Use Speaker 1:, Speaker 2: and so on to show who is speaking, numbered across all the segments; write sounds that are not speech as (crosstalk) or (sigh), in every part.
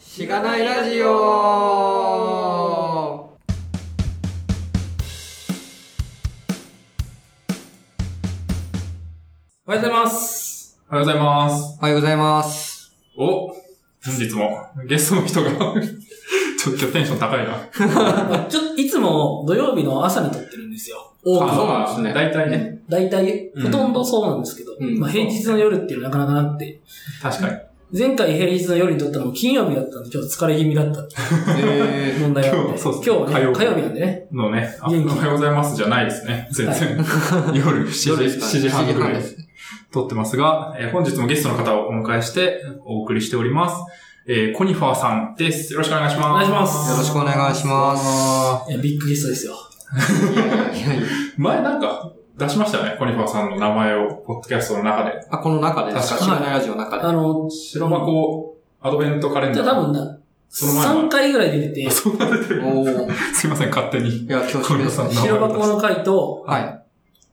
Speaker 1: しがないラジオ
Speaker 2: おはようございます。
Speaker 3: おはようございます。
Speaker 1: おはようございます。
Speaker 3: お本日もゲストの人が (laughs) 、ちょっと今日テンション高いな。
Speaker 2: ちょっと、いつも土曜日の朝に撮ってるんですよ。
Speaker 1: お
Speaker 3: あ
Speaker 1: そうなんですね。
Speaker 3: 大体ね。
Speaker 2: 大体、
Speaker 3: うん
Speaker 2: ほとんどそうなんですけど、
Speaker 1: うん
Speaker 2: まあ、平日の夜っていうのはなかなかなくて、
Speaker 3: 確かに。
Speaker 2: 前回平日の夜に撮ったのも金曜日だったんで、今日疲れ気味だったっていう問題があって、
Speaker 3: 今日そうっすね
Speaker 2: 今日は
Speaker 3: 火曜
Speaker 2: ね、
Speaker 3: 日
Speaker 2: 火曜日なんでね、
Speaker 3: のね、あおは
Speaker 2: 元
Speaker 3: よ
Speaker 2: 気
Speaker 3: うございますじゃないですね。全然。 (laughs) 夜7時、
Speaker 1: 夜ですか
Speaker 3: 7時半ぐら
Speaker 1: 7
Speaker 3: い
Speaker 1: です。
Speaker 3: 撮ってますが、えー本日もゲストの方をお迎えしてお送りしております。えーコニファーさんです。よろしくお願いします。
Speaker 2: お願いします
Speaker 1: よろしくお願いします
Speaker 3: あ
Speaker 2: いやビッグゲストですよ。
Speaker 1: いやいや
Speaker 3: ー前なんか出しましたよね、コニファーさんの名前を、ポッドキャストの中で。
Speaker 1: あ、この中でですか
Speaker 3: 確
Speaker 1: し
Speaker 2: かに
Speaker 1: がないラジオの中で。
Speaker 2: あの、
Speaker 3: 白箱アドベントカレン
Speaker 2: じ
Speaker 3: ダ
Speaker 2: ゃ
Speaker 3: ー。
Speaker 2: あ多分な、
Speaker 3: その前は
Speaker 2: 3回ぐらい出てて
Speaker 3: あ、 (laughs) そんな出てる。
Speaker 1: おー。
Speaker 3: すいません、勝手に。
Speaker 1: いや、恐縮ですね。
Speaker 3: これ
Speaker 2: 白箱の回と、
Speaker 1: はい。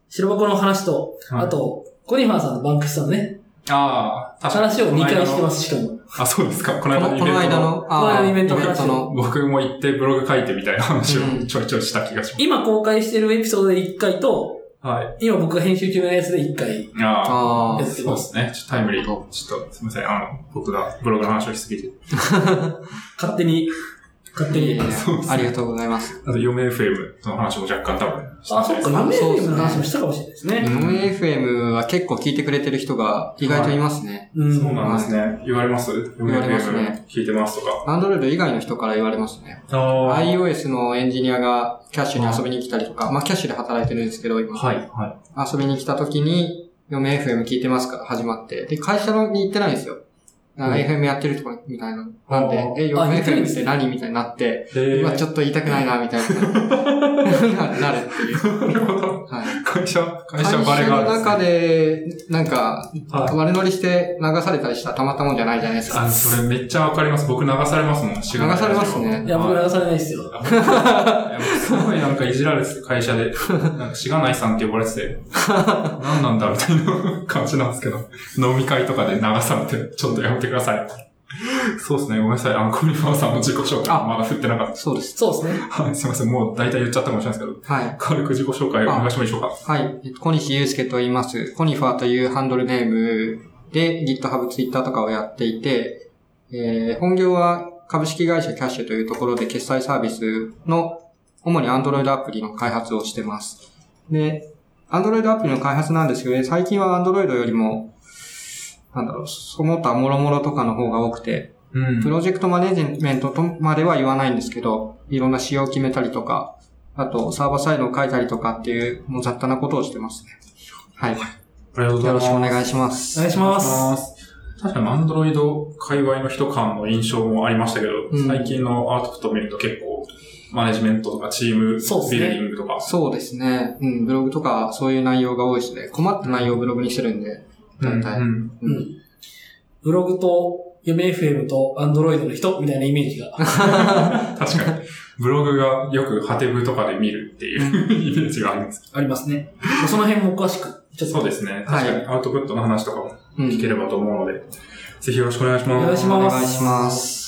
Speaker 2: 白箱の話と、
Speaker 3: はい
Speaker 2: あと、コニファーさんのバンクシさんのね、
Speaker 3: ああ、確かに。
Speaker 2: 話を2回してます、しかも。
Speaker 3: あ、そうですか。この
Speaker 1: こ
Speaker 3: 間
Speaker 1: の
Speaker 3: のイ
Speaker 1: こ
Speaker 3: ベン
Speaker 1: の間
Speaker 3: トの。
Speaker 1: の、あー
Speaker 2: この間のイベントの話
Speaker 1: イの
Speaker 3: 僕も行ってブログ書いてみたいな話
Speaker 1: うん
Speaker 3: をちょいちょいした気がしま
Speaker 2: 今公開してるエピソードで1回と、
Speaker 3: す。はい。
Speaker 2: 今僕が編集中のやつで一回
Speaker 3: あ
Speaker 1: あー
Speaker 3: あ、
Speaker 2: やって
Speaker 3: そう
Speaker 2: ま。
Speaker 3: ですすね。ちょっとタイムリー。ちょっと、すみません。あの、僕がブログの話をしすぎて。
Speaker 2: 勝手に、勝手
Speaker 1: いえ
Speaker 2: に
Speaker 1: いえ。
Speaker 3: そうですね
Speaker 1: ありがとうございます。
Speaker 3: あと、嫁 FM の話も若干多分して
Speaker 2: あ、そっか、ラメ
Speaker 1: そう
Speaker 2: ー
Speaker 1: っ
Speaker 2: ル
Speaker 1: すね
Speaker 2: の話もしたかもしれないですね。
Speaker 1: MFM は結構聞いてくれてる人が意外といますね。
Speaker 2: う
Speaker 3: そう
Speaker 2: あ
Speaker 3: なんですね。言われます
Speaker 1: 言
Speaker 3: 嫁
Speaker 1: われます
Speaker 3: FM
Speaker 1: ね
Speaker 3: 聞いてますとか。
Speaker 1: アンドロイド以外の人から言われますね。
Speaker 3: あ
Speaker 1: iOS のエンジニアがキャッシュに遊びに来たりとか、まあキャッシュで働いてるんですけど、今。
Speaker 3: はい、は
Speaker 1: 遊びに来た時に、嫁 FM 聞いてますから始まって。で、会社に行ってないんですよ。なんか
Speaker 3: うん
Speaker 1: FM やってるとか、みたいな。
Speaker 3: あ
Speaker 1: なん
Speaker 3: ー
Speaker 1: で、え、
Speaker 2: あ
Speaker 1: 嫁
Speaker 2: 言ってるん
Speaker 1: FM っ
Speaker 2: ですね
Speaker 1: て何みたいになって、
Speaker 3: い。え
Speaker 1: うわ、
Speaker 3: ー、
Speaker 1: ちょっと言いたくないな、みたいな。ななるっていう。
Speaker 3: なるほど。
Speaker 1: はい。
Speaker 3: 会社、会
Speaker 1: 会
Speaker 3: 社
Speaker 1: 社
Speaker 3: バレがあ
Speaker 1: の
Speaker 3: るん
Speaker 1: 中
Speaker 3: で
Speaker 1: で、なんか、
Speaker 3: すね。はい
Speaker 1: 割れ乗りして流されたりしたらたまったもんじゃないじゃないです
Speaker 3: あ
Speaker 1: か。
Speaker 3: それめっちゃわかります。僕流されますもん。流
Speaker 1: 流されますね
Speaker 2: いや、僕流されないですよ。
Speaker 3: すごいなんかいじられてて、会社で。なんか、しがないさんって呼ばれて
Speaker 1: (laughs)
Speaker 3: て、何なんだみたいな感じなんですけど、飲み会とかで流されて、ちょっとやめてください。そうですね、ごめんなさい。あの、コミファーさんの自己紹介
Speaker 1: あ
Speaker 3: まだ振ってなかっ
Speaker 1: そうです。
Speaker 2: そうですね。
Speaker 3: た。はい、すいません、もう大体言っちゃったかもしれないですけど、
Speaker 1: はい。
Speaker 3: 軽く自己紹介お願いしてもいいでしょうか。
Speaker 1: はい。えっと小西祐介と言います。コニファーというハンドルネームで GitHub、Twitter とかをやっていて、えー本業は株式会社キャッシュというところで決済サービスの主に Android アプリの開発をしてます。で、Android アプリの開発なんですけど、最近は Android よりも、なんだろう、その他諸々とかの方が多くて、
Speaker 3: うん
Speaker 1: プロジェクトマネジメントとまでは言わないんですけど、いろんな仕様を決めたりとか、あとサーバーサイドを書いたりとかっていう、もう雑多なことをしてますね。はい。よ
Speaker 3: ありがとうござい
Speaker 1: ろ
Speaker 3: ま
Speaker 1: し
Speaker 3: す。
Speaker 1: くお願い
Speaker 3: し
Speaker 1: します。
Speaker 2: お願いします。
Speaker 3: ます。確かに、アンドロイド界隈の人感の印象もありましたけど、
Speaker 1: うん
Speaker 3: 最近のアウトプットを見ると結構、マネジメントとかチーム
Speaker 2: そうっすね
Speaker 3: ビルディングとか、
Speaker 1: そうですね。うん、ブログとかそういう内容が多いですね。困った内容をブログにしてるんで、大体。
Speaker 3: うんうん
Speaker 2: うん。ブログと、夢 FM と、アンドロイドの人みたいなイメージが。
Speaker 3: 確かに。ブログがよくハテブとかで見るっていうイメージがあります。
Speaker 2: ありますね。まあその辺も詳しく、ちょっと。
Speaker 3: そうですね。確かにアウトプットの話とかも
Speaker 1: うん
Speaker 3: 聞ければと思うので、ぜひよろしくお願いし
Speaker 2: お願
Speaker 3: ま
Speaker 2: い
Speaker 3: す。
Speaker 2: します。
Speaker 1: お願いします。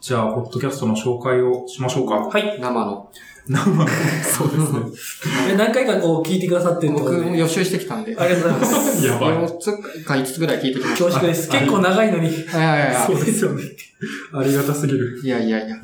Speaker 3: じゃあ、ポッドキャストの紹介をしましょう
Speaker 2: (laughs)
Speaker 3: か。
Speaker 2: はい。
Speaker 1: 生の。
Speaker 3: 生の、そうです
Speaker 2: え何回かこう聞いてくださってるとこ
Speaker 1: 僕
Speaker 2: ろ
Speaker 1: も
Speaker 2: で。
Speaker 1: 予習してきたんで。
Speaker 2: ありがとうございま
Speaker 1: (laughs)
Speaker 2: す。
Speaker 3: ね。やばい。
Speaker 1: 4つか5つぐらい聞いてきまし
Speaker 2: 恐縮です。結構長いのに。
Speaker 1: た。いやいやいや。
Speaker 2: そうですよ (laughs) ね。
Speaker 3: (laughs) ありがたすぎる。
Speaker 1: いやいやいや。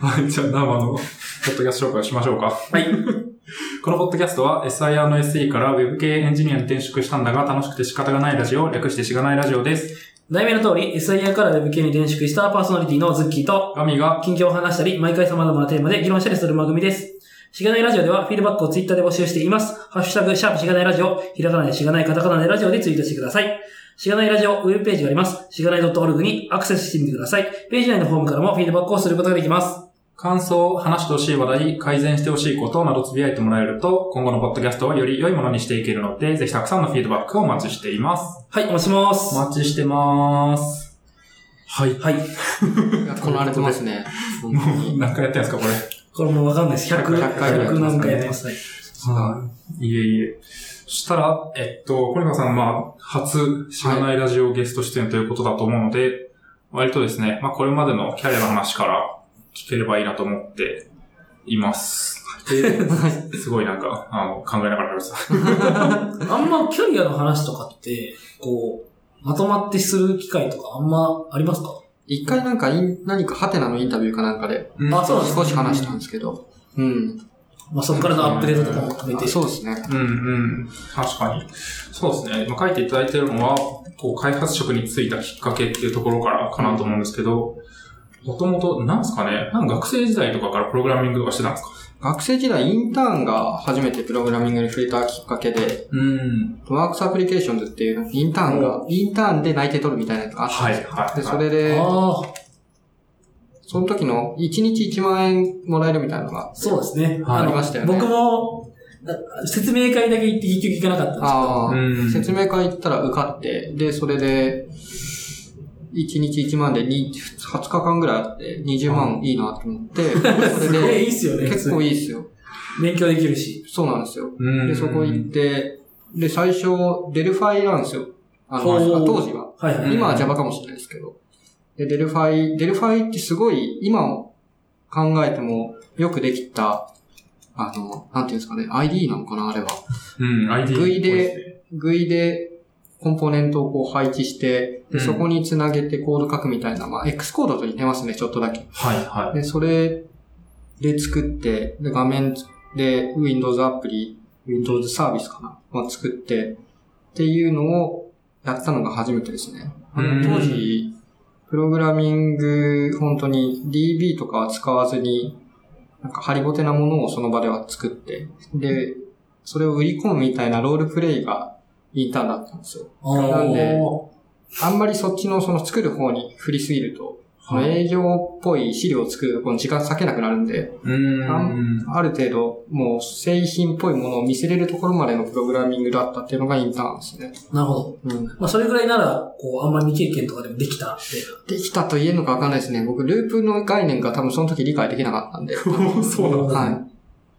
Speaker 3: はい、じゃあ生のポッドキャスト紹介をしましょうか。はい。 (laughs) このポッドキャストは SIR の SE から Web 系エンジニアに転職したんだが楽しくて仕方がないラジオ、略してしがないラジオです。
Speaker 2: 題名の通り、SIR から Web 系に転職したパーソナリティのズッキーと、
Speaker 3: ガミが、
Speaker 2: 近況を話したり、毎回様々なテーマで議論したりする番組です。しがないラジオではフィードバックをツイッターで募集しています。ハッシュタグ、シャープしがないラジオ、ひらがなでしがないカタカナでラジオでツイートしてください。しがないラジオウェブページがあります。しがない .org にアクセスしてみてください。ページ内のフォームからもフィードバックをすることができます。
Speaker 3: 感想、話してほしい話題、改善してほしいことなどつぶやいてもらえると、今後のポッドキャストはより良いものにしていけるので、ぜひたくさんのフィードバックをお待ちしています。
Speaker 2: はい、お待ちします。
Speaker 3: お待ちしてます。はい。 (laughs)
Speaker 2: はい。
Speaker 1: いやこなれてますね。本当
Speaker 2: (laughs)
Speaker 3: もう
Speaker 1: に
Speaker 3: 何回やってんですか、これ。
Speaker 2: これもうわかんないです。100、
Speaker 1: 100回
Speaker 2: 100何回やってますね。
Speaker 3: はい。いえいえ。そしたら、えっと、コリカさん、まあ、初、知らないラジオゲスト出演ということだと思うので、割とですね、まあこれまでのキャリアの話から聞ければいいなと思っています。すごいなんか、あの、考えながらやるさ。
Speaker 2: あんまキャリアの話とかって、こう、まとまってする機会とかあんまありますか
Speaker 1: 一回なんかイン、何かハテナのインタビューかなんかで、
Speaker 2: あそうなんですね
Speaker 1: 少し話したんですけど。うん。
Speaker 2: まあ、そこからのアップデートとかも含め
Speaker 1: あ
Speaker 2: て。
Speaker 1: そうですね。
Speaker 3: うんうん。確かに。そうですね。今書いていただいてるのは、こう、開発職に就いたきっかけっていうところからかなと思うんですけど、もともと、なんですかね、なんか学生時代とかからプログラミングとかしてたんですか
Speaker 1: 学生時代インターンが初めてプログラミングに触れたきっかけで、
Speaker 3: うん。
Speaker 1: ワークスアプリケーションズっていうインターンが、インターンで内定取るみたいなのがあったん
Speaker 3: はい、
Speaker 1: で
Speaker 3: は
Speaker 1: す
Speaker 3: い
Speaker 1: よ。
Speaker 3: はい。
Speaker 1: で、それで、
Speaker 2: ああ、
Speaker 1: その時の1日1万円もらえるみたいなのが、
Speaker 2: そうですね。
Speaker 3: はい
Speaker 2: あ
Speaker 1: あ
Speaker 2: の
Speaker 1: りましたよね
Speaker 2: 僕も、な説明会だけ行って結局行かなかったんです
Speaker 1: ああ、
Speaker 3: うん
Speaker 1: 説明会行ったら受かって、で、それで、1日1万でに20日間ぐらいあって、20万いいなと思って、
Speaker 2: (laughs)
Speaker 1: それ
Speaker 2: けど。え、
Speaker 1: で、
Speaker 2: いいっすよね。
Speaker 1: 結構いいですよ。
Speaker 2: 勉強できるし。
Speaker 1: そうなんですよ。
Speaker 3: うん
Speaker 1: で、そこ行って、で、最初、デルファイなんですよ。あの、
Speaker 2: ほう
Speaker 1: 当時は。
Speaker 2: はいはい。
Speaker 1: 今は Java かもしれないですけど。で、デルファイ、デルファイってすごい、今考えてもよくできた、あの、なんていうんですかね、ID なのかな、あれは。
Speaker 3: うん、ID。
Speaker 1: GUI で、GUI でコンポーネントをこう配置して、
Speaker 3: う
Speaker 1: で
Speaker 3: ん
Speaker 1: そこにつなげてコード書くみたいな、まあ、X コードと似てますね、ちょっとだけ。
Speaker 3: はい、は
Speaker 1: で、それで作って、で画面で Windows アプリ、Windows サービスかな、まあ、作って、っていうのをやったのが初めてですね。あ
Speaker 3: うん
Speaker 1: の当時、プログラミング、本当に DB とかは使わずに、なんかハリボテなものをその場では作って、で、それを売り込むみたいなロールプレイがインターンだったんですよ。
Speaker 2: あー
Speaker 1: なんであんまりそっちのその作る方に振りすぎると、その営業っぽい資料を作るとこの時間割けなくなるんで、
Speaker 3: い。うん。
Speaker 1: ある程度もう製品っぽいものを見せれるところまでのプログラミングだったっていうのがインターンですね。
Speaker 2: なるほど。
Speaker 1: うん。
Speaker 2: まあ、それぐらいなら、こう、あんまり未経験とかでもできたって。
Speaker 1: できたと言えるのかわかんないですね。僕、ループの概念が多分その時理解できなかったんで。
Speaker 3: そうなんだ。
Speaker 1: はい。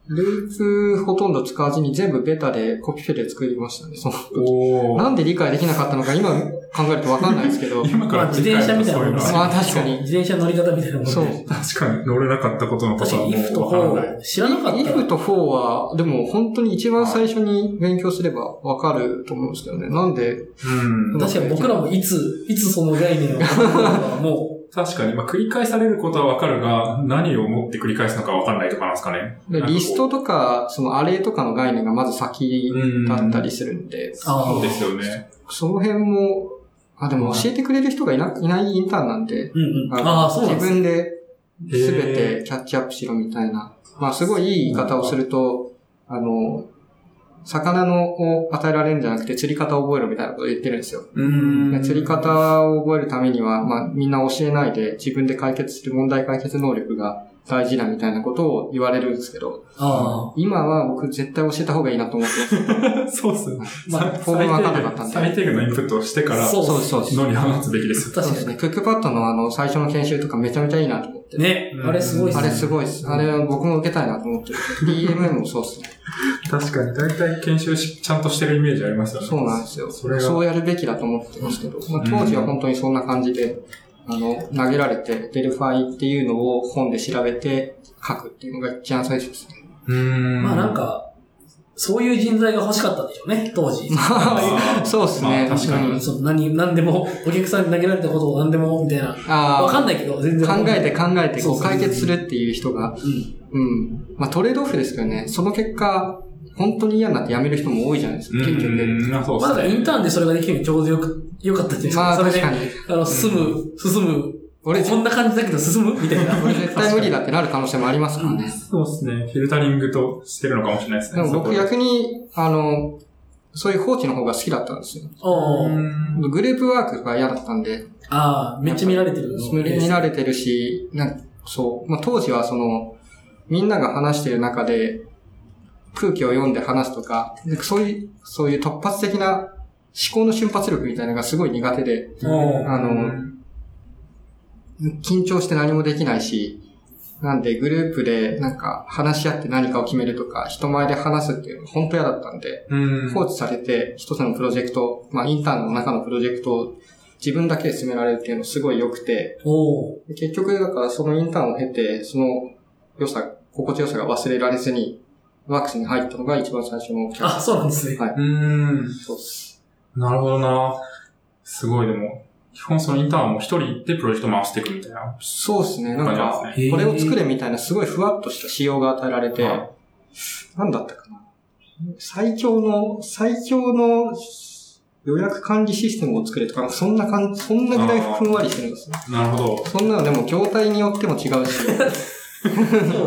Speaker 1: ループほとんど使わずに全部ベタでコピペで作りましたね。その
Speaker 3: おー
Speaker 1: なんで理解できなかったのか今考えるとわかんないですけど。
Speaker 3: 今か
Speaker 2: まあ、
Speaker 3: ら
Speaker 2: 自転車みたいなもんですね
Speaker 1: まあ確かに
Speaker 2: 自転車乗り方みたいなもんで。
Speaker 1: そう。
Speaker 3: 確かに乗れなかったことのこと
Speaker 2: 私、
Speaker 3: はも
Speaker 2: if
Speaker 3: う
Speaker 2: と
Speaker 3: わからない。
Speaker 2: for、知らなかったら
Speaker 1: if。と for は、でも本当に一番最初に勉強すればわかると思うんですけどね。なんで、
Speaker 3: うん。
Speaker 2: 確かに僕らもいつ、いつその
Speaker 1: (laughs)
Speaker 2: 概念を学ぶのかもう、
Speaker 3: 確かに、まあ、繰り返されることはわかるが、何をもって繰り返すのかわかんないとかなんですかね。
Speaker 1: でリスト
Speaker 3: なんか
Speaker 1: とか、そのアレとかの概念がまず先だったりするんで、
Speaker 2: あ
Speaker 3: こう。そう
Speaker 2: あ
Speaker 3: ですよね。
Speaker 1: その辺も、あ、でも教えてくれる人がいな、いないインターンなんで、
Speaker 2: うんうん。
Speaker 1: の
Speaker 2: ああ、そうなんです
Speaker 1: 自
Speaker 2: ね。
Speaker 1: 分で全
Speaker 3: へ
Speaker 1: てキャッチアップしろみたいな。まあ、すごいいい言い方をすると、あの、魚のを与えられるんじゃなくて釣り方を覚えろみたいなことを言ってるんですよ。
Speaker 3: うん
Speaker 1: で釣り方を覚えるためには、まあ、みんな教えないで自分で解決する問題解決能力が大事だみたいなことを言われるんですけど、
Speaker 2: ああ。
Speaker 1: 今は僕絶対教えた方がいいなと思って
Speaker 3: (laughs)
Speaker 1: ます。
Speaker 3: (laughs) そうっすね。
Speaker 2: まあ
Speaker 3: 最
Speaker 1: フォームわかんなかったんで
Speaker 3: 最低限のインプットをしてから、
Speaker 2: そう
Speaker 1: ですそうです
Speaker 3: のに放つべきです。
Speaker 1: そう
Speaker 2: 確
Speaker 1: で
Speaker 2: か
Speaker 1: すね。クックパッドのあの、最初の研修とかめちゃめちゃいいなと思って。
Speaker 2: に。ね
Speaker 3: う、ん
Speaker 2: あれすごいっす
Speaker 1: あ
Speaker 2: ね
Speaker 1: れ。すごいです。あれ僕も受けたいなと思
Speaker 3: (laughs)
Speaker 1: ってる。DMM もそうですね。
Speaker 3: 確かに、大体研修し、ちゃんとしてるイメージありますよね。
Speaker 1: そうなんですよ。
Speaker 3: それが
Speaker 1: そうやるべきだと思ってますけど、まあ、当時は本当にそんな感じで、あの、投げられて、デルファイっていうのを本で調べて書くっていうのが一番最初ですね。
Speaker 3: (laughs) うん。
Speaker 2: まあなん、か、そういう人材が欲しかったんでしょうね、
Speaker 1: (laughs)
Speaker 2: 当時。
Speaker 1: そうですね。
Speaker 3: まあ確かに
Speaker 1: うん
Speaker 2: そう何、何でも、お客さんに投げられたことを何でも、みたいな。わか
Speaker 1: あ
Speaker 2: んないけど、全
Speaker 1: ー
Speaker 2: 然。
Speaker 1: 考えて考えて
Speaker 2: そう
Speaker 1: こ
Speaker 2: そうう
Speaker 1: 解決するっていう人が、
Speaker 2: うん。
Speaker 1: うん。まあトレードオフですよね。その結果、本当に嫌になって辞める人も多いじゃないですか、
Speaker 3: うん
Speaker 1: 結局。
Speaker 3: うん、そう
Speaker 2: まあだから
Speaker 3: です
Speaker 2: イン
Speaker 3: ね。
Speaker 2: ターンでそれができるのにちょうどよく、よかったんじゃ
Speaker 1: まあ
Speaker 2: ないで
Speaker 1: 確
Speaker 2: すか。
Speaker 1: か
Speaker 2: それで、
Speaker 1: に。
Speaker 2: あの、進む、進む。
Speaker 1: 俺
Speaker 2: こんな感じだけど進むみたい
Speaker 1: (laughs)
Speaker 2: な。
Speaker 1: 俺絶対無理だってなる可能性もありますからね。
Speaker 3: そうですね。フィルタリングとしてるのかもしれないです
Speaker 1: で
Speaker 3: ね。
Speaker 1: も
Speaker 3: そこ
Speaker 1: 僕
Speaker 3: で
Speaker 1: 逆に、あの、そういう放置の方が好きだったんですよ。
Speaker 2: おー
Speaker 3: うん
Speaker 1: グループワークが嫌だったんで、
Speaker 2: ああ、めっちゃ見られてるの。
Speaker 1: 無理見られてるし、なんかそう。まあ、当時はその、みんなが話してる中で、空気を読んで話すとか、なんかそういう、そういう突発的な思考の瞬発力みたいなのがすごい苦手で、
Speaker 2: おー
Speaker 1: あの、緊張して何もできないし、なんでグループでなんか話し合って何かを決めるとか、人前で話すっていうのが本当嫌だったんで、
Speaker 3: うん。
Speaker 1: 放置されて一つのプロジェクト、まあインターンの中のプロジェクトを自分だけで進められるっていうのすごい良くて、
Speaker 2: おー
Speaker 1: 結局、だからそのインターンを経て、その良さ、心地よさが忘れられずに、ワークスに入ったのが一番最初のお客
Speaker 2: あ、そうなんですね。
Speaker 1: はいう
Speaker 3: ーん。
Speaker 1: そうっす。
Speaker 3: なるほどな。すごい、でも、基本そのインターンも一人行ってプロジェクト回していくみたいな
Speaker 1: そうですね。なん
Speaker 3: 感じなん
Speaker 1: か、
Speaker 3: ですね。
Speaker 2: へー
Speaker 1: これを作れみたいなすごいふわっとした仕様が与えられて、
Speaker 3: はい
Speaker 1: なんだったかな。最強の、最強の予約管理システムを作れとか、そんな感じ、そんなぐらいふんわりしてるんですね。
Speaker 3: なるほど。
Speaker 1: そんなのでも業態によっても違う
Speaker 2: (laughs)
Speaker 1: し、
Speaker 2: そ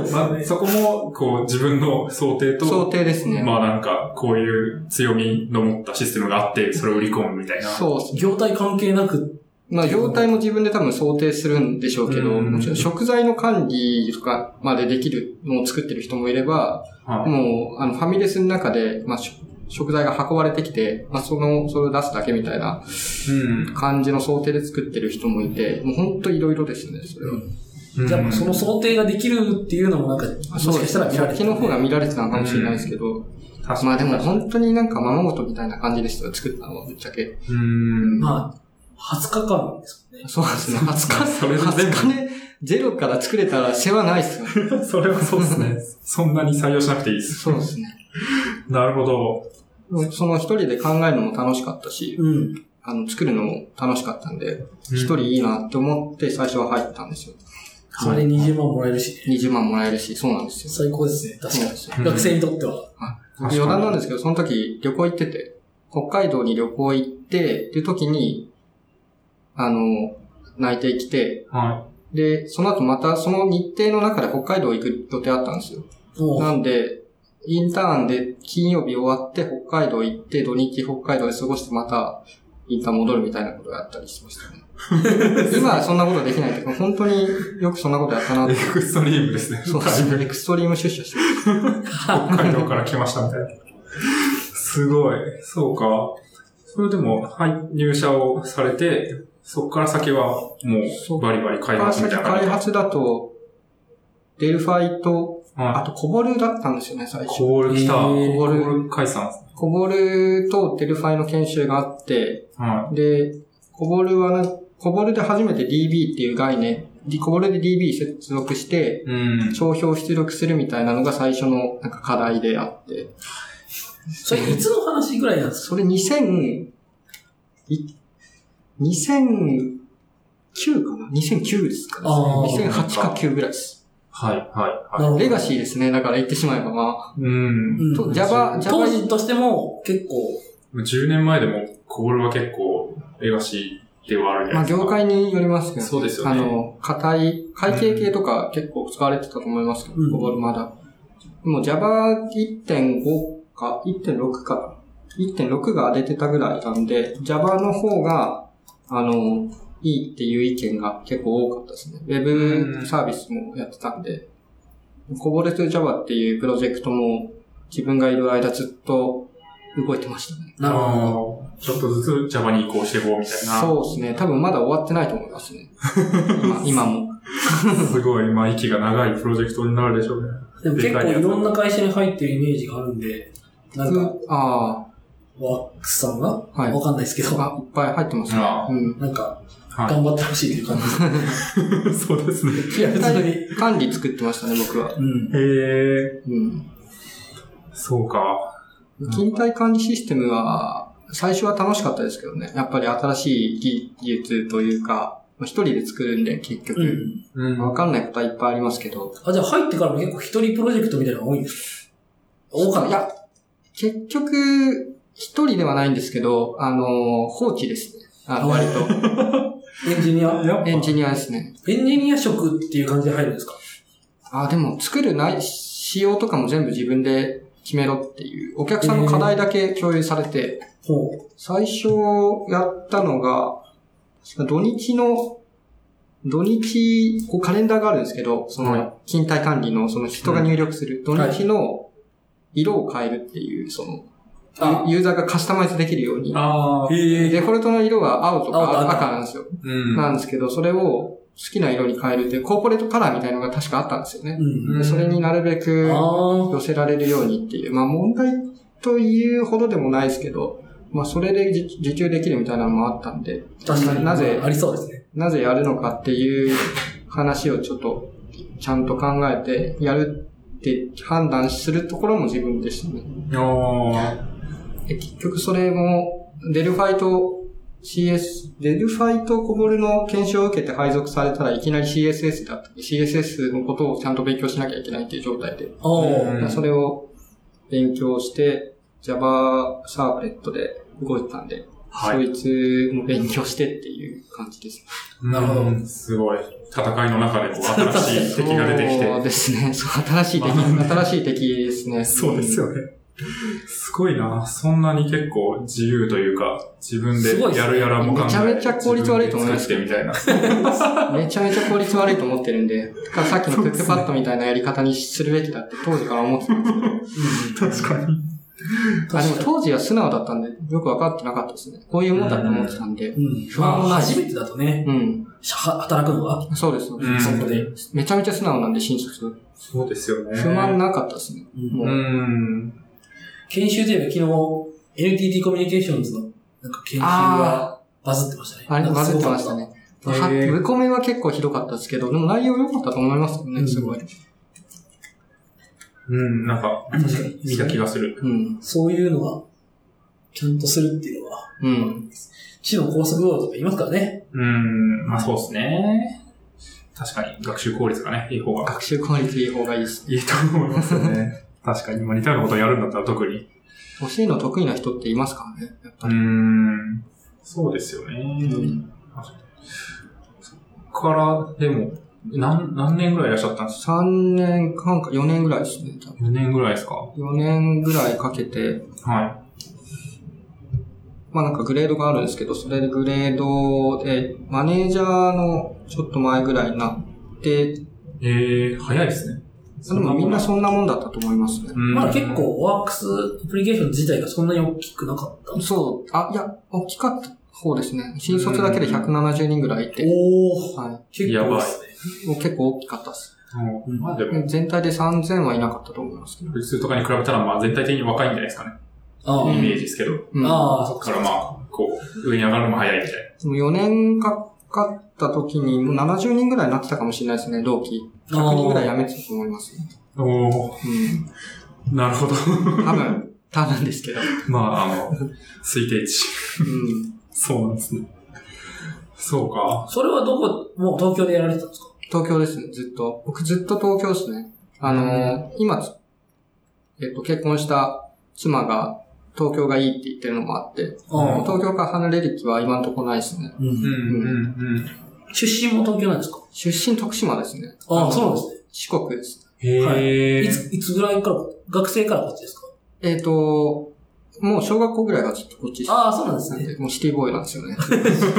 Speaker 2: うです
Speaker 3: ま
Speaker 2: よ
Speaker 3: あ、
Speaker 2: ね。
Speaker 3: そこも、こう、自分の想定
Speaker 1: 想
Speaker 3: と、
Speaker 1: 定ですね。
Speaker 3: まあなんか、こういう強みの持ったシステムがあって、それを売り込むみたいな。
Speaker 1: そうですね。
Speaker 2: 業態関係なく、
Speaker 1: まあ、業態も自分で多分想定するんでしょうけど、
Speaker 3: うん
Speaker 1: もちろん食材の管理とかまでできるのを作ってる人もいれば、
Speaker 3: はい
Speaker 1: もう、あの、ファミレスの中で、まあ、し食材が運ばれてきて、まあ、その、それを出すだけみたいな
Speaker 3: うん。
Speaker 1: 感じの想定で作ってる人もいて、もう本当いろいろですね、それは。
Speaker 3: うん
Speaker 2: やっぱその想定ができるっていうのもなんか、もしかしたら見ら
Speaker 1: そ
Speaker 2: れ
Speaker 1: ってち
Speaker 2: る
Speaker 1: の方が見られてたのかもしれないですけど、
Speaker 3: 確か
Speaker 1: まあ
Speaker 3: に
Speaker 1: でも本当になんかままごとみたいな感じでしたよ、作ったのは、ぶっちゃけ。
Speaker 3: うん。
Speaker 2: まあ、20日間ですもんね。
Speaker 1: そうですね、20日、
Speaker 3: それで全部
Speaker 1: (laughs) 20日でゼロから作れたら世話ないっすよね。
Speaker 3: (laughs) それはそうです
Speaker 1: (laughs)
Speaker 3: ね。そんなに採用しなくていいです。
Speaker 1: そうですね。
Speaker 3: なるほど。
Speaker 1: その一人で考えるのも楽しかったし、
Speaker 2: うん。
Speaker 1: あの、作るのも楽しかったんで、
Speaker 3: うん
Speaker 1: 一人いいなって思って最初は入ったんですよ。
Speaker 2: それで20万もらえるし、
Speaker 1: 20万もらえるし、そうなんですよ。
Speaker 2: 最高ですね、確
Speaker 1: そうなん
Speaker 2: かに
Speaker 1: ですよ。
Speaker 3: うん
Speaker 2: 学生にとっては。
Speaker 3: 確かに
Speaker 1: 余談なんですけど、その時旅行行ってて、北海道に旅行行って、っていう時に、あの、内定来て、
Speaker 3: は
Speaker 1: で、その後またその日程の中で北海道行く予定あったんですよ。
Speaker 2: もう
Speaker 1: なんで、インターンで金曜日終わって北海道行って、土日北海道で過ごしてまたインターン戻るみたいなことがあったりしま (laughs) したね。今はそんなことできないけど、本当によくそんなことやったなっ
Speaker 3: い。エ
Speaker 1: て。
Speaker 3: クストリームですね。
Speaker 1: (laughs) そうですね。エクストリーム出社してる。
Speaker 3: 北海道から来ましたみたいな。すごい。そうか。それでも、はい、入社をされて、そこから先はも
Speaker 1: そう
Speaker 3: バリバリ開
Speaker 1: 川
Speaker 3: 発み
Speaker 1: 崎
Speaker 3: たいな感じ
Speaker 1: 開発だと、デルファイと、あ
Speaker 3: は
Speaker 1: とコボルだったんですよね、最
Speaker 3: い。
Speaker 1: 初。
Speaker 3: コール来た。
Speaker 2: え
Speaker 3: コ
Speaker 2: ー
Speaker 3: ール解散。
Speaker 1: コボルとデルファイの研修があって、
Speaker 3: は
Speaker 1: で、コボルはな、コボルで初めて DB っていう概念、でコボルで DB 接続して、
Speaker 3: い。うん。
Speaker 1: 商標を出力するみたいなのが最初のなんか課題であって、
Speaker 2: それいつの話ぐらいなんです
Speaker 1: そ
Speaker 2: か
Speaker 1: れ2000、い2009かな ?2009 ですかね。
Speaker 2: あー
Speaker 1: 2008か9ぐらいです。
Speaker 3: はい、はい、
Speaker 2: なる
Speaker 3: は
Speaker 2: ほど
Speaker 1: レガシーですね。だから言ってしまえばま
Speaker 3: い。うん。
Speaker 2: うん
Speaker 1: と Java
Speaker 2: 当時としても結構、
Speaker 3: 10年前でも、コールは結構、レガシーではある
Speaker 1: あ、
Speaker 3: じ
Speaker 1: (laughs)
Speaker 3: ゃ
Speaker 1: ま
Speaker 3: な
Speaker 1: あ
Speaker 3: いです
Speaker 1: 業
Speaker 3: か。
Speaker 1: 界によりますけど、
Speaker 3: そうですよね
Speaker 1: あの、硬い、会計系とか結構使われてたと思いますけど、
Speaker 2: うん
Speaker 1: コボルまだ。もう Java1.5 か、1.6か、1.6が出てたぐらいなんで、Java の方が、あの、いいっていう意見が結構多かったですね。
Speaker 3: う
Speaker 1: Web
Speaker 3: ん
Speaker 1: サービスもやってたんで、こぼれと Java っていうプロジェクトも自分がいる間ずっと動いてましたね。
Speaker 2: なるほど。
Speaker 3: あーちょっとずつ Java に移行していこうみたいな。
Speaker 1: そうですね。多分まだ終わってないと思います
Speaker 3: (laughs)
Speaker 1: ね。今今も。
Speaker 3: すごい、まあ、息が長いプロジェクトになるでしょうね。
Speaker 2: でも結構いろんな会社に入ってるイメージがあるんで、なんか、
Speaker 1: あ
Speaker 2: ワックスさんがわ
Speaker 1: あ、はい。
Speaker 2: かんないですけど、
Speaker 1: あ、いっぱい入ってますね。
Speaker 3: あ
Speaker 1: うん。
Speaker 2: なんか、
Speaker 3: は
Speaker 2: 頑張ってほしいっていう感じ
Speaker 3: い。そうですね。
Speaker 2: です。いや、別に。
Speaker 1: 管理作ってましたね、僕は。
Speaker 2: うん。
Speaker 3: へえ、
Speaker 1: うん。
Speaker 3: そうか。
Speaker 1: 勤怠管理システムは、最初は楽しかったですけどね。やっぱり新しい技技術というか、一人で作るんで、結
Speaker 2: う
Speaker 1: 局。
Speaker 2: ん。
Speaker 3: うん
Speaker 1: わ、かんないことはいっぱいありますけど。
Speaker 2: あ、じゃあ入ってからも結構一人プロジェクトみたいなのが多いんですか多かっ
Speaker 1: い
Speaker 2: た。
Speaker 1: や、結局、一人ではないんですけど、あの、放置ですね。あの、割と。
Speaker 2: エンジニア。
Speaker 3: やっぱ
Speaker 1: エンジニアですね。
Speaker 2: エンジニア職っていう感じで入るんですか
Speaker 1: あ、でも作るない、仕様とかも全部自分で決めろっていう、お客さんの課題だけ共有されて、
Speaker 2: ほ
Speaker 1: 最初やったのが、確か土日の、土日、こうカレンダーがあるんですけど、そ
Speaker 3: は
Speaker 1: の、勤怠管理の、その人が入力する、土日の色を変えるっていう、その、
Speaker 2: あ
Speaker 1: ユーザーがカスタマイズできるように、
Speaker 3: あ
Speaker 2: う。
Speaker 3: ー
Speaker 2: へえ。
Speaker 1: デフォルトの色は青と
Speaker 2: 青と
Speaker 1: か
Speaker 2: 赤
Speaker 1: 赤なんですよ。
Speaker 3: うん。
Speaker 1: なんですけど、それを好きな色に変えるっていう、コーポレートカラーみたいのが確かあったんですよね。
Speaker 2: うん。
Speaker 1: でそれになるべく
Speaker 2: ああ。
Speaker 1: 寄せられるようにっていう、まあ問題というほどでもないですけど、まあ、それで自受注できるみたいなのもあったんで、
Speaker 2: 確かに。
Speaker 1: なぜ
Speaker 2: ありそうですね。
Speaker 1: なぜやるのかっていう話をちょっとちゃんと考えてやるって判断するところも自分でしたね。
Speaker 3: おー。
Speaker 1: で結局それもデルファイと CS、デルファイとコボルの研修を受けて配属されたらいきなり CSS だったり、CSS のことをちゃんと勉強しなきゃいけないっていう状態で、
Speaker 2: お
Speaker 3: う
Speaker 2: ー。
Speaker 3: ん
Speaker 1: まあそれを勉強して、Java サーブレットで動いてたんで、
Speaker 3: はい
Speaker 1: そいつも勉強してっていう感じです。
Speaker 2: なるほど
Speaker 3: うんすごい。戦いの中でこう新しい敵が出てき
Speaker 1: (laughs) そう
Speaker 3: て。
Speaker 1: ですね。そう、新しい敵、新しい敵ですね。
Speaker 3: そうですよね。すごいな。そんなに結構自由というか、自分
Speaker 2: すごいっ
Speaker 3: です
Speaker 2: ね
Speaker 3: やるやらも考え
Speaker 1: めちゃめちゃ効率悪いと思います
Speaker 3: 自分で作ってみたい
Speaker 1: めちゃめちゃ効率悪いと思ってるん
Speaker 3: (laughs)
Speaker 1: で、だからさっきのクックパッドみたいなやり方にするべきだって当時から思ってた。
Speaker 3: (laughs) な。確かに。
Speaker 1: あ、で
Speaker 2: 確
Speaker 1: も
Speaker 2: か
Speaker 1: 当時は素直だったんで、よくわかってなかったですね。こういうもんだと思ってたんで。
Speaker 2: に。うん。
Speaker 1: 不
Speaker 2: ま
Speaker 1: 安も
Speaker 2: あ、
Speaker 1: ない
Speaker 2: 初めてだとね、
Speaker 1: うん。
Speaker 2: しゃ働くのは。
Speaker 1: そうです、そう
Speaker 3: う
Speaker 1: で
Speaker 3: ん
Speaker 1: す。
Speaker 2: そこで。
Speaker 1: めちゃめちゃ素直なんで、新卒。
Speaker 3: そうですよね。
Speaker 1: 不満なかったですね。
Speaker 2: うん
Speaker 1: も
Speaker 3: う
Speaker 1: う。
Speaker 3: ん。
Speaker 2: 研修といえば昨日、NTT コミュニケーションズのなんか研修がバズってましたね。
Speaker 1: あれ、
Speaker 2: なんか
Speaker 1: バ
Speaker 2: す
Speaker 1: ズっ
Speaker 2: ご
Speaker 1: て
Speaker 2: か
Speaker 1: ました。ね。
Speaker 3: へー
Speaker 1: はブコメは結構ひどかったですけど、でも内容良かったと思いますよ
Speaker 2: うん
Speaker 1: ね、すごい。
Speaker 3: うん、なんか、
Speaker 2: 確かに。
Speaker 3: 見た気がする。
Speaker 1: うん。
Speaker 2: そういうのは、ちゃんとするっていうのは、
Speaker 1: うん。
Speaker 2: 知の高速道路とか言いますからね。
Speaker 3: うん、まあそうですね。確かに、学習効率がね、いい方が
Speaker 1: 学習効率いい方がいいです。
Speaker 3: いいと思いますよね。 (laughs) 確かに、まあ似たようなことやるんだったら特に。
Speaker 1: 教えるの得意な人っていますからね、やっぱ
Speaker 3: う
Speaker 1: り。
Speaker 3: ん、そうですよね。
Speaker 1: ん
Speaker 3: そっから、でも、何、何年ぐらいいらっしゃったんですか
Speaker 1: 3年半か4年ぐらいですね、多分
Speaker 3: ?4 年ぐらいですかは
Speaker 1: 4年ぐらいかけて、
Speaker 3: い。
Speaker 1: まあなんかグレードがあるんですけど、それでグレードで、マネージャーのちょっと前ぐらいになって、
Speaker 3: ええー、早いですね。
Speaker 1: でもみんなそんなもんだったと思いますね。
Speaker 3: うん
Speaker 2: まあ結。構、ワークスアプリケーション自体がそんなに大きくなかった。
Speaker 1: そう、あ、いや、大きかった方ですね。新卒だけで170人ぐらいいて、
Speaker 2: おー、
Speaker 1: は
Speaker 2: 結
Speaker 3: やば
Speaker 2: 構
Speaker 3: い
Speaker 2: ですね。
Speaker 1: い。もう結構大きかったです。
Speaker 3: うんまあでも、
Speaker 1: 全体で3000はいなかったと思いますけど。
Speaker 3: 普通とかに比べたら、まあ全体的に若いんじゃないですかね。
Speaker 2: ああ、
Speaker 1: う
Speaker 3: イ
Speaker 1: ん
Speaker 3: メージですけど。
Speaker 1: うん
Speaker 2: ああ、
Speaker 3: だ
Speaker 2: そっか
Speaker 3: からまあ、こう、上に上がるのも早いみたい
Speaker 1: でも4年かかった時に、もう70人ぐらいになってたかもしれないですね、同期。
Speaker 2: あ
Speaker 1: 100人ぐらい
Speaker 2: ー
Speaker 1: 辞めてたと思いますよ。
Speaker 3: な。お
Speaker 1: う
Speaker 3: おなるほど。 (laughs)
Speaker 1: ん。多分、 (laughs) 多分ですけど。
Speaker 3: まあ、あの、推定値。
Speaker 1: うん。
Speaker 3: そうなんですね。そうか。
Speaker 2: それはどこ、もう東京でやられてたんですか
Speaker 1: 東京ですね、ずっと。僕ずっと東京ですね。あのー今、えっと、結婚した妻が、東京がいいって言ってるのもあって、
Speaker 3: うん
Speaker 1: 東京から離れる気は今んとこないですね。
Speaker 3: う
Speaker 2: う
Speaker 3: んうん
Speaker 2: ん、
Speaker 3: うん。
Speaker 2: 出身も東京なんですか
Speaker 1: 出身徳島ですね。
Speaker 2: ああ、
Speaker 1: の
Speaker 2: そうなんですね。
Speaker 1: 四国です。
Speaker 3: へ
Speaker 2: い
Speaker 3: え。
Speaker 2: つ、いつぐらいから、学生からこっちですか
Speaker 1: えっ、と、もう小学校ぐらいがずっとこっちです
Speaker 2: ああ、そうなんです
Speaker 1: な
Speaker 2: ね (laughs)
Speaker 1: ん。で、もうシティボーイなんですよね。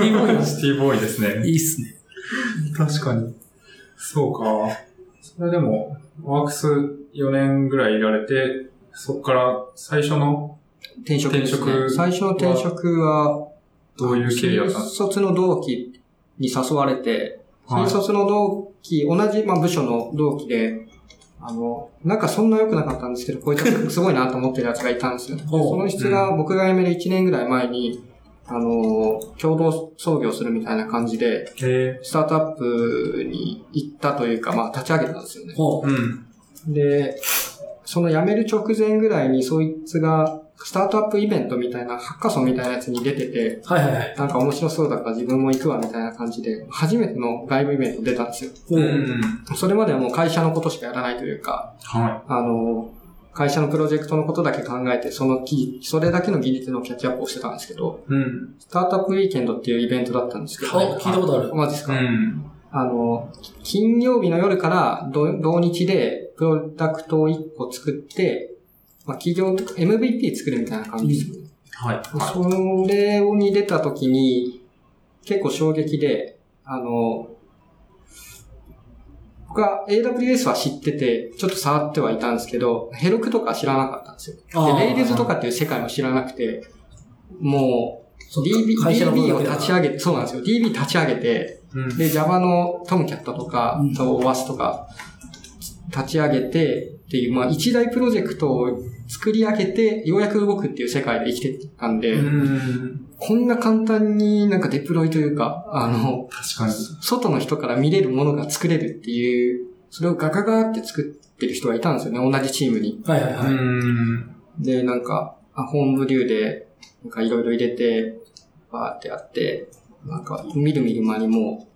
Speaker 2: いいもんなんで
Speaker 3: シ
Speaker 2: す
Speaker 3: ティボーイですね。
Speaker 2: いいっすね。
Speaker 3: 確かに。そうか。それでも、ワークス4年ぐらいいられて、そっから最初の、
Speaker 1: 転職ですね。
Speaker 3: 転職
Speaker 1: 最初の転職は、
Speaker 3: どういう経緯だったんで
Speaker 1: 新
Speaker 3: す
Speaker 1: 卒の同期に誘われて、
Speaker 3: かはい
Speaker 1: 新卒の同期、同じ、まあ、部署の同期で、あの、なんかそんな良くなかったんですけど、こいつすごいなと思ってるやつがいたんですよ。で
Speaker 2: おう
Speaker 1: その質が僕が辞める1年ぐらい前に、あの、共同創業するみたいな感じで、
Speaker 3: へえ。
Speaker 1: スタートアップに行ったというか、まあ、立ち上げたんですよね。
Speaker 2: ほう。
Speaker 3: うん。
Speaker 1: で、その辞める直前ぐらいにそいつが、スタートアップイベントみたいな、ハッカソンみたいなやつに出てて、
Speaker 2: はいはいはい。
Speaker 1: なんか面白そうだから自分も行くわみたいな感じで、初めての外部イベント出たんですよ。
Speaker 2: ほう。
Speaker 1: それまではもう会社のことしかやらないというか、
Speaker 3: は
Speaker 1: あの、会社のプロジェクトのことだけ考えて、その技それだけの技術のキャッチアップをしてたんですけど、
Speaker 3: い。うん。
Speaker 1: スタートアップウィーケンドっていうイベントだったんですけど、
Speaker 2: あ、聞いたことある。
Speaker 1: マジです
Speaker 3: う
Speaker 1: か、
Speaker 3: ん。
Speaker 1: あの、金曜日の夜から土土日でプロダクトを1個作って、まあ、企業とか MVP 作るみたいな感じですよね。
Speaker 3: はい。は
Speaker 1: それに出た時に、結構衝撃で、あの、僕は AWS は知ってて、ちょっと触ってはいたんですけど、ヘロクとか知らなかったんですよ。
Speaker 2: あー
Speaker 1: で、レイルズとかっていう世界も知らなくて、もう
Speaker 2: そっか
Speaker 1: DB,
Speaker 2: 会社のこと
Speaker 1: DB
Speaker 2: だ
Speaker 1: を
Speaker 2: けだな
Speaker 1: 立ち上げて、そうなんですよ。DB 立ち上げて、
Speaker 3: い。うん。
Speaker 1: で、Java のトムキャットとか
Speaker 2: うん、
Speaker 1: と OWASP とか、立ち上げてっていう、まあ一大プロジェクトを作り上げて、ようやく動くっていう世界で生きてきたんで、
Speaker 3: うん。
Speaker 1: こんな簡単になんかデプロイというか、あの、
Speaker 3: 確かに。
Speaker 1: 外の人から見れるものが作れるっていう、それをガガガーって作ってる人がいたんですよね、同じチームに。
Speaker 2: はいはいは
Speaker 3: う
Speaker 2: い。
Speaker 3: ん。
Speaker 1: で、なんか、あホームブリューで、なんかいろいろ入れて、バーってやって、なんか、見る見る間にも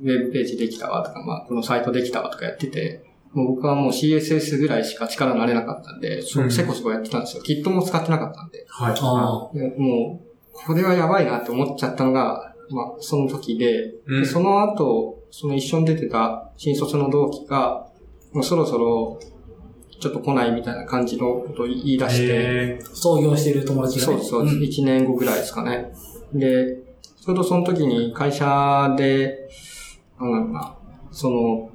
Speaker 1: う、ウェブページできたわとか、まあ、このサイトできたわとかやってて、もう僕はもう CSS ぐらいしか力になれなかったんで、そ
Speaker 3: うん
Speaker 1: うせこせこやってたんですよ。キットも使ってなかったんで。
Speaker 3: はい。
Speaker 2: ああ。
Speaker 1: でもう、これはやばいなって思っちゃったのが、まあ、その時で、
Speaker 3: う
Speaker 1: で
Speaker 3: ん。
Speaker 1: その後、その一緒に出てた新卒の同期が、もうそろそろ、ちょっと来ないみたいな感じのことを言い出して、
Speaker 3: え
Speaker 2: 創業してる友達が
Speaker 1: そう
Speaker 2: ね。
Speaker 1: ですそうです。
Speaker 2: ん
Speaker 1: 1年後ぐらいですかね。で、ちょうどその時に会社で、なんだろうな、その、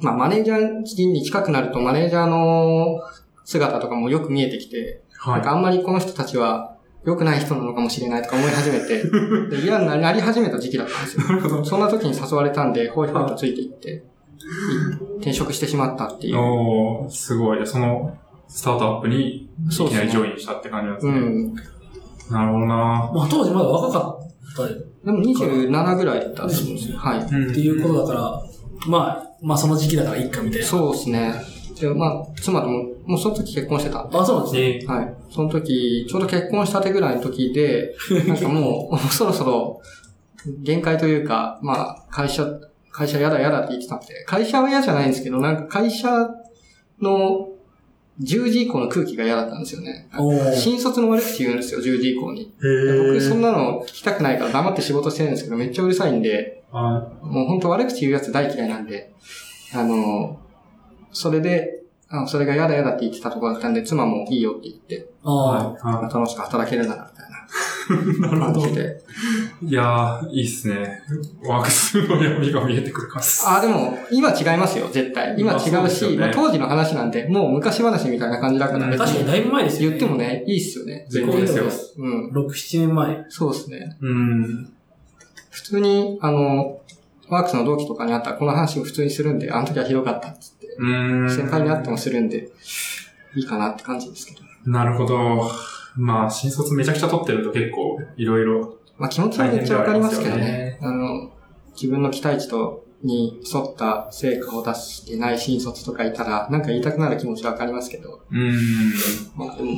Speaker 1: まあマネージャーに近くなるとマネージャーの姿とかもよく見えてきて、
Speaker 3: ー、は
Speaker 1: なんかあんまりこの人たちは良くない人なのかもしれないとか思い始めて、
Speaker 3: (laughs)
Speaker 1: で嫌になり始めた時期だったんですよ。
Speaker 3: い。なるほど。
Speaker 1: そんな時に誘われたんで、ホイホイとついていって、転職してしまったっていう。
Speaker 3: おー、すごい。その、スタートアップに、いき
Speaker 1: そうで
Speaker 3: な
Speaker 1: す
Speaker 3: り
Speaker 1: ね
Speaker 3: ジョインしたって感じなんです
Speaker 1: う
Speaker 3: ね。
Speaker 1: ん。
Speaker 3: なるほどな
Speaker 2: まあ当時まだ若かったっ
Speaker 1: でも27ぐらいだったんですよ。はい。
Speaker 3: うん。
Speaker 2: ていうことだから、まあ、まあその時期だからいいかみたいな。
Speaker 1: そうですね。で、まあ、妻とも、もうその時結婚してたんで。
Speaker 2: あ、そうなんですね。
Speaker 3: え
Speaker 1: は
Speaker 3: ー
Speaker 1: い。その時、ちょうど結婚したてぐらいの時
Speaker 2: (laughs)
Speaker 1: で、なんかもう、そろそろ、限界というか、まあ、会社、会社やだやだって言ってたんで、会社は嫌じゃないんですけど、なんか会社の10時以降の空気が嫌だったんですよね。
Speaker 2: おー
Speaker 1: 新卒の悪口言うんですよ、10時以降に。で僕、そん
Speaker 3: へ
Speaker 1: なの聞きたくないから黙って仕事してるんですけど、めっちゃうるさいんで、
Speaker 3: あ
Speaker 1: もう本当悪口言うやつ大嫌いなんで、あの、それで、あのそれがやだやだって言ってたところだったんで、妻もいいよって言って、
Speaker 2: あ
Speaker 3: はいあ
Speaker 1: 楽しく働けるなら、みたいな
Speaker 3: なるほど
Speaker 1: 感じで。
Speaker 3: いやー、いいっすね。ワークスの闇が見えてくる感じ。
Speaker 1: あ、でも、今違いますよ、絶対。今
Speaker 3: まあ
Speaker 1: 違
Speaker 3: そう
Speaker 1: う
Speaker 3: ですよ
Speaker 1: し、
Speaker 3: ね
Speaker 1: まあ当時の話なんで、もう昔話みたいな感じだから、
Speaker 3: うん
Speaker 2: あ。確かにだいぶ前です
Speaker 1: 言
Speaker 2: よ、ね。
Speaker 1: っても。ね、いいっすよね。
Speaker 3: 全然ですよ。
Speaker 1: うん。
Speaker 2: 6、7年前。
Speaker 1: そうですね。
Speaker 3: うん。
Speaker 1: 普通に、あの、ワークスの同期とかに会ったら、この話を普通にするんで、あの時はひどかったっつって、
Speaker 3: うん。
Speaker 1: 先輩に会ってもするんで、いいかなって感じですけど。
Speaker 3: なるほど。まあ、新卒めちゃくちゃ取ってると結構、いろいろ。
Speaker 1: まあ気持ちはめっちゃわかりますけど
Speaker 3: 大変で
Speaker 1: ね。あの、自分の期待値と、に沿った成果を出してない新卒とかいたら、なんか言いたくなる気持ちはわかりますけど、
Speaker 3: うん。
Speaker 1: まあでも、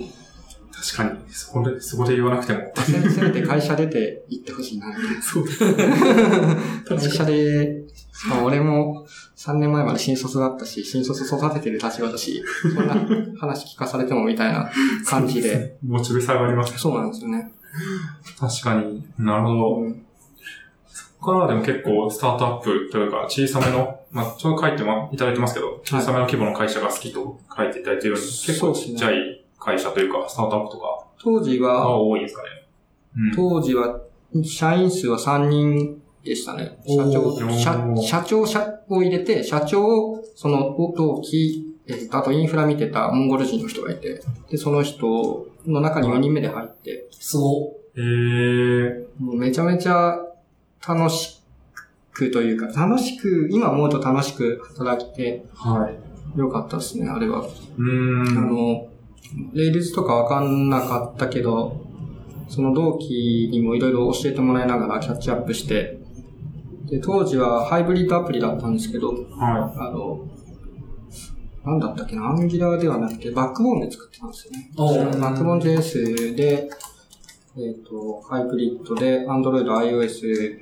Speaker 3: 確かに、そこで、そこで言わなくても。
Speaker 1: せせめて会社出て行ってほしい (laughs) な、みたいな。
Speaker 3: そう。
Speaker 1: 会
Speaker 3: 確か
Speaker 1: 社で、しかも俺も3年前まで新卒だったし、新卒育ててる立場だし、そんな話聞かされてもみたいな感じで。
Speaker 3: に。モチベ下がりま
Speaker 1: (laughs)
Speaker 3: す。
Speaker 1: そうなんですよね。
Speaker 3: 確かに。なるほど。
Speaker 1: うん
Speaker 3: ここからはでも結構スタートアップというか小さめの、まあ、ちょうど書いてまいただいてますけど、小さめの規模の会社が好きと書いていただいてるように、結構ちっちゃい会社というか、スタートアップとか
Speaker 1: 当時は
Speaker 3: が、多いんですかね。うん。
Speaker 1: 当時は、社員数は3人でしたね。社
Speaker 2: お
Speaker 1: 長、
Speaker 3: ー
Speaker 1: 社社長社を入れて、社長を、その、同期、えっとあとインフラ見てたモンゴル人の人がいて、で、その人の中に4人目で入って、
Speaker 2: すご
Speaker 3: えー、
Speaker 1: もうめちゃめちゃ楽しくというか、楽しく、今思うと楽しく働いて
Speaker 3: はい。
Speaker 1: よかったですね、あれは。
Speaker 3: うー
Speaker 1: あ
Speaker 3: ん。
Speaker 1: の、レールズとかわかんなかったけど、その同期にもいろいろ教えてもらいながらキャッチアップして、で、当時はハイブリッドアプリだったんですけど、
Speaker 3: は
Speaker 1: あの、なんだったっけな、アンギラーではなくて、バックボーンで作ってたんですよね。
Speaker 2: おお
Speaker 3: うん
Speaker 1: バックボーン JS で、えっ、と、ハイブリッドで、Android、iOS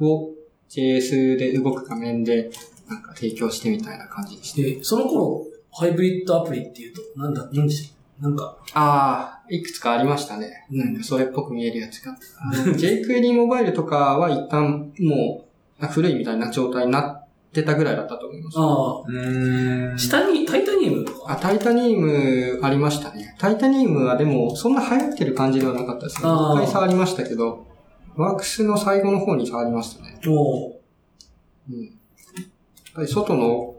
Speaker 1: を JS で動く画面で、なんか提供してみたいな感じでした。
Speaker 2: で、その頃、ハイブリッドアプリっていうと、なんだ、何でしたなんか、
Speaker 1: ああ、いくつかありましたね。うん、それっぽく見えるやつ (laughs) が。JQuery モバイルとかは一旦もうあ古いみたいな状態になってたぐらいだったと思います。
Speaker 2: あ
Speaker 3: い。うーん。
Speaker 2: あ、下に、タイタニウムとか。
Speaker 1: あ、タイタニウムありましたね。タイタニウムはでもそんな流行ってる感じではなかったですね。
Speaker 2: あー
Speaker 1: 一回触りましたけど、ワークスの最後の方に触りましたね。
Speaker 2: おお
Speaker 1: うん。やっぱり外の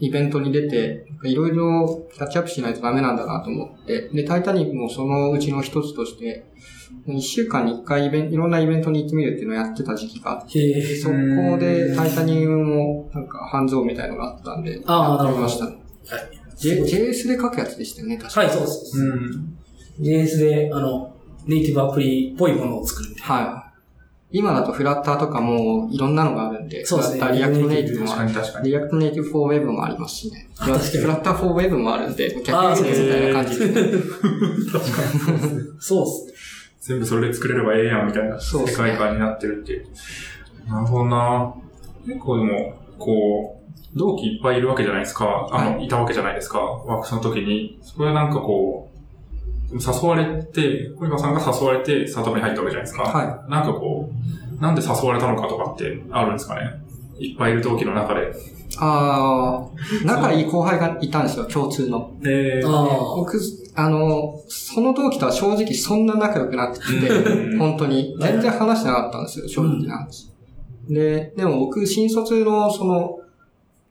Speaker 1: イベントに出て、いろいろキャッチアップしないとダメなんだなと思って、で、タイタニックもそのうちの一つとして、1週間に1回イベント、いろんなイベントに行ってみるっていうのをやってた時期があって、
Speaker 2: へ
Speaker 1: で
Speaker 2: え。
Speaker 1: そこでタイタニウムもなんか半蔵みたいのがあったんで、
Speaker 2: あー
Speaker 1: やってみましたね。J-
Speaker 2: はい
Speaker 1: JS で書くやつでしたよね、確か
Speaker 2: はい、そうです。
Speaker 3: うん。
Speaker 2: JS で、あの、ネイティブアプリっぽいものを作るみ
Speaker 1: (laughs)
Speaker 2: たい
Speaker 1: はい。今だとフラッターとかもういろんなのがあるんで、
Speaker 2: そうですね
Speaker 1: フラッター、リアクトネイティブ
Speaker 3: 確
Speaker 1: も
Speaker 3: か
Speaker 1: ある。
Speaker 3: に確かに。
Speaker 1: リアクトネイティブフォーウェブもありますしね。
Speaker 2: あ確かに
Speaker 1: フラッターフォーウェブもあるんで、逆
Speaker 2: あー
Speaker 1: 輸入みたいな感じ
Speaker 2: (laughs)
Speaker 1: で。
Speaker 2: な。そうです。
Speaker 3: 全部それで作れればええやんみたいな
Speaker 1: そう
Speaker 3: 世
Speaker 1: っすね
Speaker 3: 界観になってるっていう。なるほどな結構でも、こう、同期いっぱいいるわけじゃないですか。あの、い、たわけじゃないですか。ワークスの時に。そこでなんかこう、誘われて、小岩さんが誘われて、里に入ったわけじゃないですか。
Speaker 1: は
Speaker 3: なんかこう、なんで誘われたのかとかってあるんですかね。いっぱいいる同期の中で。
Speaker 1: ああ、仲いい後輩がいたんですよ、共通の。
Speaker 3: え
Speaker 2: ああ。
Speaker 1: 僕、あの、その同期とは正直そんな仲良くなく
Speaker 3: う
Speaker 1: て、
Speaker 3: ん
Speaker 1: 本当に。全然話してなかったんですよ、正直な話。で、でも僕、新卒の、その、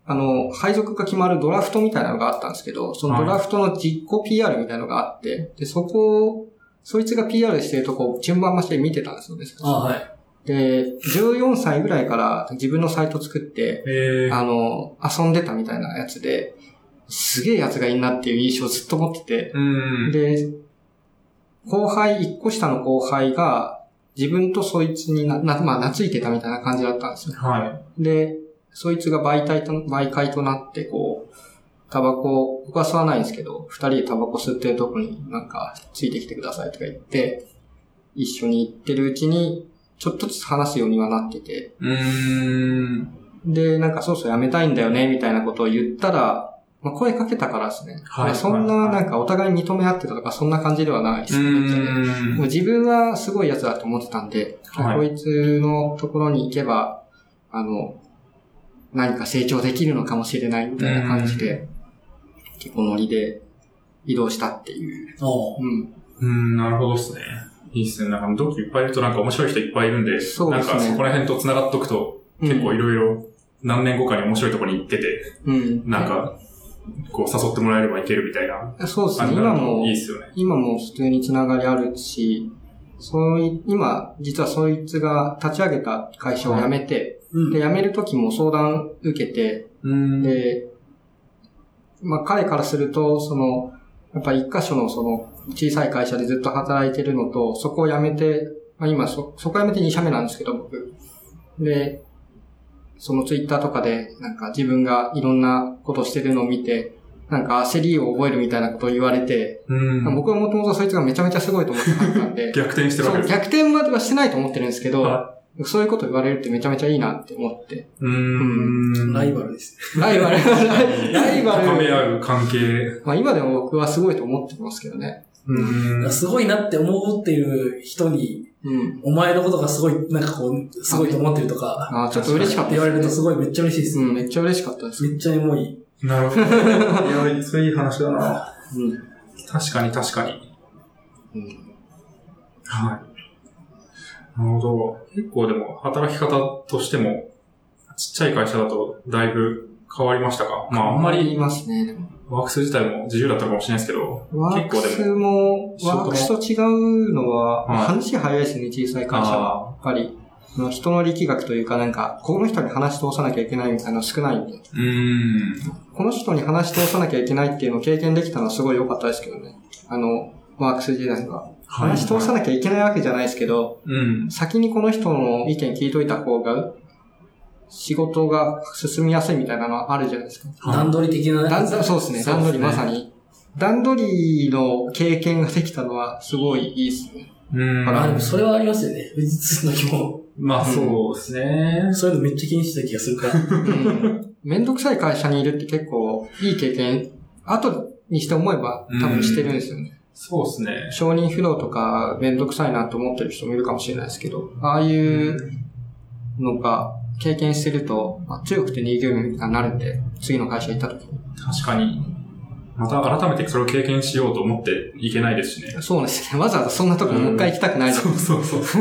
Speaker 1: あの、配属が決まるドラフトみたいなのがあったんですけど、そのドラフトの実行 PR みたいなのがあって、で、そこを、そいつが PR してるとこを順番増して見てたんですよね。
Speaker 2: ああ、はい。
Speaker 1: で、14歳ぐらいから自分のサイト作って、
Speaker 3: え
Speaker 1: あの、遊んでたみたいなやつで、すげえやつがいいなっていう印象をずっと持ってて、
Speaker 3: うん。
Speaker 1: で、後輩、一個下の後輩が、自分とそいつにな、な、まあ、懐いてたみたいな感じだったんですよ。
Speaker 3: は
Speaker 1: で、そいつが媒体と、媒介となって、こう、タバコ、僕は吸わないんですけど、二人でタバコ吸ってるとこになんか、ついてきてくださいとか言って、一緒に行ってるうちに、ちょっとずつ話すようにはなってて、
Speaker 3: い。うーん。
Speaker 1: で、なんかそうそうやめたいんだよね、みたいなことを言ったら、まあ、声かけたからですね。
Speaker 3: はい
Speaker 1: まあそん
Speaker 3: はい
Speaker 1: な、
Speaker 3: はい
Speaker 1: なんかお互い認め合ってたとか、そんな感じではないで
Speaker 3: う
Speaker 1: すね。別に
Speaker 3: ー。
Speaker 1: もうん自分はすごいやつだと思ってたんで、
Speaker 3: はい
Speaker 1: こいつのところに行けば、あの、何か成長できるのかもしれないみたいな感じで、結構ノリで移動したっていう。
Speaker 2: おう
Speaker 1: うん。
Speaker 3: うん、なるほどっすね。いいっすね。なんか同期いっぱいいるとなんか面白い人いっぱいいるんで、
Speaker 1: そうですね
Speaker 3: なんかそこら辺と繋がっとくと、結構いろいろ何年後かに面白いところに行ってて、
Speaker 1: うん。
Speaker 3: なんか、こう誘ってもらえればいけるみたいな
Speaker 1: そうです
Speaker 3: 感
Speaker 1: ね。
Speaker 3: じにな
Speaker 1: 今
Speaker 3: ると
Speaker 1: も
Speaker 3: いいっすよね。
Speaker 1: 今も普通につながりあるし、そうい、今、実はそいつが立ち上げた会社を辞めて、
Speaker 2: うん。
Speaker 1: で、辞める時も相談受けて、
Speaker 3: うん
Speaker 1: で、まあ彼からすると、その、やっぱ一箇所のその小さい会社でずっと働いてるのと、そこを辞めて、まあ今そ、そこ辞めて2社目なんですけど、僕。で、そのツイッターとかで、なんか自分がいろんなことしてるのを見て、なんか焦りを覚えるみたいなことを言われて、
Speaker 3: うん。
Speaker 1: 僕はもともとそいつがめちゃめちゃすごいと思ってたん
Speaker 3: (laughs)
Speaker 1: で、
Speaker 3: 逆転してるわ
Speaker 1: そ
Speaker 3: け
Speaker 1: う
Speaker 3: です。
Speaker 1: 逆転まではしてないと思ってるんですけど
Speaker 3: は、
Speaker 1: そういうこと言われるってめちゃめちゃいいなって思って。
Speaker 3: うーん。
Speaker 2: ライバルです。
Speaker 1: ライバル、ライバ
Speaker 3: (laughs) 高め
Speaker 1: ル。
Speaker 3: 合う関係。
Speaker 1: まあ今でも僕はすごいと思ってますけどね。
Speaker 3: うん。
Speaker 2: すごいなって思うっていう人に、
Speaker 1: うん。
Speaker 2: お前のことがすごい、なんかこう、すごいと思ってるとか、
Speaker 1: あーちょっと嬉しか
Speaker 2: っ
Speaker 1: ってた
Speaker 2: 言われる
Speaker 1: で
Speaker 2: と
Speaker 1: す
Speaker 2: すごいめっちゃ嬉しいです。
Speaker 1: うん、めっちゃ嬉しかったです。
Speaker 2: めっちゃエモい。
Speaker 1: (laughs)
Speaker 3: なるほど。いや、それいい話だな。
Speaker 1: うん。
Speaker 3: 確かに確かに。
Speaker 1: うん
Speaker 3: はい。なるほど。結構でも、働き方としても、ちっちゃい会社だとだいぶ変わりましたかまあ、あんま
Speaker 1: 言い
Speaker 3: り
Speaker 1: ますね。でも
Speaker 3: ワークス自体も自由だったかもしれないですけど、
Speaker 1: ワーク
Speaker 3: 結構
Speaker 1: ス
Speaker 3: でも。
Speaker 1: も、
Speaker 3: 仕事も
Speaker 1: ワークスと違うのは、
Speaker 3: はい
Speaker 1: 話早いですね、小さい会社は。やっぱり、あの人の力学というかなんか、この人に話し通さなきゃいけないみたいなの少ないんで。
Speaker 3: うーん。
Speaker 1: この人に話し通さなきゃいけないっていうのを経験できたのはすごい良かったですけどね。あの、ワークス時代は。話し通さ
Speaker 3: ない。
Speaker 1: なきゃいけないわけじゃないですけど、
Speaker 3: うん。
Speaker 1: 先にこの人の意見聞いといた方が、仕事が進みやすいみたいなのはあるじゃないですか。
Speaker 3: はい
Speaker 2: 段取り的なね。
Speaker 1: 段そうですね、段取りま
Speaker 2: に。
Speaker 1: さに。段取りの経験ができたのはすごいいい (laughs) ですね。
Speaker 3: う
Speaker 2: あ、で
Speaker 3: ー
Speaker 2: も
Speaker 3: ん。
Speaker 2: それはありますよね。実の時も。
Speaker 3: まあ、そうですね。
Speaker 2: そういうのめっちゃ気にしてた気がするから。
Speaker 1: うん。めんどくさい会社にいるって結構いい経験、後にして思えば多分してるんですよね。
Speaker 3: そうですね。
Speaker 1: 承認不能とかめんどくさいなと思ってる人もいるかもしれないですけど、ああいうのが経験してると、まあ、強くて逃げるようになるんで、次の会社行った時に。
Speaker 3: 確かに。また改めてそれを経験しようと思っていけないですしね。
Speaker 1: そうですね。わ (laughs) ざわざそんなとこもう一回行きたくないです
Speaker 3: そうそう (laughs) そ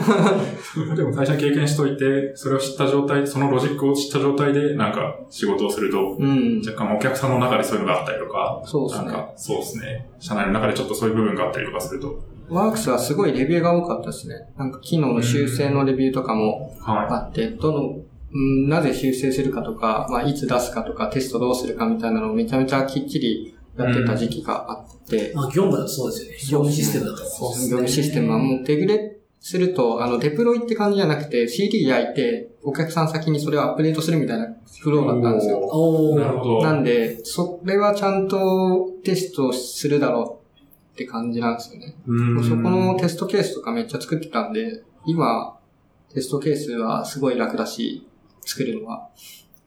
Speaker 3: う。でも最初に経験しといて、それを知った状態、そのロジックを知った状態で、なんか仕事をすると、
Speaker 1: うん。
Speaker 3: 若干お客さんの中でそういうのがあったりとか、
Speaker 1: そうです
Speaker 3: なん
Speaker 1: ね。
Speaker 3: か、そうですね。社内の中でちょっとそういう部分があったりとかすると。
Speaker 1: ワークスはすごいレビューが多かったですね。なんか機能の修正のレビューとかも
Speaker 3: はい。
Speaker 1: あって、どの、うん、なぜ修正するかとか、まあ、いつ出すかとか、テストどうするかみたいなのをめちゃめちゃきっちりやってた時期があって、
Speaker 2: まあ、業務だとそうですよね。業務システムだと。
Speaker 1: そうですね業務システムはもうデグレすると、あの、デプロイって感じじゃなくて、CD 焼いて、お客さん先にそれをアップデートするみたいなフローだったんですよ。
Speaker 2: おー
Speaker 3: なるほど。
Speaker 1: なんで、それはちゃんとテストするだろうって感じなんですよね。
Speaker 3: うん
Speaker 1: そこのテストケースとかめっちゃ作ってたんで、今、テストケースはすごい楽だし、作るのは。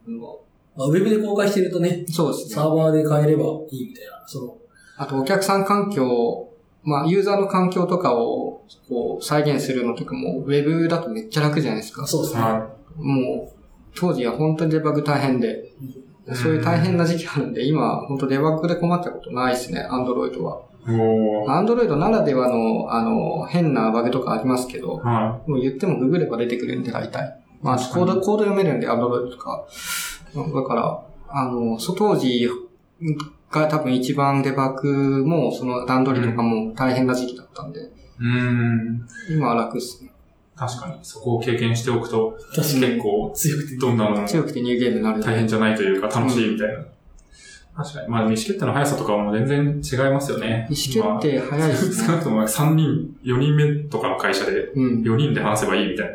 Speaker 1: あの
Speaker 2: まあ、ウェブで公開してるとね、
Speaker 1: そうですね
Speaker 2: サ。ーバーで変えればいいみたいな、その、
Speaker 1: あとお客さん環境、まあユーザーの環境とかをこう再現するのとかも、ウェブだとめっちゃ楽じゃないですか。
Speaker 2: そうですね。
Speaker 3: は
Speaker 1: もう、当時は本当にデバッグ大変で、
Speaker 3: うん
Speaker 1: そういう大変な時期あるんで、今、本当デバッグで困ったことないですね、アンドロイドは。
Speaker 3: い。おー。
Speaker 1: アンドロイドならではの、あの、変なバグとかありますけど、
Speaker 3: は
Speaker 1: もう言ってもググれば出てくるんで、大体。まあ、
Speaker 3: 確
Speaker 1: コ
Speaker 3: か
Speaker 1: ー
Speaker 3: に
Speaker 1: ド、コード読めるんで、アンドロイドとか。だから、あの、そう当時が多分一番デバッグも、その段取りとかも大変な時期だったんで、
Speaker 3: い。うん。
Speaker 1: 今は楽っすね。
Speaker 3: 確かに、そこを経験しておくと、
Speaker 2: 確かに
Speaker 3: 結構、
Speaker 2: 強くて。
Speaker 3: どんなもの
Speaker 1: 強くてニューゲームになるんで
Speaker 3: 大変じゃないというか、楽しいみたいな。確かに。まあ、意思決定の速さとかも全然違いますよね。
Speaker 1: 意思決定早いっすね。
Speaker 3: 少なくとも3人、4人目とかの会社で、
Speaker 1: うん。
Speaker 3: 4人で話せばいいみたいな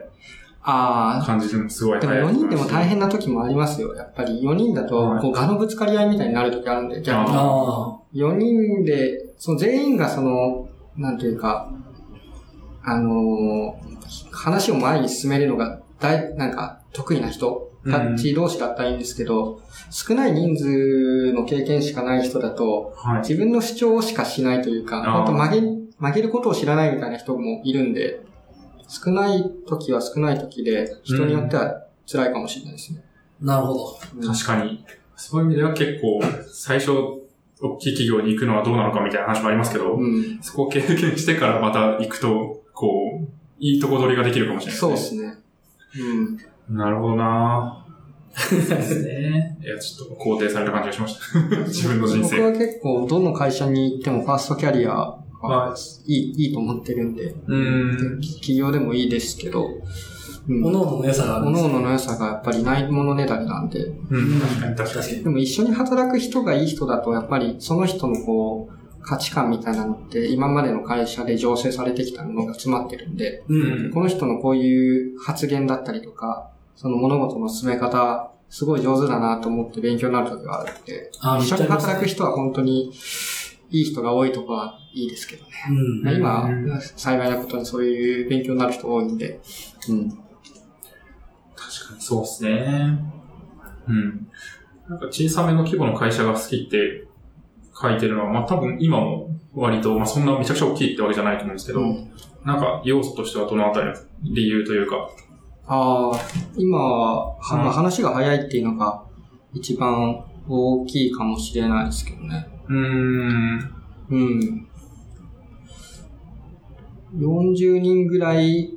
Speaker 1: あ
Speaker 3: 感じでもすごい
Speaker 1: あ、でも
Speaker 3: 早い
Speaker 1: 4
Speaker 3: と思い
Speaker 1: 人
Speaker 3: ます
Speaker 1: でも大変な時もありますよ。やっぱり4人だと
Speaker 3: は、い
Speaker 1: こう、画のぶつかり合いみたいになる時あるんで、逆に。
Speaker 2: あ
Speaker 1: 4人で、その全員がその、なんというか、あのー話を前に進めるのが大、なんか、得意な人たち同士だったらいいんですけど、少ない人数の経験しかない人だと、
Speaker 3: はい。
Speaker 1: 自分の主張しかしないというか、
Speaker 3: あー
Speaker 1: 本当曲げ、曲げることを知らないみたいな人もいるんで、少ない時は少ない時で、人によっては辛いかもしれないですね。
Speaker 2: あ、なるほど。
Speaker 1: うん
Speaker 3: 確かに。そういう意味では結構、最初、大きい企業に行くのはどうなのかみたいな話もありますけど、
Speaker 1: うん。
Speaker 3: そこを経験してからまた行くと、こう、いいとこ取りができるかもしれない
Speaker 1: そうですね。うん。
Speaker 3: なるほどな
Speaker 2: ですね。
Speaker 3: いや、ちょっと肯定された感じがしました。自分の人
Speaker 1: 僕
Speaker 3: 生。
Speaker 1: は結構、どの会社に行ってもファーストキャリアはいい、いいと思ってるんで、
Speaker 3: うん。
Speaker 1: 企業でもいいですけど、うん。
Speaker 2: (laughs) お
Speaker 1: 各
Speaker 2: のおのの良さがあるんですね
Speaker 1: 々の良さがやっぱりないものねだりなんで、
Speaker 3: うん、確かに確かに。
Speaker 2: 確かに。
Speaker 1: でも一緒に働く人がいい人だと、やっぱりその人のこう、価値観みたいなのって、今までの会社で醸成されてきたものが詰まってるんで、
Speaker 2: うん。
Speaker 1: この人のこういう発言だったりとか、その物事の進め方、すごい上手だなと思って勉強になる時があるんで、
Speaker 2: ああ、めっ
Speaker 1: 一
Speaker 2: ち
Speaker 1: 緒
Speaker 2: ゃあ
Speaker 1: に
Speaker 2: ります
Speaker 1: 働く
Speaker 2: ね。
Speaker 1: 人は本当にいい人が多いとこはいいですけどね。
Speaker 2: うん。
Speaker 1: まあ
Speaker 3: う
Speaker 1: 今、幸いなことにそういう勉強になる人多いんで。うん。
Speaker 3: 確かにそうですね。うん。なんか小さめの規模の会社が好きって書いてるのは、まあ多分今も割と、まあそんなめちゃくちゃ大きいってわけじゃないと思うんですけど、
Speaker 1: うん
Speaker 3: なんか要素としてはどのあたりの理由というか。
Speaker 1: ああ、今は、は
Speaker 3: うん
Speaker 1: まあ話が早いっていうのが一番大きいかもしれないですけどね。
Speaker 3: うーん。
Speaker 1: うん。40人ぐらい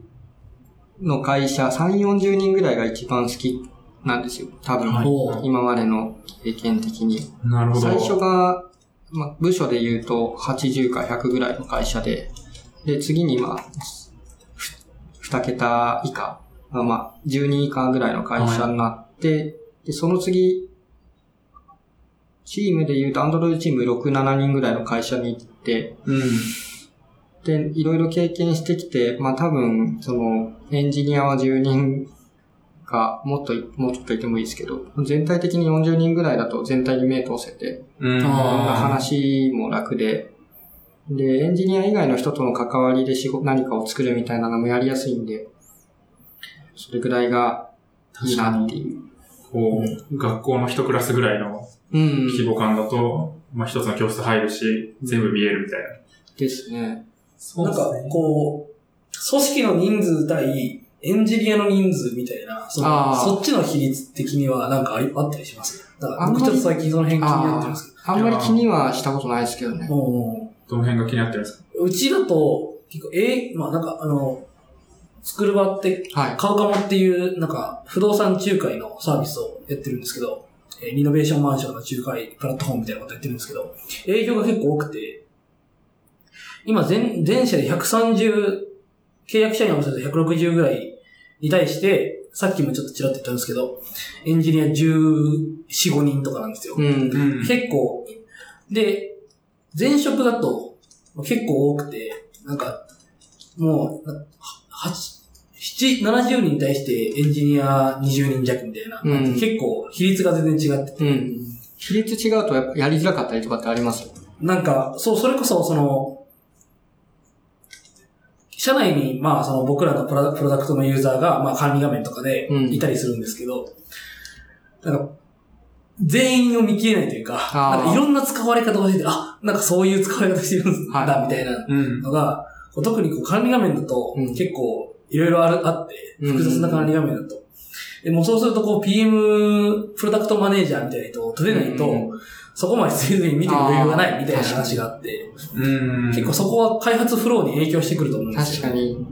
Speaker 1: の会社、3、40人ぐらいが一番好きなんですよ。多分、
Speaker 2: おー
Speaker 1: 今までの経験的に。
Speaker 3: なるほど。
Speaker 1: 最初が、まあ、部署で言うと80か100ぐらいの会社で、で、次にまあ、2桁以下、まあまあ、10人以下ぐらいの会社になって、で、その次、チームで言うと、アンドロイドチーム6、7人ぐらいの会社に行って、
Speaker 3: うん。
Speaker 1: で、いろいろ経験してきて、まあ多分、その、エンジニアは10人か、もっとい、もうちょっといてもいいですけど、全体的に40人ぐらいだと全体に目通せて、
Speaker 3: うん。
Speaker 2: あー
Speaker 1: 話も楽で、で、エンジニア以外の人との関わりで仕事、何かを作るみたいなのもやりやすいんで、それぐらいがいい
Speaker 3: 確か
Speaker 1: な
Speaker 3: に
Speaker 1: っていう。
Speaker 3: こう、学校の一クラスぐらいの
Speaker 1: うん。
Speaker 3: 規模感だと、まあ一つの教室入るし、全部見えるみたいな。
Speaker 1: ですね。
Speaker 3: そ
Speaker 2: なんか、こう、組織の人数対エンジニアの人数みたいな、そ
Speaker 1: あ
Speaker 2: の
Speaker 1: ー
Speaker 2: そっちの比率的にはなんかありあったりしますだから
Speaker 1: あんま
Speaker 2: 僕
Speaker 1: り
Speaker 2: ちょっと最近その辺気になってるんですけ
Speaker 1: あんまり気にはしたことないですけどね
Speaker 2: ど。。お
Speaker 3: どの辺が気になってるんですか
Speaker 2: ーうちだと、結構、えまあなんか、あの、作る場って
Speaker 1: はい。
Speaker 2: カウカモっていう、なんか、不動産仲介のサービスをやってるんですけど、えーリノベーションマンションの仲介プラットフォームみたいなことやってるんですけど、営業が結構多くて、今全、全社で130、契約社員の人で160ぐらいに対して、さっきもちょっとちらっと言ったんですけど、エンジニア14、5人とかなんですよ。
Speaker 1: うん。
Speaker 3: ん
Speaker 2: 結構、で、前職だと結構多くて、なんか、もう、は8、7 70人に対してエンジニア20人弱みたいな、
Speaker 1: うん
Speaker 2: 結構比率が全然違ってて、
Speaker 1: うん。比率違うとやっぱやりづらかったりとかってあります
Speaker 2: なんか、そう、それこそその、社内に、まあ、その僕らのプロプロダクトのユーザーが、まあ、管理画面とかで
Speaker 1: うん
Speaker 2: いたりするんですけど、なんか、全員を見切れないというか、
Speaker 1: あー
Speaker 2: なんかいろんな使われ方をしてて、あ、なんかそういう使われ方してるんだ、
Speaker 1: はい
Speaker 2: みたいな
Speaker 3: うん。
Speaker 2: のが、こう特にこう管理画面だと
Speaker 1: うん
Speaker 2: 結構いろいろあるあって、
Speaker 1: うん
Speaker 2: 複雑な管理画面だと。でもうそうするとこう PM プロダクトマネージャーみたいな人を取れないと、
Speaker 1: うん
Speaker 2: そこまで追随に見てる余裕がないみたいな話があって、
Speaker 3: うん。
Speaker 2: 結構そこは開発フローに影響してくると思うんです
Speaker 1: 確
Speaker 2: よ。
Speaker 1: かに。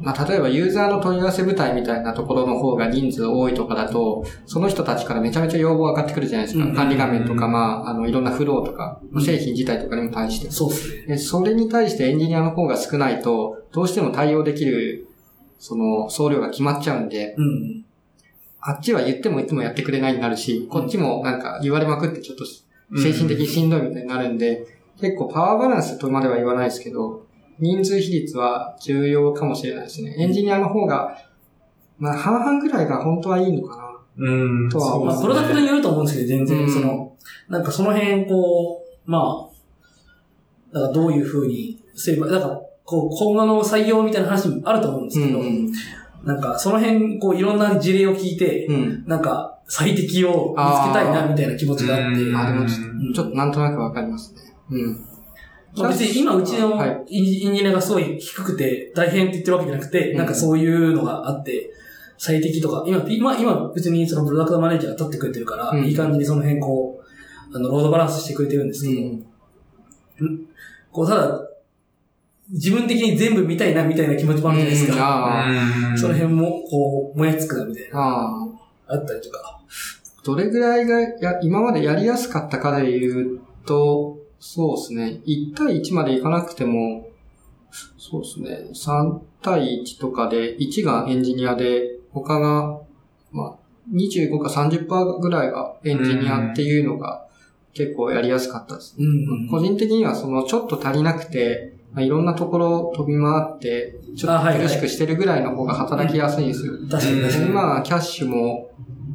Speaker 1: まあ、例えばユーザーの問い合わせ部隊みたいなところの方が人数多いとかだと、その人たちからめちゃめちゃ要望上がってくるじゃないですか。
Speaker 2: うん
Speaker 1: 管理画面とか、まあ、あの、いろんなフローとか、
Speaker 2: うん
Speaker 1: 製品自体とかにも対して。
Speaker 2: そうですね。
Speaker 1: でそれに対してエンジニアの方が少ないと、どうしても対応できる、その、送料が決まっちゃうんで、
Speaker 2: うん。
Speaker 1: あっちは言ってもいつもやってくれないになるし、こっちもなんか言われまくってちょっと精神的にしんどいみたいになるんで、結構パワーバランスとまでは言わないですけど、人数比率は重要かもしれないですね。エンジニアの方が、まあ半々ぐらいが本当はいいのかな。
Speaker 3: うん。
Speaker 1: とは
Speaker 3: そう
Speaker 2: まあ、プロダクトに
Speaker 3: に
Speaker 2: よると思うんですけど、全
Speaker 1: う
Speaker 2: 然
Speaker 1: ん
Speaker 2: その、なんかその辺こう、まあ、だからどういう風にすれば、だからこう、今後の採用みたいな話もあると思うんですけど、
Speaker 1: うん。
Speaker 2: なんかその辺こういろんな事例を聞いて、
Speaker 1: うん。
Speaker 2: なんか最適を見つけたいなみたいな気持ちがあって、
Speaker 1: あでもち
Speaker 2: うん
Speaker 1: ちょっとなんとなくわかりますね。うん。
Speaker 2: まあ、別に今うちの
Speaker 1: はい
Speaker 2: インジインジニアがすごい低くて大変って言ってるわけじゃなくて、
Speaker 1: うん
Speaker 2: なんかそういうのがあって、最適とか、今、P- まあ今別にそのプロダクトマネージャーが取ってくれてるから、
Speaker 1: うん
Speaker 2: いい感じにその辺こう、あの、ロードバランスしてくれてるんです
Speaker 1: う
Speaker 2: けど、
Speaker 1: ん。
Speaker 2: こうただ、自分的に全部見たいなみたいな気持ちもあるじゃないです
Speaker 1: うん
Speaker 2: か。
Speaker 1: ああ。
Speaker 3: うん。
Speaker 2: その辺もこう、燃えつくなみたいな、
Speaker 1: ああ。
Speaker 2: あったりとか。
Speaker 1: どれぐらいがや、今までやりやすかったかで言うと、そうですね。1対1までいかなくても、そうですね。3対1とかで、1がエンジニアで、他が、まあ、25か30%ぐらいがエンジニアっていうのが結構やりやすかったですね。
Speaker 2: うんうん
Speaker 1: 個人的にはそのちょっと足りなくて、まあ、いろんなところ飛び回って、ちょ
Speaker 2: あ
Speaker 1: っ
Speaker 2: は
Speaker 1: と
Speaker 2: いはい
Speaker 1: 苦しくしてるぐらいの方が働きやすいんですよ。
Speaker 2: 確かに確かに。
Speaker 1: 今、キャッシュも、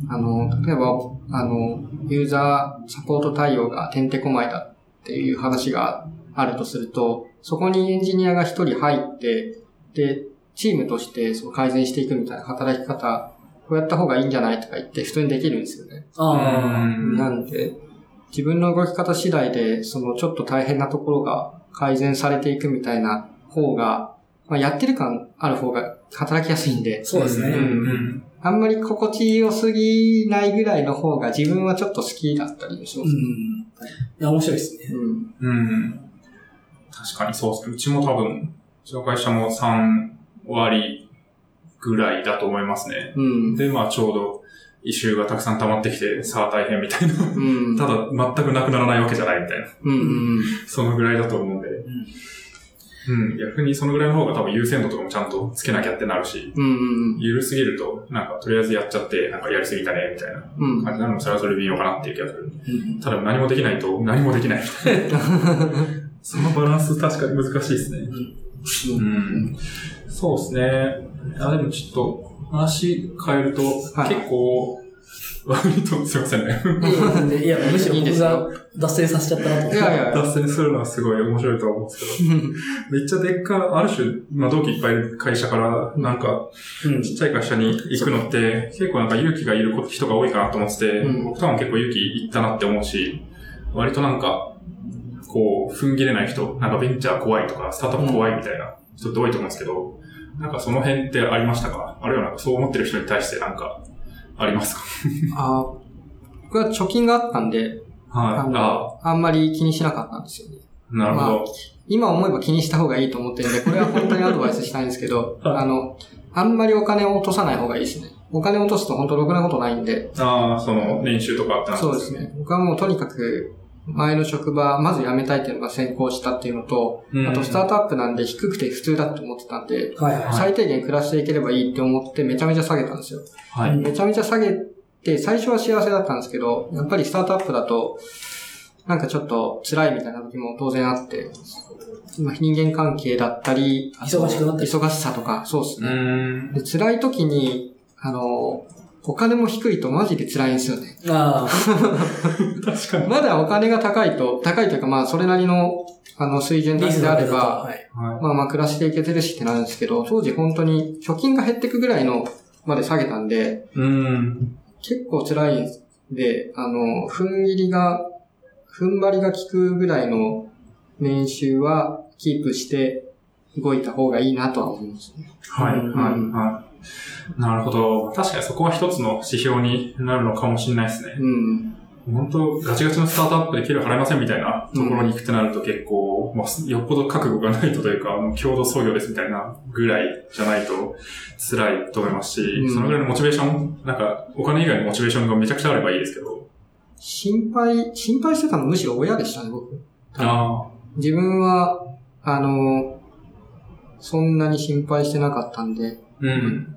Speaker 1: あの、例えば、あの、ユーザーサポート対応がてんてこまいだっていう話があるとすると、そこにエンジニアが一人入って、で、チームとしてその改善していくみたいな働き方、こうやった方がいいんじゃないとか言って普通にできるんですよね。
Speaker 2: ああ、
Speaker 3: うん
Speaker 1: なんで、自分の動き方次第で、そのちょっと大変なところが改善されていくみたいな方が、まあ、やってる感ある方が働きやすいんで、
Speaker 2: そうですね。
Speaker 3: うんうん
Speaker 1: あんまり心地よすぎないぐらいの方が自分はちょっと好きだったりでしょ
Speaker 2: うん。いや、面白いです
Speaker 1: (laughs)
Speaker 2: ね。
Speaker 1: うん。
Speaker 3: うん。確かにそうですね。うちも多分、うちの会社も3割ぐらいだと思いますね。
Speaker 1: うん。
Speaker 3: で、まあちょうど、異臭がたくさん溜まってきて、さあ大変みたいな。
Speaker 1: うん。
Speaker 3: ただ、全くなくならないわけじゃないみたいな。
Speaker 1: うんうん。
Speaker 3: そのぐらいだと思うんで。うん。逆にそのぐらいの方が多分優先度とかもちゃんとつけなきゃってなるし、
Speaker 1: うん。
Speaker 3: 緩すぎると、なんかとりあえずやっちゃって、なんかやりすぎたね、みたいな
Speaker 1: うん。
Speaker 3: 感じなのもそれはそれで微妙かなっていう気がする。
Speaker 2: うん
Speaker 3: ただ何もできないと何もできない。そのバランス確かに難しいですね。うん。そうですね。あ、でもちょっと話変えると、
Speaker 1: はい
Speaker 3: 結構、割とすいませんね。
Speaker 2: いや、むしろ
Speaker 1: いいんで
Speaker 2: 僕
Speaker 1: す
Speaker 2: が
Speaker 1: よ
Speaker 2: 脱線させちゃったなと思っ
Speaker 1: い
Speaker 2: て。
Speaker 1: やいや。
Speaker 3: 脱線するのはすごい面白いとは思うんですけど。
Speaker 1: (laughs)
Speaker 3: めっちゃでっか、ある種、まあ同期いっぱいいる会社から、なんか、
Speaker 2: うん、
Speaker 3: ちっちゃい会社に行くのって、結構なんか勇気がいる子人が多いかなと思ってて、
Speaker 1: うん
Speaker 3: 僕とかも結構勇気いったなって思うし、割となんか、こう、踏ん切れない人、なんかベンチャー怖いとか、スタートアップ怖いみたいな人って多いと思うんですけど、なんかその辺ってありましたかあるいはなんかそう思ってる人に対してなんか、ありますか
Speaker 1: あ僕は貯金があったんで、あ
Speaker 3: はい。あ、
Speaker 1: の、あんまり気にしなかったんですよね。
Speaker 3: なるほど。
Speaker 1: 今思えば気にした方がいいと思ってるんで、これは本当にアドバイスしたいんですけど
Speaker 2: はい
Speaker 1: あの、あんまりお金を落とさない方がいいですね。お金を落とすと本当ろくなことないんで、
Speaker 3: ああ、その、練習とかあったん
Speaker 1: そうです。ね。僕はもうとにかく、前の職場、まず辞めたいっていうのが先行したっていうのと、
Speaker 3: うん
Speaker 1: あとスタートアップなんで低くて普通だって思ってたんで、
Speaker 2: はいはい。
Speaker 1: 最低限暮らしていければいいって思ってめちゃめちゃ下げたんですよ。
Speaker 3: はい。
Speaker 1: めちゃめちゃ下げて、最初は幸せだったんですけど、やっぱりスタートアップだと、なんかちょっと辛いみたいな時も当然あって、まあ人間関係だったり、あと
Speaker 2: 忙しくなったり
Speaker 1: 忙しさとか、そうです
Speaker 3: うー
Speaker 1: ね。
Speaker 3: ん。
Speaker 1: で辛い時に、あの、お金も低いとマジで辛いんですよね。
Speaker 2: ああ、
Speaker 3: 確かに。
Speaker 1: まだお金が高いと、高いというかまあそれなりの、あの水準
Speaker 2: リ
Speaker 1: で
Speaker 2: ス
Speaker 1: あ
Speaker 2: だ
Speaker 1: れ
Speaker 2: けだと。
Speaker 1: ば、
Speaker 2: はい。
Speaker 3: は
Speaker 1: まあまあ暮らしていけてるしってなるんですけど、当時本当に貯金が減ってくぐらいのまで下げたんで、
Speaker 3: い。うーん。
Speaker 1: 結構辛いんで、あの、踏ん切りが、踏ん張りが効くぐらいの練習はキープして動いた方がいいなとは思いますね。
Speaker 3: はい、はい、
Speaker 1: うん
Speaker 3: はい。なるほど。確かにそこは一つの指標になるのかもしれないですね。
Speaker 1: うん。
Speaker 3: 本当、ガチガチのスタートアップで給料払えませんみたいなところに行くってなると結構、まあ、よっぽど覚悟がないとというか、もう共同創業ですみたいなぐらいじゃないと辛いと思いますし、
Speaker 1: うん
Speaker 3: そのぐらいのモチベーション、なんか、お金以外のモチベーションがめちゃくちゃあればいいですけど。
Speaker 1: 心配、心配してたのむしろ親でしたね、僕。
Speaker 3: あ
Speaker 1: 自分は、あの、そんなに心配してなかったんで、
Speaker 3: あ、うん。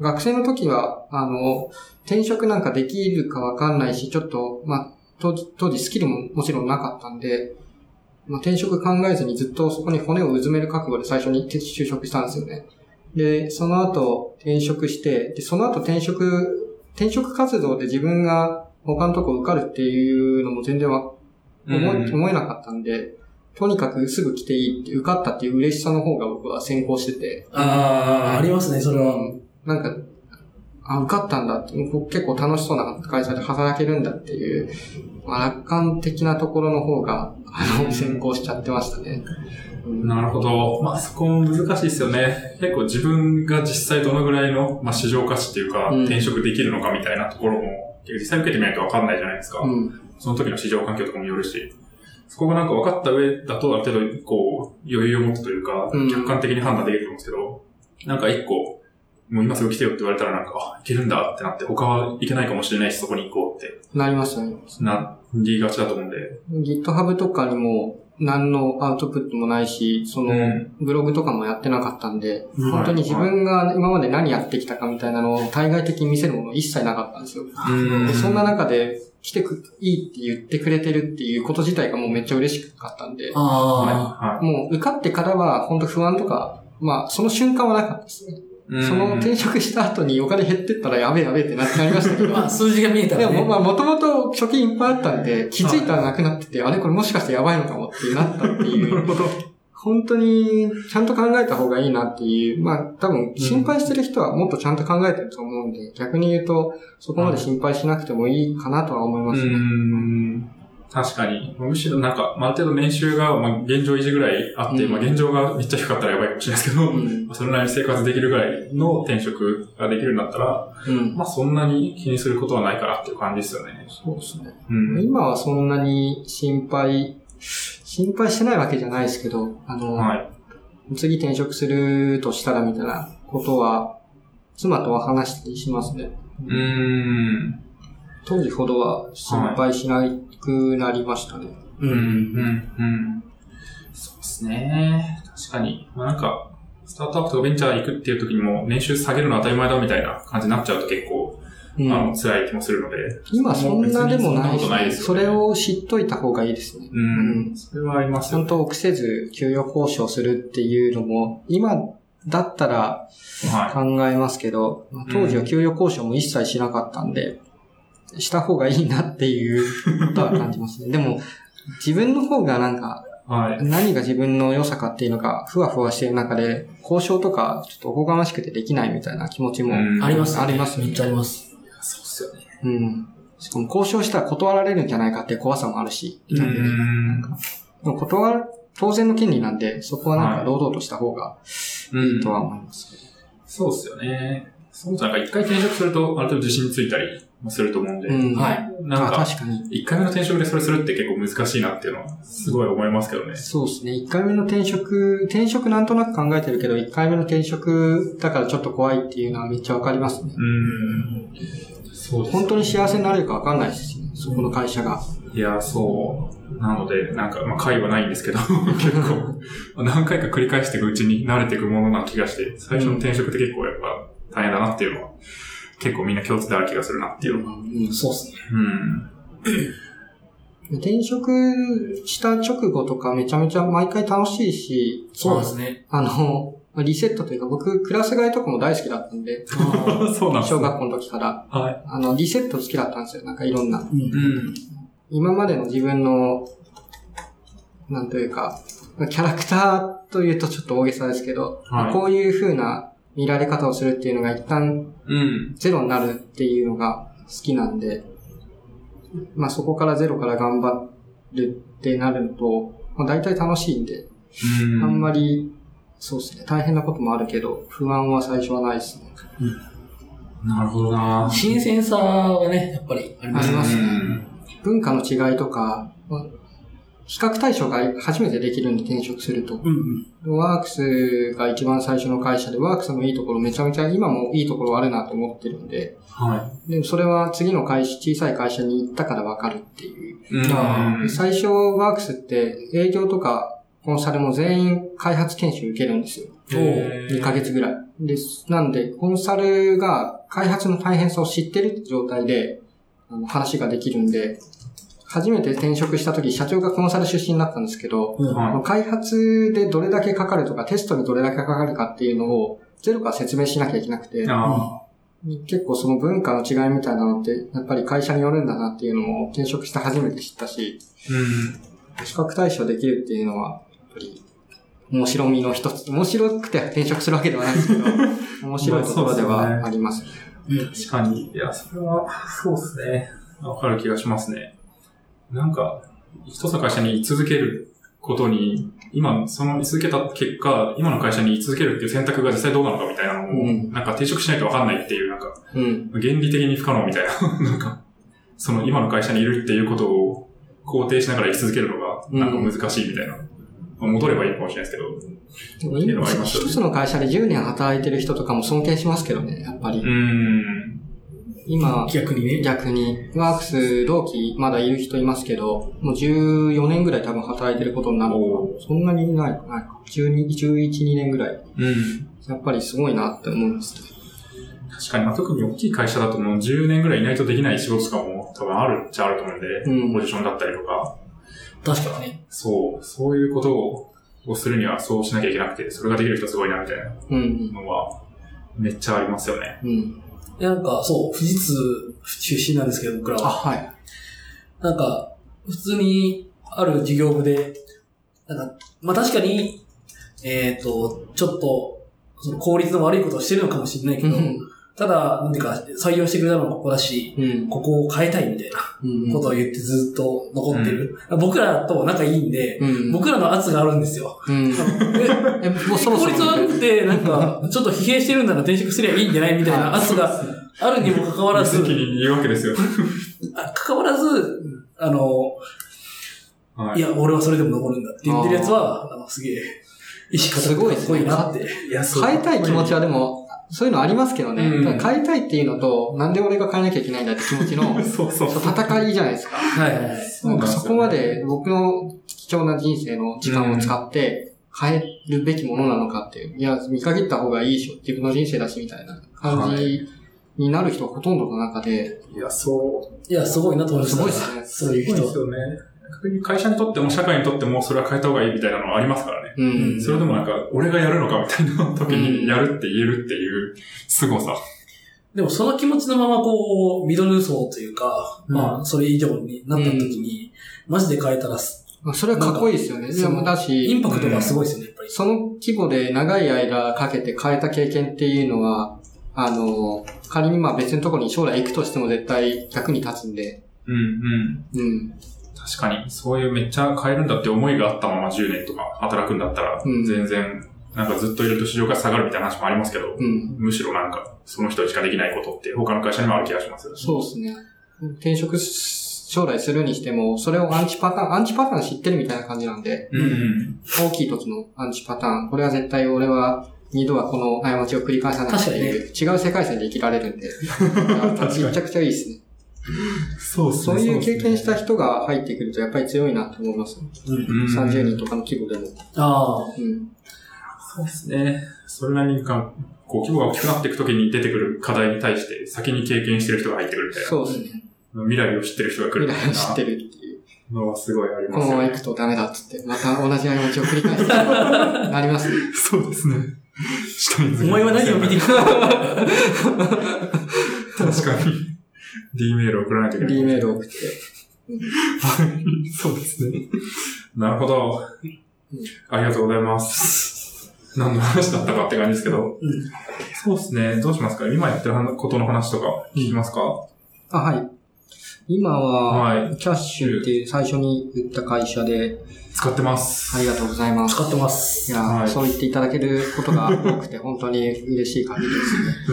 Speaker 1: 学生の時は、あの、転職なんかできるかわかんないし、ちょっと、まあ、当時、当時スキルももちろんなかったんで、まあ、転職考えずにずっとそこに骨をうずめる覚悟で最初に就職したんですよね。で、その後転職して、で、その後転職、転職活動で自分が他のとこ受かるっていうのも全然わ思え
Speaker 3: うん
Speaker 1: 思えなかったんで、とにかくすぐ来ていいって受かったっていう嬉しさの方が僕は先行してて、
Speaker 2: ああ、ありますね、それは。
Speaker 1: なんか、あ、受かったんだって、こう結構楽しそうな会社で働けるんだっていう、まあ楽観的なところの方が、あ
Speaker 3: う
Speaker 1: の、
Speaker 3: ん
Speaker 1: 先行しちゃってましたね。うん
Speaker 3: なるほど。まあ、そこも難しいですよね。結構自分が実際どのぐらいの、まあ、市場価値っていうか、
Speaker 1: うん
Speaker 3: 転職できるのかみたいなところも、実際受けてみないとわかんないじゃないですか。
Speaker 1: うん。
Speaker 3: その時の市場環境とかもよるし、そこがなんか分かった上だと、ある程度、こう、余裕を持つというか
Speaker 1: う、ん
Speaker 3: 客観的に判断できると思うんですけど、なんか一個、もう今すぐ来てよって言われたらなんか、あ、いけるんだってなって、他はいけないかもしれないし、そこに行こうって、
Speaker 1: なりましたね。
Speaker 3: なりがちだと思うんで。
Speaker 1: GitHub とかにも、何のアウトプットもないし、その、
Speaker 3: ん。
Speaker 1: ブログとかもやってなかったんで、
Speaker 3: はい
Speaker 1: 本当に自分が今まで何やってきたかみたいなのを対外的に見せるもの一切なかったんですよ。
Speaker 3: うん
Speaker 1: でそんな中で、来てく、いいって言ってくれてるっていうこと自体がもうめっちゃ嬉しかったんで、
Speaker 2: ああ、
Speaker 3: は
Speaker 1: もう受かってからは本当不安とか、まあその瞬間はなかったですね。
Speaker 3: いはい。
Speaker 1: その転
Speaker 3: ン
Speaker 1: 職した後にお金減ってったらやべえやべえってなってなりましたけど。
Speaker 3: (laughs)
Speaker 2: まあ、数字が見えた
Speaker 1: で
Speaker 2: らね
Speaker 1: も、。まあ、もともと貯金いっぱいあったんで、気づいたらなくなってて、あれこれもしかしてやばいのかもってなったってい
Speaker 3: (laughs) なる
Speaker 1: う、
Speaker 3: ほど。
Speaker 1: 本当にちゃんと考えた方がいいなっていう、まあ、多分心配してる人はもっとちゃんと考えてると思うんで、逆に言うと、そこまで心配しなくてもいいかなとは思いま
Speaker 3: う
Speaker 1: すね。
Speaker 3: ん。確かに。むしろなんか、まあある程度年収が、まあ、現状維持ぐらいあって、
Speaker 1: うん
Speaker 3: まあ、現状がめっちゃ低かったらやばいかもしれないですけど、
Speaker 1: うん。
Speaker 3: それなりに生活できるぐらいの転職ができるんだったら、
Speaker 1: うん。
Speaker 3: まあそんなに気にすることはないかなっていう感じですよね。
Speaker 1: そうですね。
Speaker 3: うん。
Speaker 1: 今はそんなに心配、心配してないわけじゃないですけど、あの、
Speaker 3: はい。
Speaker 1: 次転職するとしたらみたいなことは、妻とは話したりしますね。
Speaker 3: うーん。
Speaker 1: 当時ほどは心配しなくなりましたね。
Speaker 3: うん、うん、うん。そうですね。確かに。まあなんか、スタートアップとかベンチャー行くっていう時にも年収下げるの当たり前だみたいな感じになっちゃうと結構、
Speaker 1: うん
Speaker 3: あの、辛い気もするので。
Speaker 1: 今そんなでもない
Speaker 3: 別にそんなことないですよね
Speaker 1: それを知っといた方がいいですね。
Speaker 3: うん。
Speaker 1: うん
Speaker 3: それはあります
Speaker 1: ちゃ
Speaker 3: よ
Speaker 1: ん
Speaker 3: ね。
Speaker 1: と臆せず給与交渉するっていうのも、今だったら
Speaker 3: は
Speaker 1: 考えますけど、まあ当時は給与交渉も一切しなかったんで、した方がいいなっていうことは感じますね。でも、自分の方がなんか、
Speaker 3: い。はい。
Speaker 1: 何が自分の良さかっていうのが、ふわふわしてる中で、交渉とか、ちょっとおこがましくてできないみたいな気持ちも。
Speaker 3: うん
Speaker 2: あります、
Speaker 1: あります
Speaker 2: めっちゃあります。
Speaker 3: そうっすよね。
Speaker 1: うん。しかも交渉したら断られるんじゃないかっていう怖さもあるし、
Speaker 3: う
Speaker 1: で
Speaker 3: ん。
Speaker 1: も断る、当然の権利なんで、そこはなん
Speaker 3: は
Speaker 1: か
Speaker 3: い
Speaker 1: 堂々とした方が
Speaker 3: う
Speaker 1: いい
Speaker 3: ん
Speaker 1: とは思います。
Speaker 3: そうっすよね。そうじゃなんか一回転職すると、ある程度自信ついたりすると思うんで、
Speaker 1: うん。。
Speaker 2: はいい。
Speaker 3: なん
Speaker 1: あ
Speaker 3: か、
Speaker 1: 確かに。
Speaker 3: 1回目の転職でそれするって結構難しいなっていうのは、すごい思いますけどね。
Speaker 1: そうですね。1回目の転職、転職なんとなく考えてるけど、1回目の転職だからちょっと怖いっていうのはめっちゃわかりますね。
Speaker 3: うん。そうです
Speaker 1: 本当に幸せになれるかわかんないですしね、そこの会社が。
Speaker 3: いや、そう。なので、なんか、まあ、会はないんですけど、 (laughs) 結構、何回か繰り返していくうちに慣れていくものな気がして、最初の転職って結構やっぱ大変だなっていうのは、結構みんな共通である気がするなっていうのが。
Speaker 1: うん
Speaker 2: そうっすね。
Speaker 3: うん。
Speaker 1: 転職した直後とかめちゃめちゃ毎回楽しいし、
Speaker 2: そうですね。
Speaker 1: あの、リセットというか僕、クラス替えとかも大好きだったんで、
Speaker 2: あ
Speaker 3: そうなんです
Speaker 1: 小
Speaker 3: ね
Speaker 1: 学校の時から、
Speaker 3: はい。
Speaker 1: あの、リセット好きだったんですよ。なんかいろんな。
Speaker 2: ー
Speaker 3: うん。
Speaker 1: 今までの自分の、なんというか、キャラクターというとちょっと大げさですけど、
Speaker 3: はい
Speaker 1: こういう風な見られ方をするっていうのが一旦
Speaker 3: うん。
Speaker 1: ゼロになるっていうのが好きなんで、まあそこからゼロから頑張るってなると、まあ大体楽しいんで、
Speaker 3: うん。
Speaker 1: あんまり、そうですね、大変なこともあるけど、不安は最初はないですね。
Speaker 3: なるほどな
Speaker 2: 新鮮さがね、やっぱりあります
Speaker 1: ありますね
Speaker 3: うん
Speaker 1: 文化の違いとか、まあ比較対象が初めてできるんで転職すると。
Speaker 2: うんうん。
Speaker 1: ワークスが一番最初の会社で、ワークスのいいところめちゃめちゃ今もいいところあるなと思ってるんで、
Speaker 3: は
Speaker 1: でもそれは次の会社、小さい会社に行ったからわかるっていう。
Speaker 3: い。うん
Speaker 2: あ
Speaker 1: 最初ワークスって営業とかコンサルも全員開発研修受けるんですよ。
Speaker 3: へー
Speaker 1: 2ヶ月ぐらい。です。なんで、コンサルが開発の大変さを知ってるって状態で、あの話ができるんで、初めて転職した時、社長がコンサル出身だったんですけど、
Speaker 2: うん
Speaker 3: はい
Speaker 1: 開発でどれだけかかるとか、テストにどれだけかかるかっていうのを、ゼロから説明しなきゃいけなくて、
Speaker 3: あ
Speaker 1: 結構その文化の違いみたいなのって、やっぱり会社によるんだなっていうのも転職して初めて知ったし、
Speaker 3: ーうん。
Speaker 1: 比較対象できるっていうのは、やっぱり、面白みの一つ。面白くて転職するわけではない (laughs) ですけど、面白いところではありますね。
Speaker 3: 確かに。いや、それは、そうですね。わかる気がしますね。なんか、一つの会社に居続けることに、今、その居続けた結果、今の会社に居続けるっていう選択が実際どうなのかみたいなのも、
Speaker 1: うん
Speaker 3: なんか転職しないとわかんないっていう、なんか、
Speaker 1: うん。
Speaker 3: 原理的に不可能みたいな、 (laughs) なんか、その今の会社にいるっていうことを肯定しながら生き続けるのが、
Speaker 1: うん
Speaker 3: なんか難しいみたいな。まあ戻ればいいのかもしれないですけど。
Speaker 1: でも
Speaker 3: っていうの
Speaker 1: 今、
Speaker 3: はありますよね
Speaker 1: 一つの会社で10年働いてる人とかも尊敬しますけどね、やっぱり。
Speaker 3: うーん。
Speaker 1: 今、
Speaker 2: 逆にね。
Speaker 1: 逆に、ワークス同期まだいる人いますけど、もう14年ぐらい多分働いてることになる
Speaker 3: お
Speaker 1: そんなにいない、ないか。12、11、2年ぐらい。
Speaker 3: うん。
Speaker 1: やっぱりすごいなって思いますね。
Speaker 3: 確かに、まあ、特に大きい会社だともう10年ぐらいいないとできない仕事とかも多分あるっちゃあると思うんで、
Speaker 1: うん
Speaker 3: ポジションだったりとか、
Speaker 2: 確かにね。
Speaker 3: そう、そういうことををするにはそうしなきゃいけなくて、それができる人すごいなみたいな
Speaker 1: うん。
Speaker 3: のは、めっちゃありますよね。
Speaker 1: うん。
Speaker 2: でなんか、そう、富士通出身なんですけど、僕ら
Speaker 1: あ、
Speaker 2: は。
Speaker 1: はい。
Speaker 2: なんか、普通にある事業部で、なんか、まあ確かに、えっ、と、ちょっと、その効率の悪いことをしてるのかもしれないけ
Speaker 1: う
Speaker 2: ど、
Speaker 1: ん。
Speaker 2: ただ、なんていうか、採用してくれたのもここだし、
Speaker 1: うん。
Speaker 2: ここを変えたいみたいな
Speaker 1: うん
Speaker 2: ことを言ってずっと残ってる。僕らと仲いいんで、
Speaker 1: うん。
Speaker 2: 僕らの圧があるんですよ。
Speaker 1: うん。
Speaker 2: で
Speaker 1: え、もうそろそろ
Speaker 2: 効率悪くて、なんか、ちょっと疲弊してるんだら転職すりゃいいんじゃないみたいな圧があるにもかかわら
Speaker 3: 無
Speaker 2: ず
Speaker 3: 責、任に言うわけですよ。
Speaker 2: あかかわらず、あの、
Speaker 3: はい
Speaker 2: いや、俺はそれでも残るんだって言ってるやつは、あのすげえ、意識
Speaker 1: すごい
Speaker 2: 高
Speaker 1: です
Speaker 2: くかっこ
Speaker 1: ね
Speaker 2: いいなって。
Speaker 3: いや、そう
Speaker 1: 変えたい気持ちはでも、そういうのありますけどね。
Speaker 3: うん
Speaker 1: ただ変えたいっていうのと、なんで俺が変えなきゃいけないんだって気持ちの
Speaker 3: (laughs) そうそうそう。
Speaker 1: 戦いじゃないですか。
Speaker 2: はいはいはい。
Speaker 1: なんかそこま
Speaker 3: で
Speaker 1: で僕の貴重な人生の時間を使って変えるべきものなのかっていう。いや、見限った方がいいでしょ。自分の人生だしみたいな感じになる人がほとんどの中で、
Speaker 3: いや、そう。
Speaker 2: いや、すごいなと思いまし
Speaker 1: す
Speaker 2: た。
Speaker 1: ごいですね。
Speaker 2: そういう人。
Speaker 3: よね。逆に会社にとっても社会にとってもそれは変えた方がいいみたいなのはありますからね。
Speaker 1: う
Speaker 2: うん
Speaker 1: ん。
Speaker 3: それでもなんか、俺がやるのかみたいな時にやるって言えるっていう凄さ。
Speaker 2: でもその気持ちのままこう、ミドル層というか、
Speaker 3: うん
Speaker 2: まあ、それ以上になった時に、マジで変えたらす、
Speaker 1: まあそれはかっこいいですよね。
Speaker 2: なんか
Speaker 1: でもだ
Speaker 2: イ
Speaker 1: し、
Speaker 2: ンパクトがすごいですよね、やっぱり。
Speaker 1: その規模で長い間かけて変えた経験っていうのは、あの、仮にまあ別のところに将来行くとしても絶対役に立つんで、
Speaker 3: うんうん。
Speaker 1: うん。
Speaker 3: 確かに、そういうめっちゃ変えるんだって思いがあったまま10年とか働くんだったら、
Speaker 1: うん
Speaker 3: 全然なんかずっといると市場が下がるみたいな話もありますけど、
Speaker 1: うん。
Speaker 3: むしろなんか、その人にしかできないことって、他の会社にもある気がしますよね。
Speaker 1: そうですね。転職し将来するにしても、それをアンチパターン、アンチパターン知ってるみたいな感じなんで、
Speaker 3: うんうん。
Speaker 1: 大きい時のアンチパターン、これは絶対俺は二度はこの過ちを繰り返さないっていう、違う世界線で生きられ (laughs) るんで、
Speaker 3: かに
Speaker 1: めちゃくちゃいいですね。
Speaker 3: そうそ
Speaker 1: そういう経験した人が入ってくるとやっぱり強いなと思います。
Speaker 2: うん。
Speaker 3: うん
Speaker 1: 30人とかの規模でも。
Speaker 2: ああ。
Speaker 1: うん。
Speaker 3: そうですね。それなりにか、こう、規模が大きくなっていくときに出てくる課題に対して、先に経験してる人が入ってくるみたい
Speaker 1: そうですね。
Speaker 3: な。未来を知ってる人が来る
Speaker 1: 未
Speaker 3: みた
Speaker 1: 来を知って
Speaker 3: い
Speaker 1: るっていう。
Speaker 3: なのはすごいあり
Speaker 1: こ
Speaker 3: ま
Speaker 1: の
Speaker 3: す
Speaker 1: ま
Speaker 3: よ
Speaker 1: ま
Speaker 3: ね。
Speaker 1: 行くとダメだっつって、また同じ過ちを繰り返す
Speaker 3: (laughs)
Speaker 1: ことになりますね。
Speaker 3: そうですね。下に
Speaker 2: お前は何を見ていくか。
Speaker 3: 確かに。D メール送らないといけない。
Speaker 1: リーメイルを送って。
Speaker 3: そうですね。なるほど。ありがとうございます。何の話だったかって感じですけど。
Speaker 2: うん
Speaker 3: そうですね。どうしますか今やってることの話とか聞きますか、
Speaker 1: あ、はい。今は、
Speaker 3: はい。
Speaker 1: キャッシュっていう最初に言った会社で、
Speaker 3: 使ってます。
Speaker 1: ありがとうございます。
Speaker 2: 使ってます。
Speaker 1: いや、
Speaker 3: はい
Speaker 1: そう言っていただけることが多くて、本当に嬉しい限りで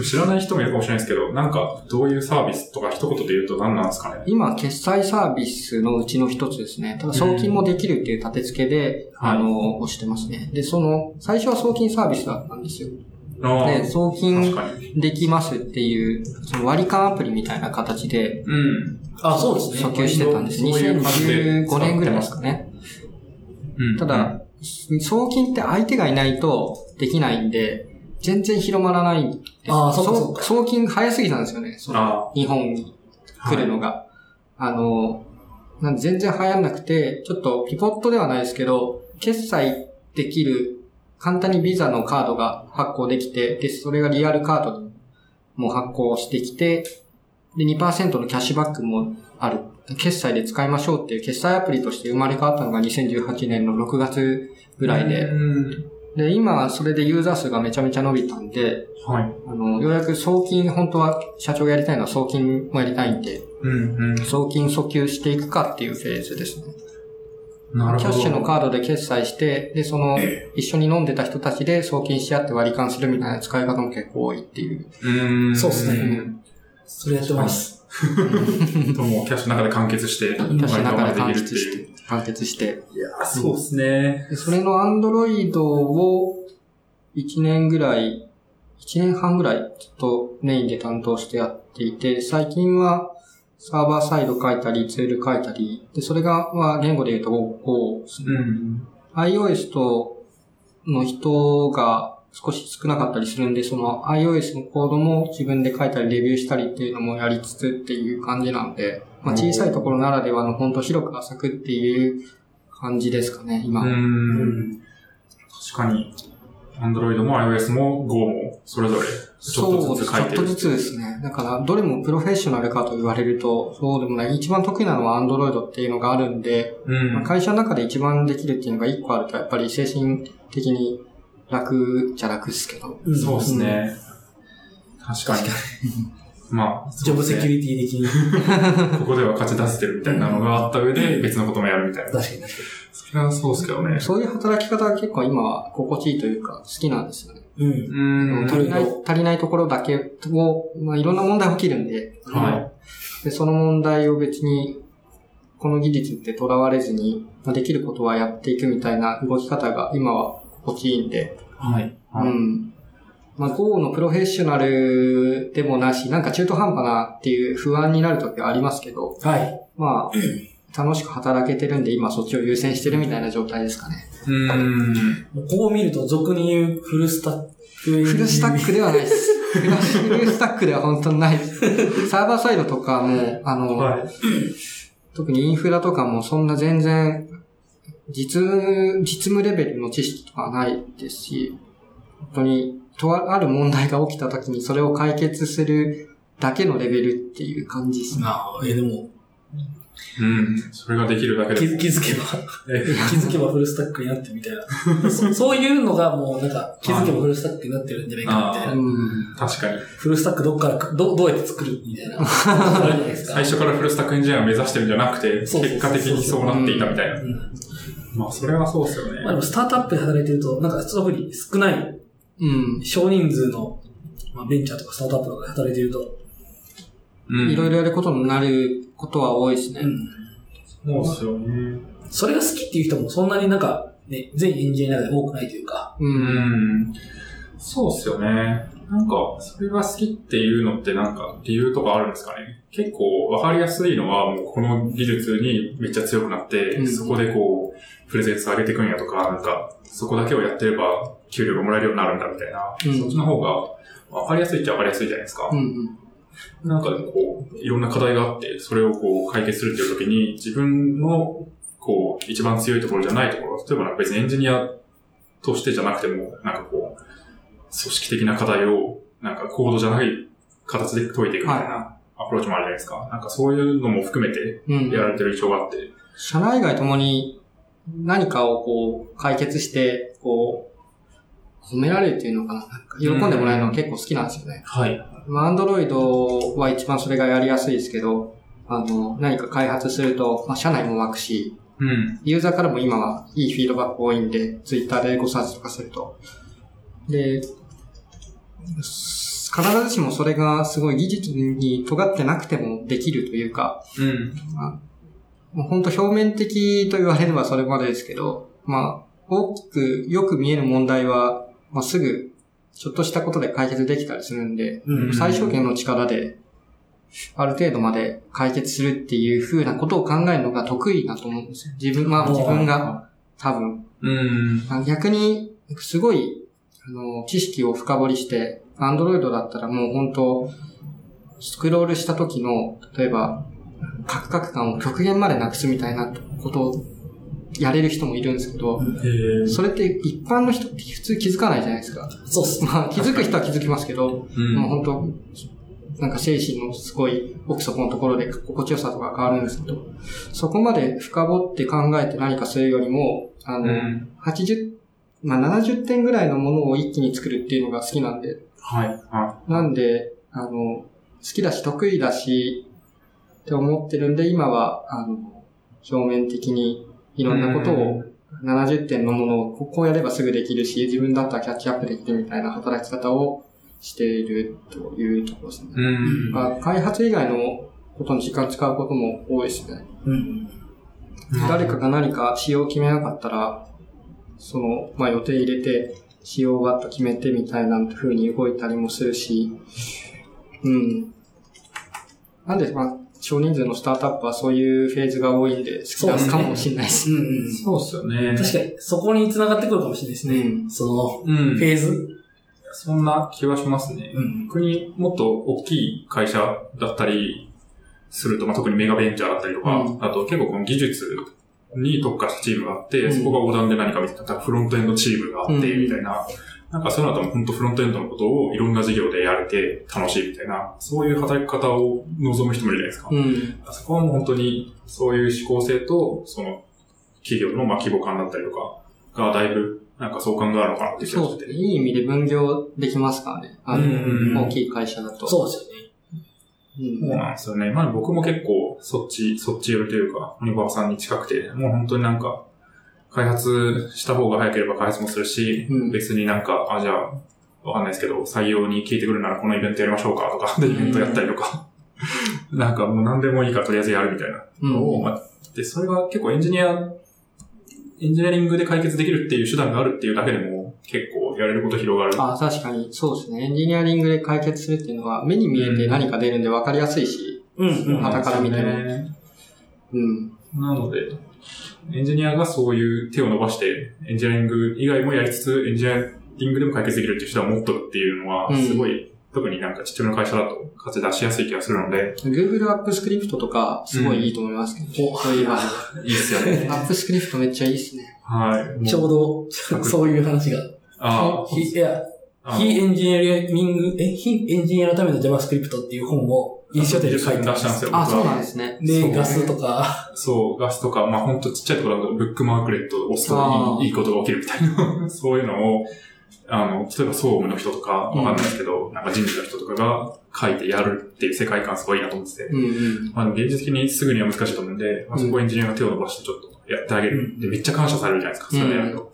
Speaker 1: すね。
Speaker 3: 知らない人もいるかもしれないですけど、なんか、どういうサービスとか一言で言うと何なんですかね
Speaker 1: 今、決済サービスのうちの一つですね。ただ、送金もできるっていう立て付けで、
Speaker 3: うん
Speaker 1: あの、押してますね。で、その、最初は送金サービスだったんですよ。
Speaker 3: あ
Speaker 1: で、
Speaker 3: あ、
Speaker 1: 送
Speaker 3: 確
Speaker 1: 金
Speaker 3: かに。
Speaker 1: できますっていう、その割り勘アプリみたいな形で、
Speaker 3: うん。
Speaker 2: あ、そうですね。
Speaker 1: 訴求してたんです。
Speaker 3: そういう感じで
Speaker 1: 2015年ぐらいですかね。
Speaker 3: うん。
Speaker 1: ただ、送金って相手がいないとできないんで、全然広まらないんです
Speaker 2: あーそうかそうか
Speaker 1: 送金早すぎたんですよね。その
Speaker 3: あ
Speaker 1: 日本に
Speaker 3: あ、
Speaker 1: 来るのが。あの、なんで全然流行んなくて、ちょっとピポットではないですけど、決済できる、簡単にビザのカードが発行できて、で、それがリアルカードにも発行してきて、で、2%のキャッシュバックもある。決済で使いましょうっていう決済アプリとして生まれ変わったのが2018年の6月ぐらいで。
Speaker 3: うん。
Speaker 1: で、今、それでユーザー数がめちゃめちゃ伸びたんで、
Speaker 3: はい。
Speaker 1: あの、ようやく送金、本当は社長がやりたいのは送金もやりたいんで、
Speaker 3: うん、うん。
Speaker 1: 送金訴求していくかっていうフェーズですね。
Speaker 3: なるほど。
Speaker 1: キャッシュのカードで決済して、で、その、一緒に飲んでた人たちで送金し合って割り勘するみたいな使い方も結構多いっていう。
Speaker 3: うん。
Speaker 2: そうっすね
Speaker 3: ん。
Speaker 2: それやってます。
Speaker 3: とも、キャッシュの中で完結して、
Speaker 1: キャッシュの中で完
Speaker 3: 割と
Speaker 1: 結して、完結して。
Speaker 3: いや、そうですね。
Speaker 1: でそれのアンドロイドを1年ぐらい、1年半ぐらいずっとメインで担当してやっていて、最近はサーバーサイド書いたり、ツール書いたり、で、それが、まあ、言語で言うと Go ですね。
Speaker 3: うん。
Speaker 1: iOS との人が少し少なかったりするんで、その iOS のコードも自分で書いたりレビューしたりっていうのもやりつつっていう感じなんで、まあ、小さいところならではの本当広く浅くっていう感じですかね、今。
Speaker 3: うん。確かに、Android も iOS も Go も、それぞれ、ちょっ
Speaker 1: そ
Speaker 3: と
Speaker 1: う
Speaker 3: ず
Speaker 1: で
Speaker 3: つ
Speaker 1: す。
Speaker 3: 書
Speaker 1: ちょ
Speaker 3: い
Speaker 1: ってと
Speaker 3: る。
Speaker 1: ずつですね。だから、どれもプロフェッショナルかと言われると、そうでもない。一番得意なのは Android っていうのがあるんで、
Speaker 3: うん
Speaker 1: まあ。会社の中で一番できるっていうのが一個あると、やっぱり精神的に楽じゃ楽ですけど。
Speaker 2: うん
Speaker 3: そうですね。確かに。まあ、
Speaker 2: ジョブセキュ
Speaker 3: リ
Speaker 2: リティ的に。
Speaker 3: ここでは勝ち出せてるみたいなのがあった上で、別のこともやるみたい
Speaker 2: 確
Speaker 3: な。
Speaker 2: かに確か
Speaker 3: それはそうですけどね。
Speaker 1: そういう働き方は結構今は心地いいというか、好きなんですよね。
Speaker 2: に。うん。
Speaker 3: うん。
Speaker 1: 足りない、足りないところだけを、まあ、いろんな問題起きるんで、
Speaker 3: は
Speaker 1: でその問題を別に、この技術ってとらわれずに、まあできることはやっていくみたいな動き方が今は心地いいんで、
Speaker 3: はい。
Speaker 1: う
Speaker 3: はい。
Speaker 1: ん。まあ、Go のプロフェッショナルでもなし、なんか中途半端なっていう不安になる時はありますけど、
Speaker 2: はい。
Speaker 1: まあ、楽しく働けてるんで、今そっちを優先してるみたいな状態ですかね。
Speaker 3: うん。
Speaker 2: もうこう見ると、俗に言うフルスタック。
Speaker 1: フルスタックではないです。フルスタックでは本当にないです。サーバーサイドとかも、あの、
Speaker 3: はい。
Speaker 1: 特にインフラとかもそんな全然、実、実務レベルの知識とかはないですし、本当に、とある問題が起きた時にそれを解決するだけのレベルっていう感じですね。
Speaker 2: ああ、え、でも、
Speaker 3: うん。それができるだけ
Speaker 2: 気
Speaker 3: で。
Speaker 2: づ気づけば、
Speaker 3: え
Speaker 2: 気づけばフルスタックになってるみたいな。そ (laughs) そういうのがもうなんか、気づけばフルスタックになってるんじゃないかみたいな。
Speaker 1: うん。
Speaker 3: 確かに。
Speaker 2: フルスタックどっからく、ど、どう (laughs) やって作るみたいな。あるじ
Speaker 3: (laughs)
Speaker 2: ゃないですか。
Speaker 3: 最初からフルスタックエンジニアを目指してるんじゃなくて、
Speaker 2: そうそうそう
Speaker 3: 結果的にそうなっていたみたいな。
Speaker 2: うん
Speaker 3: まあ、それはそうですよね。
Speaker 2: まあでも、スタートアップで働いてると、なんか、特に少ない、
Speaker 1: うん。
Speaker 2: 少人数の、まあ、ベンチャーとかスタートアップとかで働いてると、
Speaker 3: うん
Speaker 1: いろいろやることになることは多いですね。
Speaker 2: うん。
Speaker 3: そうっすよね。
Speaker 2: それが好きっていう人も、そんなになんか、ね、全エンジニアの中で多くないというか、
Speaker 1: う。
Speaker 3: うんん。そうっすよね。なんか、それが好きっていうのってなんか理由とかあるんですかね。結構わかりやすいのは、もうこの技術にめっちゃ強くなって、
Speaker 1: うん
Speaker 3: そこでこう、プレゼンス上げていくんやとか、なんか、そこだけをやってれば給料がもらえるようになるんだみたいな、
Speaker 1: うん
Speaker 3: そっちの方がわかりやすいっちゃわかりやすいじゃないですか。
Speaker 1: うんうん。
Speaker 3: なんかでもこう、いろんな課題があって、それをこう解決するっていう時に、自分のこう、一番強いところじゃないところ、例えばなんか別にエンジニアとしてじゃなくても、なんかこう、組織的な課題を、なんかコードじゃない形で解いていくみたいなアプローチもあるじゃないですか。なんかそういうのも含めて
Speaker 1: うん。
Speaker 3: やられてる印象があって。
Speaker 1: 社内外ともに何かをこう解決して、こう、褒められるっていうのかな。なんか喜んでもらえるのが結構好きなんですよね。
Speaker 3: はい。
Speaker 1: まあ、アンドロイドは一番それがやりやすいですけど、あの、何か開発すると、まあ、社内も湧くし、
Speaker 3: うん。
Speaker 1: ユーザーからも今はいいフィードバック多いんで、ツイッターでご察知とかすると。で、必ずしもそれがすごい技術に尖ってなくてもできるというか、
Speaker 3: うん。
Speaker 1: もう本当表面的と言われればそれまでですけど、まあ、大きくよく見える問題は、まあ、すぐ、ちょっとしたことで解決できたりするんで、
Speaker 2: うん
Speaker 1: 最小限の力で、ある程度まで解決するっていう風なことを考えるのが得意だと思うんですよ。自分、まあ
Speaker 2: おー
Speaker 1: 自分が多分。
Speaker 3: うん。
Speaker 1: あ逆に、すごい、あの、知識を深掘りして、アンドロイドだったらもう本当、スクロールした時の、例えば、カクカク感を極限までなくすみたいなことをやれる人もいるんですけど、
Speaker 3: へー
Speaker 1: それって一般の人って普通気づかないじゃないですか。
Speaker 2: そうっす。
Speaker 1: まあ気づく人は気づきますけど、
Speaker 3: う。
Speaker 1: もうん本当なんか精神のすごい奥底のところで心地よさとか変わるんですけど、そこまで深掘って考えて何かするよりも、あの、
Speaker 3: うん。
Speaker 1: 80、まあ、70点ぐらいのものを一気に作るっていうのが好きなんで、
Speaker 3: はい。は
Speaker 1: なんで、あの、好きだし得意だしって思ってるんで、今は、あの、表面的にいろんなことを、70点のものをここうやればすぐできるし、自分だったらキャッチアップできるみたいな働き方をしているというところですね。
Speaker 3: い。うん。
Speaker 1: まあ、開発以外のことに時間使うことも多いですね。
Speaker 2: うん。
Speaker 1: 誰かが何か仕様を決めなかったら、その、まあ予定入れて、仕様をバッと決めてみたいな風に動いたりもするし、うん。なんで、まあ、少人数のスタートアップはそういうフェーズが多いんで、好きなのかもしれないです。
Speaker 2: うんうん。
Speaker 3: そうっすよね。
Speaker 2: 確かに、そこに繋がってくるかもしれないですね。
Speaker 1: うん
Speaker 2: そ
Speaker 3: うん
Speaker 2: の、フ。ェーズ。
Speaker 3: そんな気はしますね。
Speaker 2: うん。
Speaker 3: 逆にもっと大きい会社だったりすると、まあ、特にメガベンチャーだったりとか、
Speaker 1: う
Speaker 3: あと結構この技術に特化したチームがあって、
Speaker 1: うん
Speaker 3: そこが横断で何かみたいな、フロントエンドチームがあって、
Speaker 1: うん
Speaker 3: みたいな、なんかそういうのだと本当フロントエンドのことをいろんな事業でやれて楽しいみたいな、そういう働き方を望む人もいるじゃないですか。
Speaker 1: うん。
Speaker 3: そこはもう本当にそういう指向性と、その企業のまあ規模感だったりとかがだいぶなんか相関があるのかなって気が
Speaker 1: そ
Speaker 3: し
Speaker 1: う
Speaker 3: て
Speaker 1: で
Speaker 3: て
Speaker 1: す。ね。いい意味で分業できますからね。あの、
Speaker 3: うん
Speaker 1: 大きい会社だと。
Speaker 2: そうですよね。
Speaker 1: うん。
Speaker 3: そうなんですよね。まあ僕も結構そっち、そっち寄りというか、オニバーさんに近くて、もう本当になんか、開発した方が早ければ開発もするし、
Speaker 1: うん
Speaker 3: 別になんか、あ、じゃあ、わかんないですけど、採用に聞いてくるならこのイベントやりましょうかとか、で、イベントやったりとか、 (laughs) なんかもう何でもいいからとりあえずやるみたいな
Speaker 1: うん
Speaker 3: のを、まあで、それが結構エンジニア、エンジニアリングで解決できるっていう手段があるっていうだけでも、結構やれること広がる。
Speaker 1: あ確かに、そうですね。エンジニアリングで解決するっていうのは、目に見えて何か出るんで分かりやすいし、
Speaker 3: そう
Speaker 2: うん
Speaker 3: なんですよね
Speaker 1: 傍から見うん。
Speaker 3: なので、エンジニアがそういう手を伸ばして、エンジニアリング以外もやりつつ、エンジニアリングでも解決できるっていう手段を持っとるっていうのは、
Speaker 1: うん
Speaker 3: すごい、特になんか父親の会社だと活出しやすい気がするので、
Speaker 1: Google アップスクリプトとか、すごいいいと思いますけど、そういえば。ア
Speaker 3: いいっすよね。
Speaker 1: ップスクリプトめっちゃいいっすね。
Speaker 3: はい。
Speaker 2: (laughs) ちょうど、そういう話が。
Speaker 3: あ
Speaker 2: ひいや、
Speaker 3: あ、
Speaker 2: 非エンジニアリング、え、非エンジニアのための JavaScript っていう本を、飲書店で書いてま
Speaker 3: 出したんですよ。
Speaker 1: あ、
Speaker 3: 僕
Speaker 1: そ
Speaker 3: は
Speaker 1: うなんですね。
Speaker 3: そう
Speaker 2: で、
Speaker 3: ね
Speaker 2: ガスとか、
Speaker 3: そう、ガスとか、まあほんとちっちゃいところだと、ブックマークレットを押す
Speaker 1: あ
Speaker 3: と
Speaker 1: ー
Speaker 3: いいいいことが起きるみたいな、そういうのを、あの、例えば総務の人とか、わかんないですけど、なんか人事の人とかが書いてやるっていう世界観すごいなと思ってて、
Speaker 1: うんうん。
Speaker 3: まあ、でも現実的にすぐには難しいと思うんで、まあ、そこはエンジニアが手を伸ばしてちょっとやってあげる。で、めっちゃ感謝されるじゃないですか、それやると。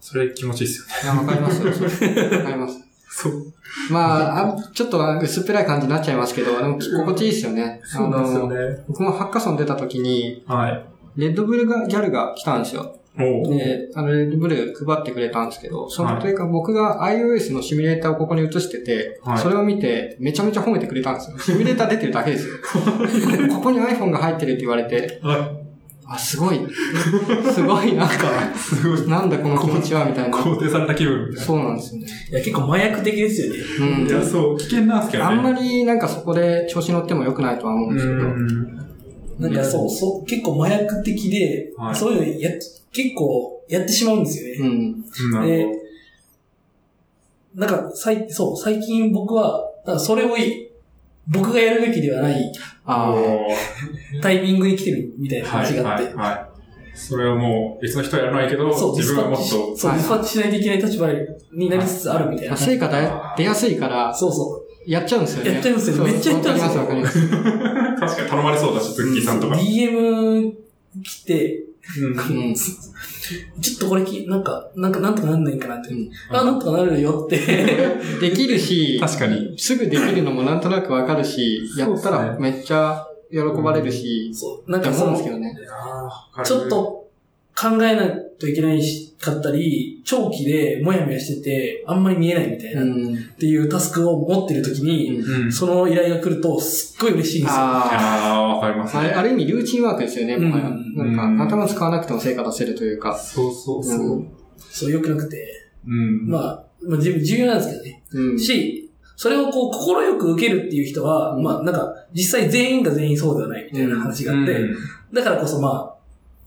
Speaker 3: それ気持ちいいっすよね。
Speaker 1: いや、わかり (laughs) ますよ。それわかります。
Speaker 3: そう。
Speaker 1: まあ、あちょっと薄っぺらい感じになっちゃいますけど、でも心地いいですよね。あの、
Speaker 3: ね。
Speaker 1: 僕もハッカソン出た時に、
Speaker 3: はい。
Speaker 1: レッドブルが、ギャルが来たんですよ。
Speaker 3: おう。
Speaker 1: で、あの、レッドブル配ってくれたんですけど、その、というか僕が iOS のシミュレーターをここに移してて、
Speaker 3: はい
Speaker 1: それを見て、めちゃめちゃ褒めてくれたんで
Speaker 3: (laughs)
Speaker 1: すよ。シミュレーター出てるだけですよ。ここに iPhone が入ってるって言われて、
Speaker 3: は
Speaker 1: あ、すごい。すごい、なんか、
Speaker 3: い。すごい。
Speaker 1: なんだこの気持ちは、みたいな。
Speaker 3: 肯定された気分みたい
Speaker 1: そうなんですよね。
Speaker 2: いや、結構麻薬的ですよね。
Speaker 1: う
Speaker 3: な。
Speaker 1: ん
Speaker 3: い。や、そう、危険なんですけどね。
Speaker 1: あんまりなんかそこで調子乗っても良くないとは思うんですけど。
Speaker 3: うん。
Speaker 2: なんかそう、そう、結構麻薬的で、
Speaker 3: はい
Speaker 2: そういうのやっ、結構やってしまうんですよね。
Speaker 1: うん。
Speaker 3: なるほ
Speaker 2: なんか、さい、そう、最近僕は、なんかそれをい、僕がやるべきではない
Speaker 1: あ
Speaker 3: ど。
Speaker 1: あ。
Speaker 3: おー
Speaker 2: タイミングに来てるみたいな
Speaker 3: は
Speaker 2: 話
Speaker 3: い、
Speaker 2: があっ
Speaker 3: は
Speaker 2: て。
Speaker 3: い、はい。それはもう、別の人はやらないけど、
Speaker 2: そう、ディ
Speaker 3: 自
Speaker 2: スパ
Speaker 3: 分は
Speaker 2: ッ
Speaker 3: も
Speaker 2: チ
Speaker 3: っ
Speaker 2: し、
Speaker 3: と、
Speaker 2: そう、
Speaker 1: はい
Speaker 2: ディスパッチしないといけない立場になりつつあるみたいな。
Speaker 1: 成果出出やすいから、
Speaker 2: そうそ
Speaker 1: やっちゃうんですよね。
Speaker 2: やっちゃうんですよ
Speaker 1: そ
Speaker 2: めっちゃやっちゃうんですよ
Speaker 1: わかります、わか
Speaker 3: 確かに頼まれそうだし、ズッキーさんと
Speaker 2: う。
Speaker 3: か。
Speaker 2: DM 来て、
Speaker 3: うん
Speaker 1: ります。
Speaker 2: ちょっとこれき、なんか、なんか、なんとかなんないかなって。
Speaker 1: うん
Speaker 2: あ、なんとかなるよって。
Speaker 1: うん。できるし、
Speaker 3: 確かに。
Speaker 1: すぐできるのもなんとなくわかるし、やったらめっちゃ喜ばれるし、
Speaker 2: (laughs) そう。なん
Speaker 1: って
Speaker 2: か
Speaker 1: 思
Speaker 2: そううん
Speaker 1: ですけどね。
Speaker 2: ちょっと考えないといけないかったり、長期でもやもやしてて、あんまり見えないみたいうな、っ
Speaker 1: ん。
Speaker 2: ていうタスクを持ってる時に、
Speaker 1: うん
Speaker 3: うん。
Speaker 2: その依頼が来ると、すっごい嬉しいんですよ。
Speaker 1: あ
Speaker 3: ああ、わかります
Speaker 1: あ。あれ、ある意味ルーチンワークですよね、もはや
Speaker 2: うん
Speaker 1: なんか、頭使わなくても成果出せるというか。
Speaker 3: そうそうそう。
Speaker 2: そう、良くなくて。
Speaker 3: うん。
Speaker 2: まあ、まあ、自分重要なんですけどね。
Speaker 1: うん。
Speaker 2: し、それをこう、心よく受けるっていう人は、
Speaker 1: うん
Speaker 2: まあ、なんか、実際全員が全員そうではないみたいな話があって、
Speaker 3: うん
Speaker 2: だからこそまあ、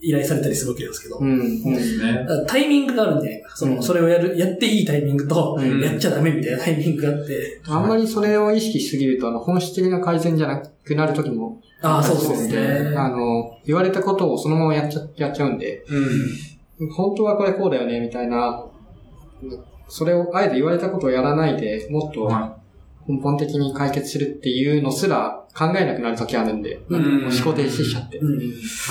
Speaker 2: 依頼されたりするわけですけど、
Speaker 1: うん。
Speaker 3: そうですね。
Speaker 2: だからタイミングがあるんじゃないか。その、
Speaker 1: うん
Speaker 2: それをやる、やっていいタイミングと、
Speaker 1: うん
Speaker 2: やっちゃダメみたいなタイミングがあって、
Speaker 1: あんまりそれを意識しすぎると、あの、本質的な改善じゃなくなる時も
Speaker 2: ああ、そうですね。
Speaker 1: あの、言われたことをそのままやっちゃやっちゃうんで、
Speaker 3: うん。
Speaker 1: 本当はこれこうだよね、みたいな、それを、あえて言われたことをやらないで、もっと
Speaker 3: は
Speaker 1: 根本的に解決するっていうのすら考えなくなるときあるんで、
Speaker 2: う
Speaker 3: うんん。
Speaker 1: もう思考停止しちゃって。
Speaker 2: うん。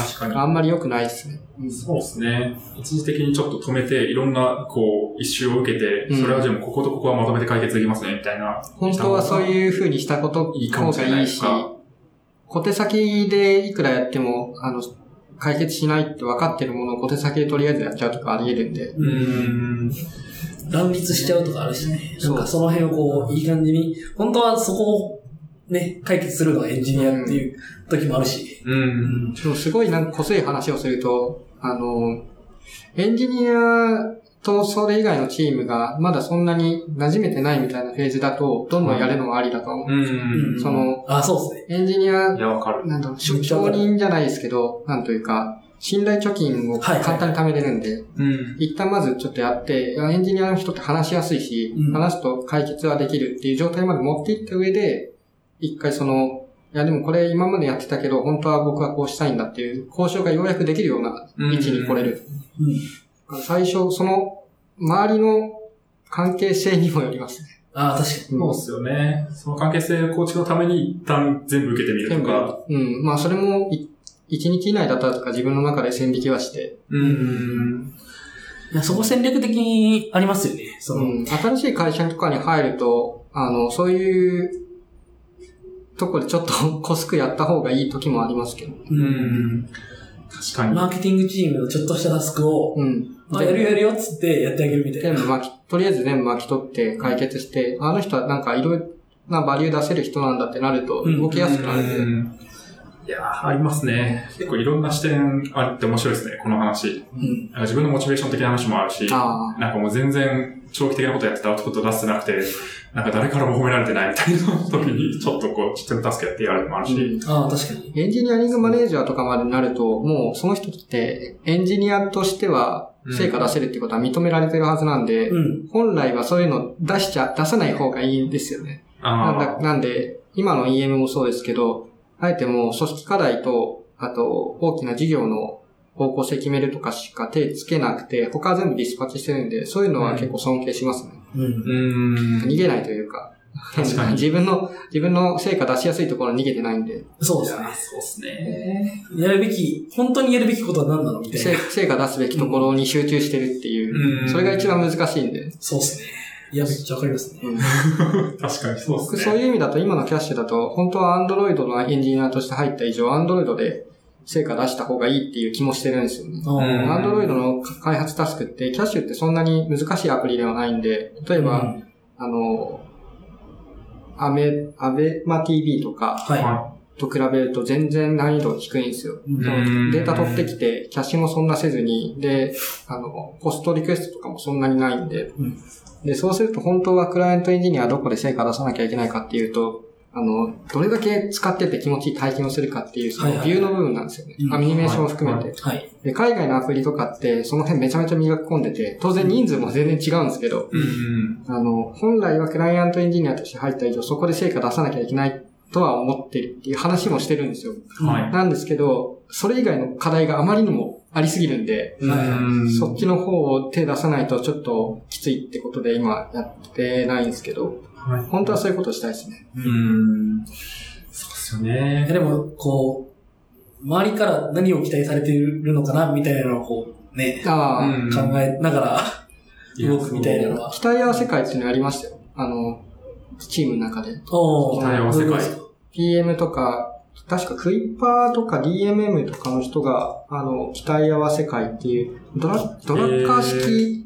Speaker 3: 確かに。
Speaker 1: あんまり良くないですね。うん
Speaker 3: そうですね。一時的にちょっと止めて、いろんな、こう、一周を受けて
Speaker 1: うん、
Speaker 3: それはでもこことここはまとめて解決できますね、みたいな。
Speaker 1: 本当はそういう風にしたこと
Speaker 3: いいか
Speaker 1: 方
Speaker 3: もしれな
Speaker 1: がい
Speaker 3: い
Speaker 1: い
Speaker 3: です
Speaker 1: し
Speaker 3: か、
Speaker 1: 小手先でいくらやっても、あの、解決しないって分かってるものを小手先でとりあえずやっちゃうとかあり得るんで、
Speaker 3: うーん。
Speaker 2: 乱立しちゃうとかあるしね。な
Speaker 1: そうん
Speaker 2: かその辺をこう、いい感じに、本当はそこをね、解決するのがエンジニアっていう時もあるし。
Speaker 3: うん。
Speaker 1: でもすごいなんか濃い話をすると、あの、エンジニアとそれ以外のチームがまだそんなに馴染めてないみたいなフェーズだと、どんどんやるのもありだと思う。
Speaker 3: うん。
Speaker 1: その、
Speaker 2: ああ、そうですね。
Speaker 1: エンジニア
Speaker 3: い、や、わかる。
Speaker 1: なんだろう、承認じゃないですけど、なんというか、信頼貯金を
Speaker 2: はいはい
Speaker 1: 簡単に貯めれるんで、
Speaker 3: うん。
Speaker 1: 一旦まずちょっとやって、いやエンジニアの人って話しやすいし、
Speaker 2: うん
Speaker 1: 話すと解決はできるっていう状態まで持っていった上で、一回その、いやでもこれ今までやってたけど、本当は僕はこうしたいんだっていう交渉がようやくできるような位置に来れる。
Speaker 2: うん。
Speaker 1: 最初、その、周りの関係性にもよりますね。
Speaker 2: ああ、確かに。
Speaker 3: そうっすよね。その関係性構築のために一旦全部受けてみるとか。
Speaker 1: うん。まあそれもい、1日以内だったらとか自分の中で線引きはして、
Speaker 3: うん。
Speaker 2: いやそこ戦略的にありますよね。その、
Speaker 1: うん、新しい会社とかに入ると、あの、そういう、とこでちょっと (laughs) コスくやった方がいい時もありますけど。
Speaker 3: う
Speaker 2: うん
Speaker 3: ん。確かに。
Speaker 2: マーケティングチームのちょっとしたタスクを、
Speaker 1: うん。
Speaker 2: あやるよやるよっつってやってあげるみたい
Speaker 1: 全
Speaker 2: な。
Speaker 1: 部巻き、とりあえず全部巻き取って解決して、あの人はなんかいろいろなバリュー出せる人なんだってなると
Speaker 2: うん
Speaker 1: 動きやすくなるんで。
Speaker 3: うんいやー、ありますね。結構いろんな視点あって面白いですね、この話。
Speaker 2: うん。
Speaker 3: なんか自分のモチベーション的な話もあるし、
Speaker 1: あ
Speaker 3: なんかもう全然長期的なことやってたアウトプット出せてなくて、なんか誰からも褒められてないみたいな時に、ちょっとこう、ちょっと助けやってやるのもある
Speaker 1: あ。うん
Speaker 3: し、
Speaker 2: ああ、確かに。
Speaker 1: エンジニアリングマネージャーとかまでになると、もうその人ってエンジニアとしては成果出せるってことは認められてるはずなんで、
Speaker 2: うん。
Speaker 1: 本来はそういうの出しちゃ、出さない方がいいんですよね。なんだ
Speaker 3: あ
Speaker 1: なんで、今の EM もそうですけど、あえてもう組織課題と、あと大きな事業の方向性決めるとかしか手つけなくて、他は全部ディスパッチしてるんで、そういうのは結構尊敬しますね。
Speaker 2: うん
Speaker 3: ー、うーん。
Speaker 1: 逃げないというか、
Speaker 3: 確かに
Speaker 1: (laughs) 自分の、自分の成果出しやすいところに逃げてないんで、
Speaker 2: そう
Speaker 3: い
Speaker 2: です
Speaker 3: や
Speaker 2: ね。
Speaker 3: そうですね。
Speaker 2: やるべき、本当にやるべきことは何なのみたい
Speaker 1: 成
Speaker 2: な。
Speaker 1: 成果出すべきところに集中してるっていう、
Speaker 3: うん
Speaker 1: それが一番難しいんで、
Speaker 2: そうですね。いや、めっちゃわかりますね。
Speaker 1: うん
Speaker 3: 確かにそう
Speaker 1: 僕
Speaker 3: です
Speaker 1: そう
Speaker 3: ね。
Speaker 1: いう意味だと今のキャッシュだと、本当は Android のエンジニアとして入った以上、Android で成果出した方がいいっていう気もしてるんですよね。
Speaker 2: うん
Speaker 1: Android の開発タスクって、キャッシュってそんなに難しいアプリではないんで、例えば、
Speaker 2: うん
Speaker 1: あの、アメ、アベマ TV とか
Speaker 2: は
Speaker 3: は
Speaker 1: と比べると全然難易度低いんですよ。
Speaker 2: い。うん
Speaker 3: うん
Speaker 1: データ取ってきて、キャッシュもそんなせずに、で、あの、ポストリクエストとかもそんなにないんで、
Speaker 2: うん
Speaker 1: で、そうすると本当はクライアントエンジニアどこで成果出さなきゃいけないかっていうと、あの、どれだけ使ってて気持ちいい体験をするかっていう、その
Speaker 2: はいはい
Speaker 1: ビューの部分なんですよね
Speaker 2: う。ん
Speaker 1: アニメーションを含め
Speaker 3: は
Speaker 1: て。
Speaker 2: はい。
Speaker 1: で、海外のアプリとかって、その辺めちゃめちゃ磨き込んでて、当然人数も全然違うんですけど、
Speaker 3: うんうん。
Speaker 1: あの、本来はクライアントエンジニアとして入った以上、そこで成果出さなきゃいけないとは思ってるっていう話もしてるんですよ。
Speaker 3: はい
Speaker 1: なんですけど、それ以外の課題があまりにもありすぎるんで、
Speaker 3: うん
Speaker 1: そっちの方を手出さないとちょっときついってことで今やってないんですけど、
Speaker 3: はい
Speaker 1: 本当はそういうことしたいですね。
Speaker 3: うん。そうっすよ
Speaker 2: いや
Speaker 3: ね。
Speaker 2: でも、こう、周りから何を期待されているのかなみたいなのをこう、ね、
Speaker 1: ああ、
Speaker 3: うん
Speaker 2: 考えながら
Speaker 3: (laughs) や
Speaker 2: 動くみたいなのは。
Speaker 1: 期待合わせ会っていうのやりましたよ。あの、チームの中で。
Speaker 2: おー
Speaker 3: 期待合わせ会
Speaker 2: どういうこ
Speaker 1: PM とか、確かクイッパーとか DMM とかの人が、あの、期待合わせ会っていう、ドラ、ドラッカー式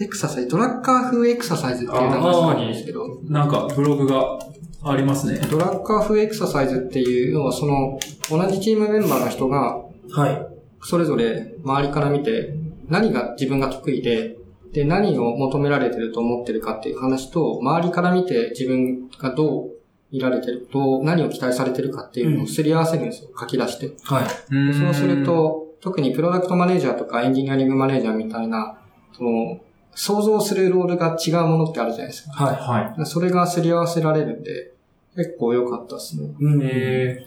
Speaker 1: エクササイズ、ドラッカー風エクササイズっていう名前なんですけど、
Speaker 3: なんか、ブログがありますね。
Speaker 1: ドラッカー風エクササイズっていう、要はその、同じチームメンバーの人が、
Speaker 2: ですかはい。
Speaker 1: それぞれ周りから見て、何が自分が得意で、で、何を求められてると思ってるかっていう話と、周りから見て自分がどう見られてる、どう、何を期待されてるかっていうのをすり合わせるんですよ、書き出して。
Speaker 2: はい。
Speaker 1: でそうする、と、特にプロダクトマネージャーとかエンジニアリングマネージャーみたいな、その、想像するロールが違うものってあるじゃないですか。
Speaker 2: は
Speaker 3: は
Speaker 1: それがすり合わせられるんで、結構良かったですね。
Speaker 2: い。う
Speaker 3: い。
Speaker 2: ん。
Speaker 3: え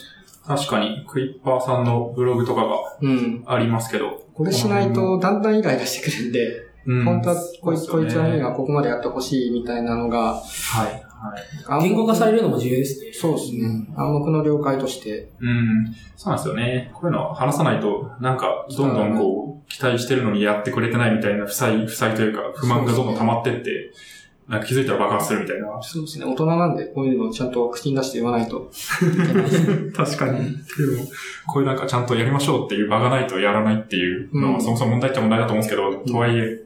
Speaker 3: ー、確かに、クイッパーさんのブログとかが
Speaker 1: うん。
Speaker 3: ありますけど。
Speaker 1: これしないとだんだんイライラしてくるんで、
Speaker 3: うん
Speaker 1: 本当はこいつ、
Speaker 3: そ
Speaker 1: こ
Speaker 3: うっ
Speaker 1: い
Speaker 3: す
Speaker 1: つ
Speaker 3: よ
Speaker 1: の
Speaker 3: ね
Speaker 1: にはここまでやってほしいみたいなのが、
Speaker 3: はい。はい。
Speaker 2: 言語化され
Speaker 1: る
Speaker 2: るのも重要
Speaker 3: (laughs)
Speaker 2: ですね。
Speaker 1: そうです
Speaker 2: う
Speaker 1: ね。暗黙の了解として。
Speaker 3: うん。そうなんですよね。こういうのは話さないと、なんか、どんどんこう、期待してるのにやってくれてないみたいな、負債、負債というか、不満がどんどん溜まってって、なんか気づいたら爆発するみたいな。
Speaker 1: そうですね。大人なんで、こういうのをちゃんと口に出して言わないといけないですね。
Speaker 3: 確かに。でも、こういうなんかちゃんとやりましょうっていう場がないとやらないっていうの
Speaker 1: う
Speaker 3: は、
Speaker 1: ん
Speaker 3: そもそも問題っちゃ問題だと思うんですけど、とはいえ、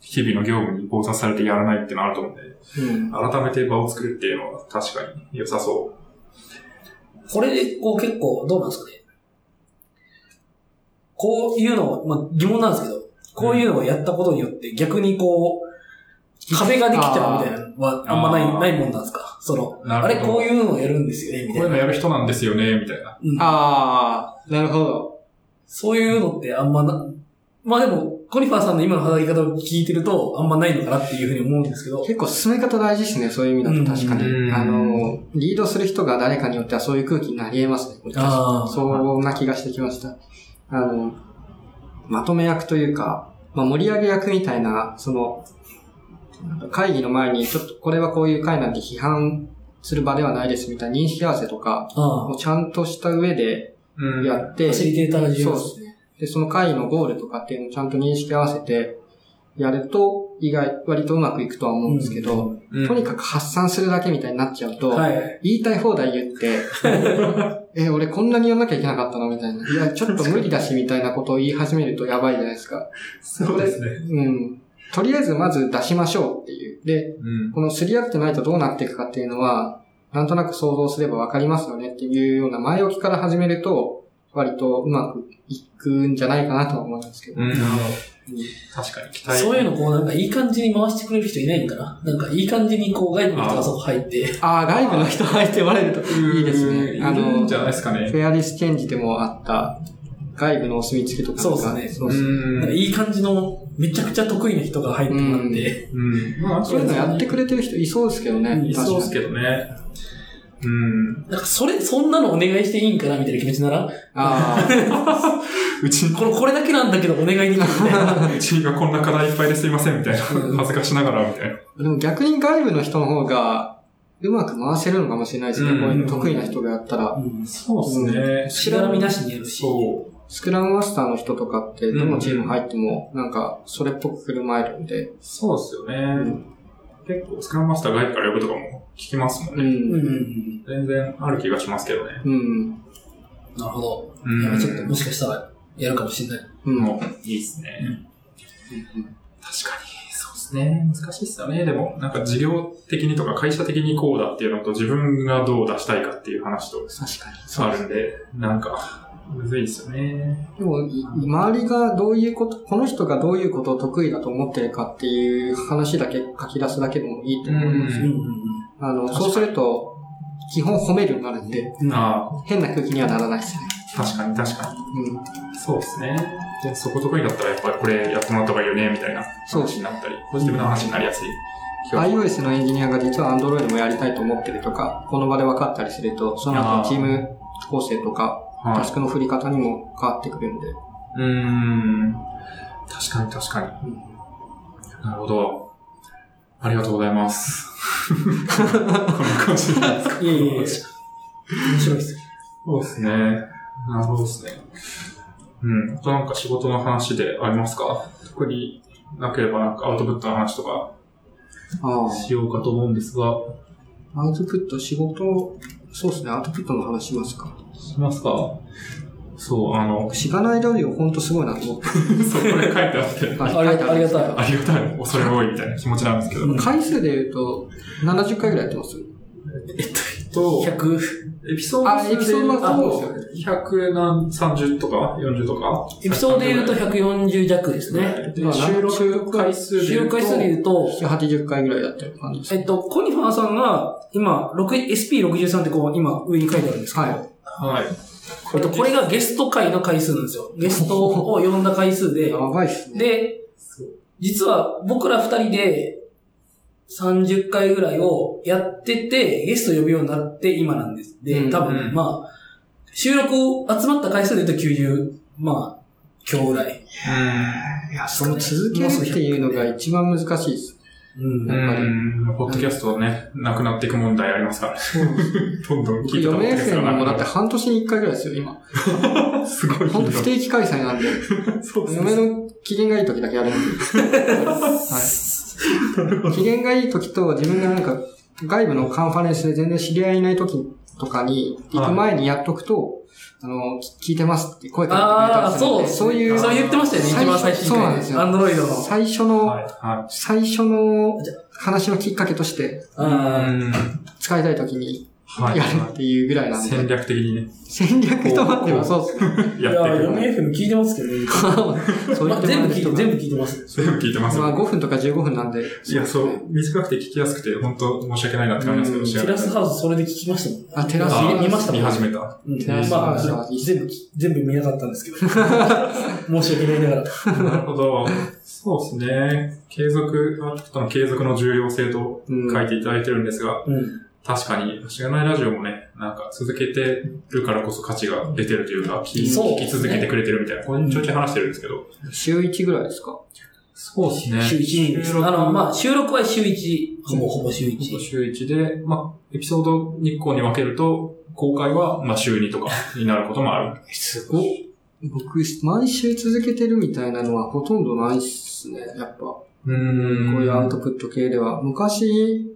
Speaker 3: 日々の業務に考察されてやらないっていうのあると思うんで、
Speaker 1: うん。
Speaker 3: 改めて場を作るっていうのは確かに良さそ
Speaker 2: これで、こう結構、どうなんですかね。こういうのを、まあ疑問なんですけど、こういうのをやったことによって逆にこう、壁ができちゃうみたいなのはあんまな
Speaker 3: あー
Speaker 2: い、ないもんなんですかその、
Speaker 3: う。な
Speaker 2: あれ
Speaker 3: るほど
Speaker 2: こういうのをやるんですよね、み
Speaker 3: こう
Speaker 2: た
Speaker 3: いう
Speaker 2: い
Speaker 3: の
Speaker 2: な。
Speaker 3: やる人なんですよね、みたいな。
Speaker 2: うん
Speaker 1: ああ、なるほど。
Speaker 2: そういうのってあんまな、まあでも、コニファーさんの今の働き方を聞いてると、あんまないのかなっていうふうに思うんですけど、
Speaker 1: 結構進め方大事ですね。そういう意味だと確か
Speaker 3: う
Speaker 1: に。
Speaker 3: ん
Speaker 1: あの、リードする人が誰かによってはそういう空気になり得ますね。
Speaker 2: あー
Speaker 1: そんな気がしてきました。あの、まとめ役というか、まあ、盛り上げ役みたいな、その、なんか会議の前に、ちょっとこれはこういう会なんで批判する場ではないですみたいな認識合わせとか、
Speaker 2: あ
Speaker 1: をちゃんとした上で
Speaker 3: うん。
Speaker 1: やって、
Speaker 2: あ、ファシリテーターが重要です。
Speaker 1: そうですね。で、その会のゴールとかっていうのをちゃんと認識合わせてやると、意外、割とうまくいくとは思うんですけど、
Speaker 3: うん
Speaker 1: とにかく発散するだけみたいになっちゃうと、
Speaker 2: はい。
Speaker 1: 言いたい放題言 (laughs) って、え、俺こんなにやんなきゃいけなかったのみたいな。いや、ちょっと無理だしみたいなことを言い始めるとやばいじゃないですか。
Speaker 3: そうですね。
Speaker 1: うん。とりあえずまず出しましょうっていう。で、
Speaker 3: うん。
Speaker 1: このすり合ってないとどうなっていくかっていうのは、なんとなく想像すればわかりますよねっていうような前置きから始めると、割とうまくいくんじゃないかなとは思うんですけど。
Speaker 3: うん
Speaker 2: なるほど
Speaker 3: 確かに期待。
Speaker 2: そういうのこうなんかいい感じに回してくれる人いないんかななんかいい感じにこう外部の人がそこ入って、
Speaker 1: ああ、外部の人入ってもらえるといいですね。あ
Speaker 3: あの、いい
Speaker 1: の
Speaker 3: んじ、ゃないですかね。
Speaker 1: フェアリスチェンジでもあった、外部のお墨付きとかなんか
Speaker 2: そうですね
Speaker 1: そうですね。
Speaker 2: なんか
Speaker 3: ん。
Speaker 2: いい感じのめちゃくちゃ得意な人が入ってもらって、
Speaker 3: うん。まあ、
Speaker 1: そういうのやってくれてる人いそうですけど
Speaker 2: うん
Speaker 1: ね。
Speaker 3: いそうですけどね。うん。
Speaker 2: なんかそれ、そんなのお願いしていいんかなみたいな気持ちなら、
Speaker 1: ああ、
Speaker 3: うち、
Speaker 2: これ、これだけなんだけどお願いできるみたいな。
Speaker 3: (laughs) うちがこんな課題いっぱいですいません、みたいな。
Speaker 2: うん
Speaker 3: 恥ずかしながら、みたいな。
Speaker 1: でも逆に外部の人の方が、うまく回せるのかもしれないですね。
Speaker 3: うん
Speaker 1: こういうの得意な人がやったら。
Speaker 2: うん。
Speaker 3: そうですね。
Speaker 2: しがらみなしにやるし。
Speaker 3: そう。
Speaker 1: スクラムマスターの人とかって、どのチーム入っても、なんか、それっぽく振る舞えるんで。
Speaker 3: そうですよね。結構、スクラムマスター外部から呼ぶとかも聞きますもん
Speaker 1: う
Speaker 3: ね。
Speaker 2: うんうん
Speaker 1: ん。
Speaker 2: うん。
Speaker 3: 全然ある気がしますけどね。
Speaker 1: うん。
Speaker 2: なるほど。
Speaker 3: うん
Speaker 2: いや、ちょっともしかしたらやるかもしれない。
Speaker 1: うん。
Speaker 3: もう、いいですね。確かに、そうですね。難しいですよね。でも、なんか事業的にとか会社的にこうだっていうのと自分がどう出したいかっていう話と
Speaker 1: 確かに。
Speaker 3: あるんで、なんか、むずいですよね。
Speaker 1: でも、い周りがどういうこと、この人がどういうことを得意だと思ってるかっていう話だけ書き出すだけでもいいと思います。
Speaker 2: うんうん
Speaker 1: あの、
Speaker 3: 確かに
Speaker 1: そうすると、基本褒めるようになるんで、
Speaker 2: うん。あ。
Speaker 3: あ
Speaker 1: 変な空気にはならないですね。
Speaker 3: あ、確かに確か
Speaker 1: うん。
Speaker 3: に。そうですね。で、そこ得意だったらやっぱりこれやってもらった方がいいよね、みたいな
Speaker 1: そう
Speaker 3: 話になったり、ポジティブな話になりやすい気が。
Speaker 1: iOS のエンジニアが実は Android もやりたいと思ってるとか、この場で分かったりすると、その
Speaker 3: あー
Speaker 1: 後チーム構成とか、
Speaker 3: はい
Speaker 1: タスクの振り方にも変わってくるんで。
Speaker 3: うーん。確かに確かに。なるほど。ありがとうございます。こんな感じで
Speaker 2: いやいやいや。面白いです。
Speaker 3: そうですね。なるほどですね。うん。あとなんか仕事の話でありますか特になければなんかアウトプットの話とか
Speaker 1: ああ。
Speaker 3: しようかと思うんですが、
Speaker 1: アウトプット、仕事、そうですね、アウトプットの話しますか。
Speaker 3: しますかそう、あの、
Speaker 1: しがないラジオほんとすごいなと思って。
Speaker 3: そう、これ書いてあって、
Speaker 2: ありがありがたい。
Speaker 3: ありがたい、恐れ多いみたいな気持ちなんですけど。
Speaker 2: うん
Speaker 1: 回数で言うと、70回ぐらいやってます。
Speaker 3: と、
Speaker 2: 100、
Speaker 3: エピソー
Speaker 1: あ
Speaker 3: ド数で
Speaker 1: エピソードはそう
Speaker 3: 130とか40とか。
Speaker 2: エピソードで言うと140弱ですね。
Speaker 3: ね。で
Speaker 1: まあ
Speaker 3: 収録回数で
Speaker 2: 収
Speaker 3: 言う
Speaker 2: 録
Speaker 3: と。
Speaker 2: 回数で言うと、
Speaker 1: 80回ぐらいやってる感じです。
Speaker 2: えっと、コニファーさんが、今、6 SP63 ってこう、今、上に書いてあるんですけど、
Speaker 1: は
Speaker 3: はい。
Speaker 2: えっと、これがゲスト回の回数なんですよ。ゲストを呼んだ回数
Speaker 1: い。
Speaker 2: で
Speaker 1: や、ばいっすね。
Speaker 2: で、実は僕ら二人で30回ぐらいをやってて、ゲスト呼ぶようになって今なんです。で、多
Speaker 3: うんう
Speaker 2: 分、
Speaker 3: ん
Speaker 2: まあ、収録集まった回数で言うと90、まあ、今日ぐらい。
Speaker 1: いや、その続けるっていうのが一番難しいです。
Speaker 2: うん
Speaker 3: う
Speaker 1: やっぱり
Speaker 3: ん。うん。ポッドキャストはね、なくなっていく問題ありますから。
Speaker 1: (laughs)
Speaker 3: どんどん
Speaker 1: 僕、
Speaker 3: 聞いた
Speaker 1: 4
Speaker 3: ポッド
Speaker 1: 年
Speaker 3: キャス
Speaker 1: 生
Speaker 3: ト
Speaker 1: の
Speaker 3: が
Speaker 1: もうだ
Speaker 3: な
Speaker 1: っ
Speaker 3: く
Speaker 1: て
Speaker 3: なっ
Speaker 1: 半年に1回ぐらいですよ、今。
Speaker 3: て。すごい
Speaker 1: ほんと
Speaker 3: 頻
Speaker 1: 不
Speaker 3: 度
Speaker 1: 定期開催なんで、
Speaker 3: そうです
Speaker 1: 嫁
Speaker 3: ね。
Speaker 1: の機嫌がいい時だけやるんで。はい。機嫌がいい時と、自分がなんか、外部のカンファレンスで全然知り合いいない時とかに、行く前にやっとくと、あの、聞いてますって声
Speaker 2: あ
Speaker 1: か
Speaker 2: あ、
Speaker 1: けてく
Speaker 2: そう
Speaker 1: れたりするんで、そういう
Speaker 2: それ言ってましたよね、
Speaker 1: 最
Speaker 2: 一
Speaker 1: 初
Speaker 2: 番最新
Speaker 1: そうなん
Speaker 2: 回
Speaker 1: です
Speaker 2: で。
Speaker 1: よ
Speaker 2: アンドロイドの。
Speaker 1: 最初の、
Speaker 3: は
Speaker 1: 最初の話のきっかけとして
Speaker 3: い。
Speaker 2: あ
Speaker 3: うん。
Speaker 1: 使いたい時に
Speaker 3: は
Speaker 1: やるっ
Speaker 3: い。
Speaker 1: ていうぐらいなん
Speaker 3: 戦
Speaker 1: で。
Speaker 3: 略的にね、
Speaker 1: 戦略となってもそうっすね。
Speaker 2: あ。
Speaker 3: やっていく。
Speaker 2: FM 聞いてますけど
Speaker 1: (laughs)
Speaker 2: ね。
Speaker 1: そう
Speaker 2: ま
Speaker 1: 言
Speaker 2: あ
Speaker 1: って
Speaker 2: 全
Speaker 1: も
Speaker 2: 部
Speaker 1: ら
Speaker 2: 聞いて、全部聞いてます。
Speaker 3: それも聞いてます
Speaker 1: まあ
Speaker 3: よ。
Speaker 1: 5分とか15分なんで。
Speaker 3: いや、そう、短くて聞きやすくて、本当申し訳ないなって感じなんです
Speaker 2: テ
Speaker 3: けど、
Speaker 2: ラスハウスそれで聞きましたもん。
Speaker 1: あ、テラス
Speaker 3: あー
Speaker 2: 見ました
Speaker 3: 見
Speaker 2: もん。
Speaker 3: 始めた。
Speaker 2: うん
Speaker 1: テラスハウス
Speaker 2: まあ全部聞、全部見なかったんですけど。 (laughs) 申し訳ないながら。
Speaker 3: なるほど。そうですね。継続、アウトプットの継続の重要性と
Speaker 1: うん
Speaker 3: 書いていただいてるんですが、
Speaker 2: うん。
Speaker 3: 確かに、しがないラジオもね、なんか続けてるからこそ価値が出てるというか、聞,、
Speaker 2: そう
Speaker 3: 聞き続けてくれてるみたいな、これちょいちょい話してるんですけど。
Speaker 1: 週1ぐらいですか
Speaker 3: そうですね
Speaker 2: 週1です。あの、まあ、
Speaker 3: あ、
Speaker 2: 収録は週1。ほぼほぼ週1。
Speaker 3: 週1で、まあ、エピソード2個に分けると、公開は、まあ、週2とかになることもある。
Speaker 1: すごっ僕、毎週続けてるみたいなのはほとんどないっすね、やっぱ。こう
Speaker 3: うーん。
Speaker 1: いう
Speaker 3: (laughs)
Speaker 1: アウトプット系では。昔、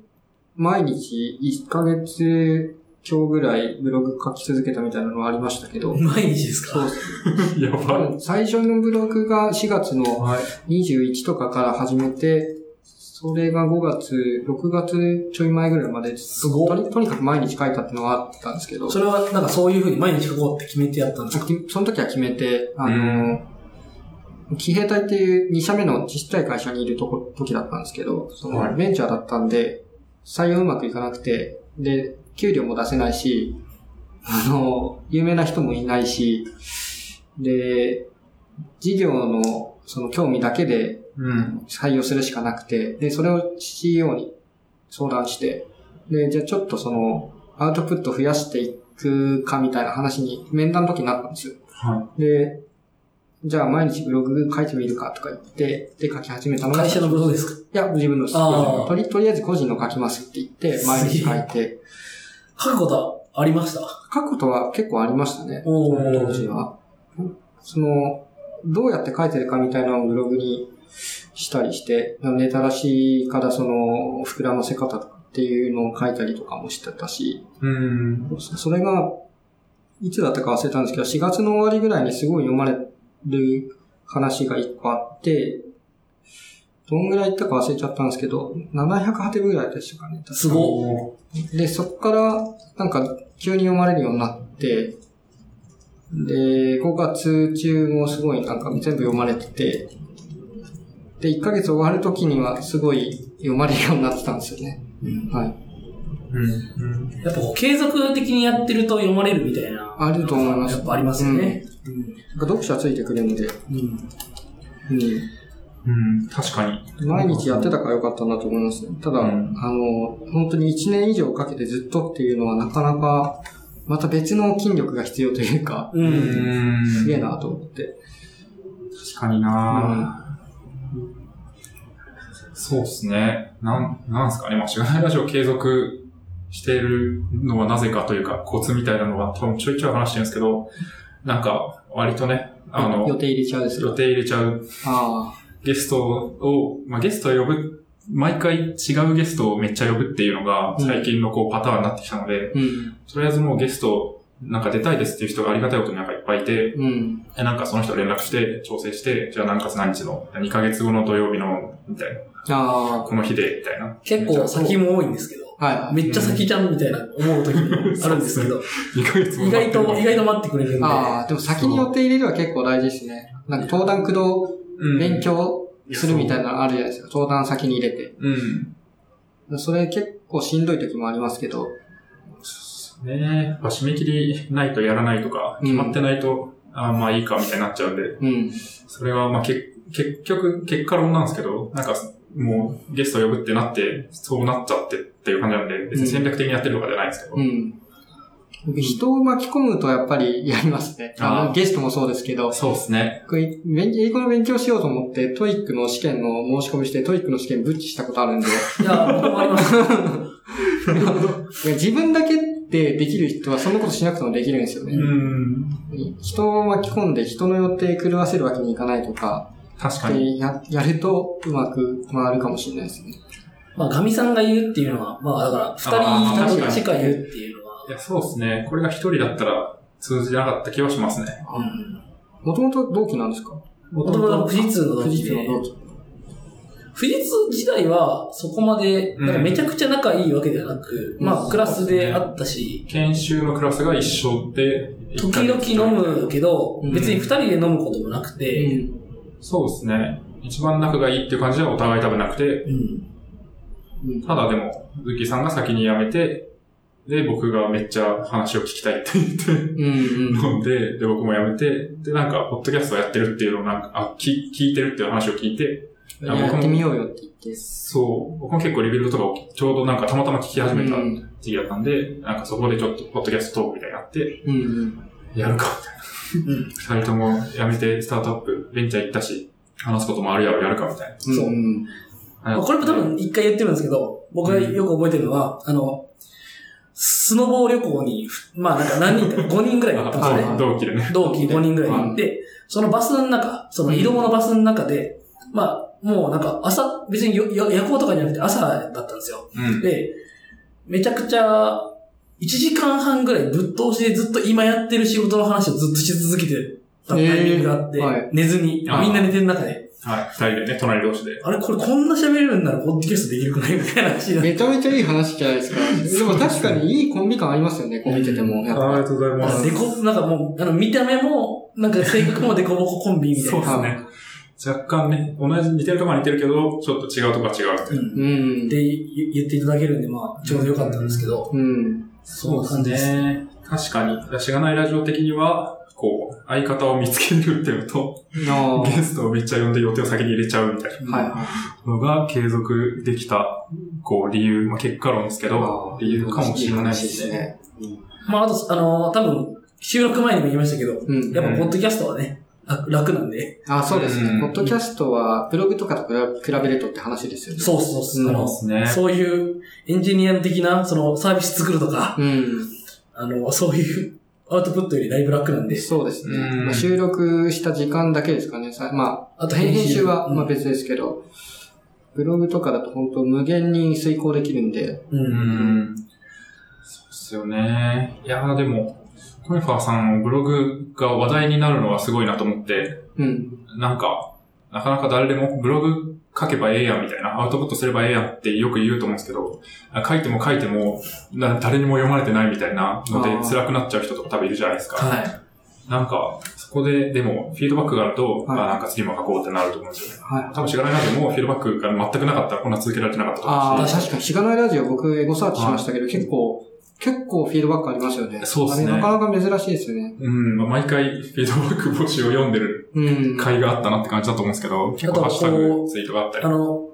Speaker 1: 毎日1ヶ月今日ぐらいブログ書き続けたみたいなのはありましたけど、
Speaker 2: 毎日ですか
Speaker 3: や
Speaker 1: 多
Speaker 3: ばい。
Speaker 1: 分最初のブログが4月の
Speaker 3: はい。
Speaker 1: 21とかから始めて、それが5月、6月ちょい前ぐらいまで、
Speaker 2: すご
Speaker 1: と
Speaker 2: い。
Speaker 1: にとにかく毎日書いたってのはあったんですけど、
Speaker 2: それは、なんかそういうふうに毎日書こうって決めてやったんですか
Speaker 1: その時は決めて、あ
Speaker 3: う
Speaker 1: の、騎兵隊っていう2社目のちっちゃい会社にいるとこ時だったんですけど、そ
Speaker 3: は
Speaker 1: の
Speaker 3: い
Speaker 1: ベンチャーだったんで、採用うまくいかなくて、で、給料も出せないし、あの、有名な人もいないし、で、事業のその興味だけで
Speaker 3: うん。
Speaker 1: 採用するしかなくて、で、それを CEO に相談して、で、じゃあちょっとその、アウトプット増やしていくかみたいな話に面談の時になったんですよ。
Speaker 3: は
Speaker 1: で、じゃあ毎日ブログ書いてみるかとか言って、で書き始めたのが、
Speaker 2: 会
Speaker 1: い
Speaker 2: 社のブログですか
Speaker 1: や、自分の
Speaker 2: あー
Speaker 1: とり、とりあえず個人の書きますって言って、毎日書いて、
Speaker 2: 書くことはありました
Speaker 1: 書くことは結構ありましたね、
Speaker 2: お
Speaker 1: 当時は。その、どうやって書いてるかみたいなのをブログにしたりして、ネタらしいからその、膨らませ方っていうのを書いたりとかもしてたし、
Speaker 3: うん。
Speaker 1: そそれが、いつだったか忘れたんですけど、4月の終わりぐらいにすごい読まれる話が1個あって、どんぐらいいったか忘れちゃったんですけど、700ハテブぐらいでしたかね。
Speaker 2: すごっ。
Speaker 1: で、そこから、なんか、急に読まれるようになって、で、5月中もすごいなんか全部読まれてて、で、1ヶ月終わる時にはすごい読まれるようになってたんですよね。はい。
Speaker 3: うん。
Speaker 2: やっぱこう継続的にやってると読まれるみたいな。
Speaker 1: あると思います
Speaker 2: やっぱありますよね。うん。
Speaker 1: なんか読者ついてくれるんで、
Speaker 2: うん。
Speaker 1: うん。
Speaker 3: うん。確かに。
Speaker 1: 毎日やってたから良かったなと思いますね。ただ、
Speaker 3: うん
Speaker 1: あの、本当に1年以上かけてずっとっていうのはなかなか、また別の筋力が必要というか、
Speaker 2: う。
Speaker 3: うんん。
Speaker 1: すげえなと思って。
Speaker 3: 確かにな、そうですね。なん、なんすかね。まあ、しがないラジオ継続しているのはなぜかというか、コツみたいなのは多分ちょいちょい話してるんですけど、なんか、割とね、あの、
Speaker 1: 予定入れちゃうです
Speaker 3: 予
Speaker 1: よ。
Speaker 3: 定入れちゃう
Speaker 1: あ
Speaker 3: ゲストを、まあ、ゲストを呼ぶ、毎回違うゲストをめっちゃ呼ぶっていうのが、
Speaker 1: うん
Speaker 3: 最近のこうパターンになってきたので、
Speaker 1: あ、うん、
Speaker 3: とりあえずもうゲスト、なんか出たいですっていう人がありがたいことになんかいっぱいいて、
Speaker 1: うん、
Speaker 3: で、なんかその人連絡して、調整して、じゃあ何月何日の、2ヶ月後の土曜日の、みたいな、
Speaker 1: あ
Speaker 3: この日で、みたいな。
Speaker 2: 結構先も多いんですけど、
Speaker 1: あ、はい。
Speaker 2: めっちゃ先じゃんみたいな思う時もあるんですけ
Speaker 3: 2
Speaker 2: ど、
Speaker 3: ヶ月後
Speaker 2: 意外と、意外と待ってくれるんで。
Speaker 1: ああ、でも先に予定入れるは結構大事ですね。なんか登壇駆動、
Speaker 3: うん
Speaker 1: 勉強するみたいなのあるじゃないですか。登壇先に入れて。
Speaker 3: うん。
Speaker 1: それ結構しんどい時もありますけど、
Speaker 3: ねえ、やっぱ締め切りないとやらないとか、
Speaker 1: うん
Speaker 3: 決まってないと、ああまあいいか、みたいになっちゃうんで、
Speaker 1: うん、
Speaker 3: それはまあけ結局、結果論なんですけど、なんか、もう、ゲストを呼ぶってなって、そうなっちゃってっていう感じなんで、別に戦略的にやってるとかじゃないんですけど。
Speaker 1: うん。人を巻き込むとやっぱりやりますね。あ
Speaker 3: あ
Speaker 1: の
Speaker 3: ー
Speaker 1: ゲストもそうですけど、
Speaker 3: そうですね。
Speaker 1: 僕勉英語の勉強しようと思って、トイックの試験の申し込みして、トイックの試験ブッチしたことあるんで、
Speaker 2: いや、僕もあります。
Speaker 1: 自分だけでできる人はそんなことしなくてもできるんですよ
Speaker 3: う
Speaker 1: ね。
Speaker 3: ん。
Speaker 1: 人を巻き込んで人の予定狂わせるわけにいかないとか、
Speaker 3: 確かに。
Speaker 1: でややるとうまく回るかもしれないですね。
Speaker 2: (laughs) まあ、ガミさんが言うっていうのは、まあ、だから、
Speaker 3: あ
Speaker 1: ー
Speaker 2: 二人、二人し
Speaker 3: 確
Speaker 2: か
Speaker 3: かに
Speaker 2: 言うっていうのは、
Speaker 3: いや、そうですね。これが一人だったら通じなかった気はしますね。
Speaker 2: うん。
Speaker 1: もともと同期なんですか
Speaker 3: も
Speaker 2: もともと富士通の
Speaker 1: 富
Speaker 2: 時
Speaker 1: 士
Speaker 2: で
Speaker 1: 通、の同期。
Speaker 2: 富士通時代は、そこまで、なんかめちゃくちゃ仲いいわけではなく、
Speaker 1: うん
Speaker 2: まあ、クラスであったし、
Speaker 3: 研修のクラスが一緒で、
Speaker 2: 時々飲むけど
Speaker 1: うん、
Speaker 2: 別に二人で飲むこともなくて、
Speaker 3: そうですね。一番仲がいいっていう感じではお互い多分なくて、
Speaker 2: うん。
Speaker 1: うんうん
Speaker 3: ただでも、鈴木さんが先に辞めて、で、僕がめっちゃ話を聞きたいって言って、
Speaker 1: うんうん
Speaker 3: 飲んで、で、僕も辞めて、で、なんか、ポッドキャストをやってるっていうのをなんか、あ、き聞いてるっていう話を聞いて、
Speaker 1: いややってみようよって言って。
Speaker 3: そう、僕も結構リビルドとかをちょうどなんかたまたま聞き始めた
Speaker 1: うん
Speaker 3: 時期だったんで、なんかそこでちょっと、ポッドキャストトークみたいになって、
Speaker 1: うんうん。
Speaker 3: やるか
Speaker 2: うん
Speaker 3: 二人とも辞めてスタートアップ、ベンチャー行ったし、話すこともあるやろ、やるかみたい
Speaker 1: そ
Speaker 2: そう
Speaker 1: うん。
Speaker 3: な。
Speaker 2: これも多分一回言ってるんですけど、僕がよく覚えてるのは、あの、スノボー旅行に、まあなんか何人か、5人ぐらい行ったんですよね
Speaker 1: あ。
Speaker 3: あ、同期でね。
Speaker 2: 同期5人ぐらい
Speaker 1: はい
Speaker 2: いて、そのバスの中、その移動のバスの中で、まあ、もうなんか朝、別によよ夜行とかじゃなくて朝だったんですよ。
Speaker 3: うん。
Speaker 2: で、めちゃくちゃ、1時間半ぐらいぶっ通しでずっと今やってる仕事の話をずっとし続けてたタイミングがあって、
Speaker 1: えーはい
Speaker 2: 寝ずに、
Speaker 3: あー
Speaker 2: みんな寝てる中で、
Speaker 3: はい。二人でね、隣同士で。
Speaker 2: あれこれこんな喋れるんならポッドキャストできるくないみたいな話になって
Speaker 1: めちゃめちゃいい話じゃないですか。でも確かにいいコンビ感ありますよね、こう見てても。やっぱ
Speaker 3: がとうござい
Speaker 2: なんかデコ、なんかもう、あの、見た目も、なんか性格もデコボココンビみたい
Speaker 3: そう
Speaker 2: な。
Speaker 3: ですね。若干ね、同じ、似てるとこは似てるけど、ちょっと違うとこは違うっていうう。
Speaker 2: ん。
Speaker 1: う
Speaker 2: で、
Speaker 1: ん。
Speaker 2: 言言っていただけるんで、まあ、ちょうどよかったんですけど。
Speaker 1: うん。
Speaker 2: そうですね
Speaker 3: ね。確かに。しがないラジオ的には、こう、相方を見つけるっていうのと、
Speaker 1: あ
Speaker 3: ゲストをめっちゃ呼んで予定を先に入れちゃうみたい
Speaker 1: あ。はいは
Speaker 3: なのが継続できた、こう、理由、まあ、結果論ですけど、
Speaker 1: い。
Speaker 3: 理由かも
Speaker 1: い
Speaker 3: しれないで
Speaker 1: い話
Speaker 3: す
Speaker 1: です
Speaker 3: ね。
Speaker 1: ね。
Speaker 2: まあ、あと、あの、多分、収録前にも言いましたけど、
Speaker 1: うん。
Speaker 2: やっぱ、ポッドキャストはね、楽楽なんで。
Speaker 1: あ、そうです
Speaker 3: う
Speaker 1: ね。
Speaker 3: ん
Speaker 1: ポッドキャストは、ブログとかと比べるとって話ですよね。
Speaker 2: そうそうそう。あの
Speaker 3: すね
Speaker 2: そういうエンジニア的な、そのサービス作るとか、
Speaker 1: う。うん。
Speaker 2: あの、そういうアウトプットよりだいぶ楽なんで、
Speaker 1: そうですね。
Speaker 3: うん
Speaker 1: まあ、収録した時間だけですかね。さま
Speaker 2: あ
Speaker 1: あ、
Speaker 2: と
Speaker 1: 編
Speaker 2: 編
Speaker 1: 集
Speaker 2: 集
Speaker 1: はまあ
Speaker 2: うん
Speaker 1: 別ですけど、ブログとかだと本当無限に遂行できるんで、
Speaker 2: う。
Speaker 3: うんん。そうっすよね。いやーでも、コニファーさんのブログが話題になるのはすごいなと思って、
Speaker 1: うん。
Speaker 3: なんか、なかなか誰でもブログ書けばええやんみたいな、アウトプットすればええやんってよく言うと思うんですけど、あ書いても書いても、な誰にも読まれてないみたいなの
Speaker 1: あ
Speaker 3: で
Speaker 1: ー
Speaker 3: 辛くなっちゃう人とか多分いるじゃないですか。
Speaker 2: はい。
Speaker 3: なんか、そこで、でも、フィードバックがあると、
Speaker 1: はい
Speaker 3: あ、なんか次も書こうってなると思うんですよね。
Speaker 1: はい。
Speaker 3: 多分知らないなでも、フィードバックが全くなかったらこんな続けられてなかったと
Speaker 1: あ
Speaker 3: 思
Speaker 1: あ、
Speaker 3: うし。
Speaker 1: 確かに、しがないラジオ僕エゴサーチしましたけど、結構、結構フィードバックありますよね。
Speaker 3: そうっすね
Speaker 1: あれなかなか珍しいですよね。
Speaker 3: うん、まあ毎回フィードバック募集を読んでる
Speaker 1: うん。
Speaker 3: 回があったなって感じだと思うんですけど、結
Speaker 2: あと
Speaker 3: 構ハ
Speaker 2: は
Speaker 3: ッシュタ
Speaker 2: こ
Speaker 3: グ
Speaker 2: う
Speaker 3: ツイートがあったり
Speaker 2: あ。の、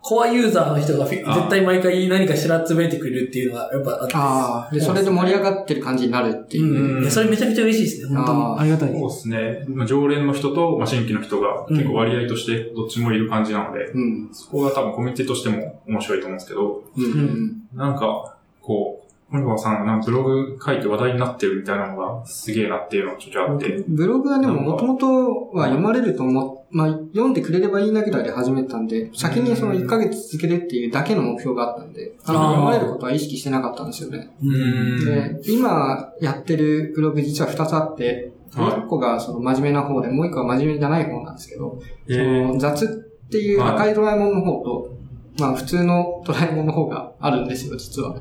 Speaker 2: コアユーザーの人がフィ
Speaker 3: あー
Speaker 2: 絶対毎回何かしら集めてくれるっていうのはやっぱあって。
Speaker 1: ああ、で、それで盛り上がってる感じになるっていうう。
Speaker 2: ん。いやそれめちゃくちゃ嬉しいですね、本当
Speaker 1: あ
Speaker 2: に。
Speaker 1: ー
Speaker 2: ありがたい。
Speaker 3: そうですね。まあ常連の人と、まあ、新規の人が結構割合としてどっちもいる感じなので、
Speaker 1: うん。
Speaker 3: そこが多分コミュニティとしても面白いと思うんですけど、
Speaker 1: うん。うん。
Speaker 3: なんか、こう、森川さんがなんかブログ書いて話題になってるみたいなのがすげえなっていうのがちょっとあって、
Speaker 1: ブログはでも、もともとは読まれると思っ、まあ、読んでくれればいいなぐらいで始めたんで、先にその1ヶ月続けるっていうだけの目標があったんで、あの、
Speaker 2: あー
Speaker 1: 読まれることは意識してなかったんですよね。
Speaker 2: う。
Speaker 3: うんん
Speaker 1: で、今やってるブログ実は2つあって、
Speaker 3: はい
Speaker 1: 1個がその真面目な方で、もう1個は真面目じゃない方なんですけど、
Speaker 3: え
Speaker 1: そ
Speaker 3: ー
Speaker 1: の雑っていう赤いドラえもんの方と、まあ普通のドラえもんの方があるんですよ、実は。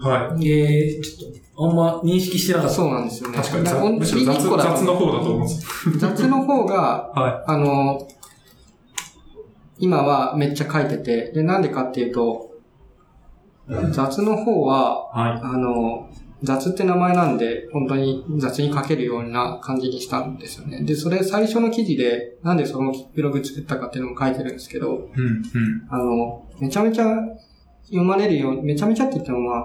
Speaker 3: は
Speaker 2: えー、ちょっと、あんま認識してなかった。
Speaker 1: そうなんですよ
Speaker 3: い。
Speaker 1: ね。
Speaker 3: 確かに
Speaker 1: だら
Speaker 3: 雑、むしろ雑
Speaker 1: 一個だと
Speaker 3: 雑の方だと思うんですよ。
Speaker 1: 雑の方が、
Speaker 3: は
Speaker 1: あの、今はめっちゃ書いてて、で、なんでかっていうと、雑の方は、
Speaker 3: は
Speaker 1: あの、雑って名前なんで、本当に雑に書けるような感じにしたんですよね。で、それ最初の記事で、なんでそのブログ作ったかっていうのも書いてるんですけど、
Speaker 3: い。うん、うん。
Speaker 1: あの、めちゃめちゃ読まれるよう、めちゃめちゃって言ってもまあ、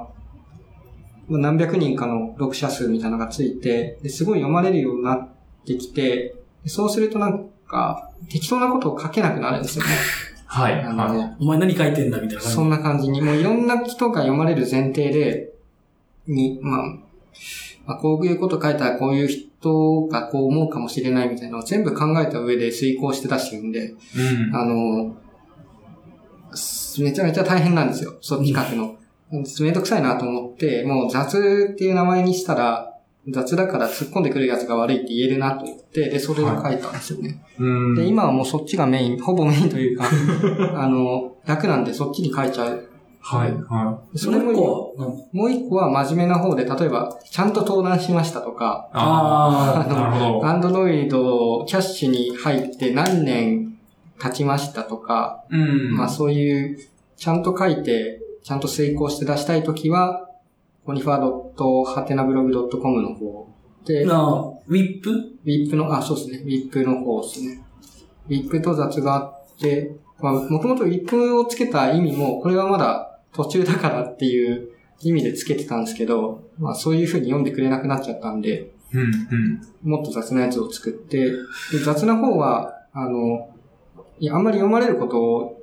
Speaker 1: まあ何百人かの読者数みたいなのがついて、ですごい読まれるようになってきて、でそうするとなんか、適当なことを書けなくなるんですよね。
Speaker 3: はい。
Speaker 1: あ
Speaker 3: は
Speaker 1: の、
Speaker 2: お前何書いてんだみたいな感じ。
Speaker 1: そんな感じに、もういろんな人が読まれる前提で、に、まあ、まあ、こういうこと書いたらこういう人がこう思うかもしれないみたいなのを全部考えた上で遂行して出してるんで、
Speaker 3: い。うん。
Speaker 1: あの、すめちゃめちゃ大変なんですよ。そっち書くの。めんどくさいなと思って、もう雑っていう名前にしたら、雑だから突っ込んでくるやつが悪いって言えるなと思って、で、それを書いたんですよね。
Speaker 3: うん。
Speaker 1: で、今はもうそっちがメイン、ほぼメインという
Speaker 3: (laughs)
Speaker 1: か、あの、楽なんでそっちに書いちゃう。
Speaker 3: はい、はい。
Speaker 1: でそ
Speaker 2: そ
Speaker 1: れ
Speaker 2: れ
Speaker 1: も
Speaker 2: も
Speaker 1: いい
Speaker 2: こう、
Speaker 1: もう一個は真面目な方で、例えば、ちゃんと登壇しましたとか、
Speaker 3: ああ、
Speaker 2: あ
Speaker 3: なるほど。
Speaker 1: アンドロイドキャッシュに入って何年経ちましたとか、
Speaker 3: うん。
Speaker 1: まあそういう、ちゃんと書いて、ちゃんと遂行して出したいときは、コニファーハテナブログ .com の方。で
Speaker 2: ー、なあ、ウィップ
Speaker 1: ウィップの、あ、そうですね。ウィップの方ですね。ウィップと雑があって、まあ、もともとウィップをつけた意味も、これはまだ途中だからっていう意味でつけてたんですけど、まあそういう風に読んでくれなくなっちゃったんで、
Speaker 3: うん、うん。
Speaker 1: もっと雑なやつを作って、で雑な方は、あの、いやあんまり読まれることを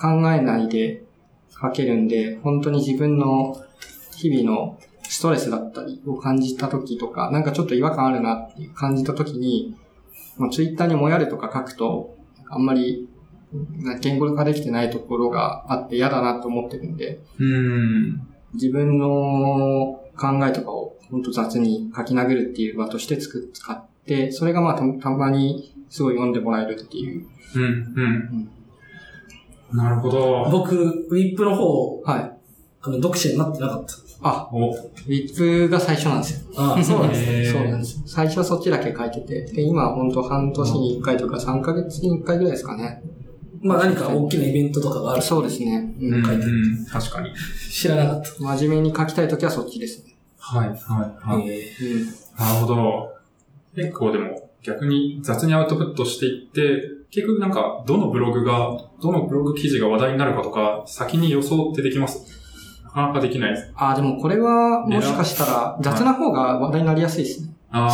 Speaker 1: 考えないで書けるんで、本当に自分の日々のストレスだったりを感じた時とか、なんかちょっと違和感あるなっていう感じた時に、まあ、ツイッターにもやるとか書くと、あんまりな言語化できてないところがあって嫌だなと思ってるんで、
Speaker 3: うん。
Speaker 1: 自分の考えとかを本当雑に書き殴るっていう場として作っ使って、それがまあたたまにすごい読んでもらえるっていう。
Speaker 3: うん、うん。なるほど。
Speaker 2: 僕、ウィップの方、
Speaker 1: はい。
Speaker 2: あの、読者になってなかった。
Speaker 1: あ、
Speaker 3: お、
Speaker 1: ウィップが最初なんですよ。
Speaker 2: ああ、そうなんですね。
Speaker 3: へー
Speaker 1: そうなんです。最初はそっちだけ書いてて、で今は本当半年に1回とか3ヶ月に1回ぐらいですかね。
Speaker 2: まあ何か大きなイベントとかがある。
Speaker 1: そうですね。
Speaker 3: う、
Speaker 1: うんん、
Speaker 3: う
Speaker 2: 書いてる
Speaker 3: ん、確かに。
Speaker 2: 知らなかっ
Speaker 1: 真面目に書きたいときはそっちですね。
Speaker 3: はい、はい、
Speaker 2: た。
Speaker 3: はい。
Speaker 2: え
Speaker 3: なるほど。結構でも、逆に雑にアウトプットしていって、結局なんか、どのブログが、どのブログ記事が話題になるかとか、先に予想ってできます。なかなかできないです。
Speaker 1: あ、でもこれはもしかしたら雑な方が話題になりやすいですね。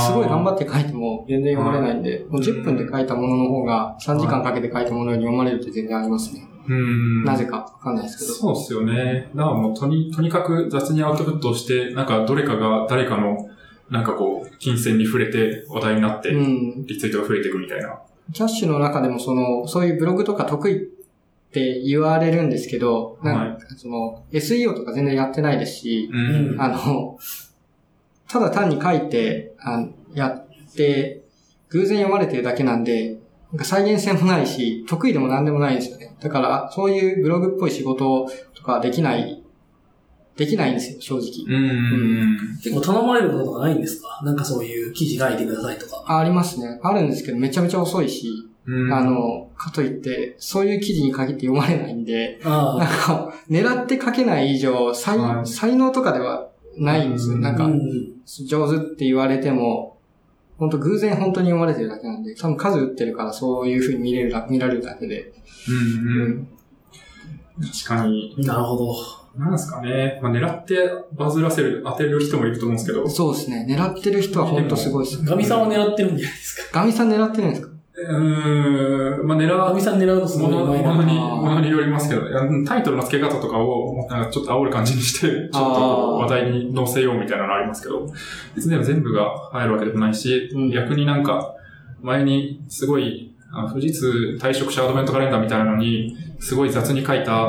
Speaker 1: すごい頑
Speaker 3: っ
Speaker 1: 張って書いても全然読まれないんで、もう10分で書いたものの方が3時間かけて書いたものより読まれるって全然ありますね。
Speaker 3: て。うん。
Speaker 1: なぜかわかんないですけど。
Speaker 3: そうっすよね。だからもうとに、とにかく雑にアウトプットをして、なんかどれかが誰かの、なんかこう、金銭に触れて話題になって、
Speaker 1: うん。
Speaker 3: リツイートが増えていくみたいな。
Speaker 1: キャッシュの中でもその、そういうブログとか得意って言われるんですけど、なんかその、SEO とか全然やってないですし、
Speaker 3: うん。
Speaker 1: あの、ただ単に書いて、あやって、偶然読まれてるだけなんで、なんか再現性もないし、得意でも何でもないんですよね。だから、そういうブログっぽい仕事とかできない、できないんですよ、正直。
Speaker 3: うん。
Speaker 2: 結構頼まれることとかないんですかなんかそういう記事書いてくださいとか。
Speaker 1: あありますね。あるんですけど、めちゃめちゃ遅いし、
Speaker 3: うん。
Speaker 1: あ、の、かといって、そういう記事に限って読まれないんで、
Speaker 2: あ
Speaker 1: なん
Speaker 2: あ。
Speaker 1: か、狙って書けない以上、才
Speaker 3: はい
Speaker 1: 才能とかではないんですよ。
Speaker 3: うん
Speaker 1: なんか
Speaker 2: う、ん。
Speaker 1: 上手って言われても、本当偶然本当に読まれてるだけなんで、多分数打ってるからそういう風に見れるだ、見られるだけで。
Speaker 3: うん
Speaker 1: う
Speaker 3: うん。確かに。
Speaker 2: なるほど。
Speaker 3: なんですかね。まあ、狙ってバズらせる、当てる人もいると思うんですけど。
Speaker 1: そうですね。狙ってる人は本当すごいですね。
Speaker 2: ガミさんを狙ってるんじゃないですか。
Speaker 1: ガミさん狙ってるんですか
Speaker 3: うーん。まあ、狙
Speaker 2: ガ
Speaker 3: う
Speaker 2: ミさん狙うとす
Speaker 3: も
Speaker 2: ごい
Speaker 3: の
Speaker 2: 上手い
Speaker 3: もの
Speaker 2: な。
Speaker 3: に、ものによりますけど、いやタイトルの付け方とかを、なんかちょっと煽る感じにして、ちょっとこう
Speaker 1: あ
Speaker 3: 話
Speaker 1: ー
Speaker 3: 題に載せようみたいなのありますけど、別に全部が入るわけでもないし、
Speaker 1: うん
Speaker 3: 逆になんか、前にすごい、あ富士通退職者アドベントカレンダーみたいなのに、すごい雑に書いた、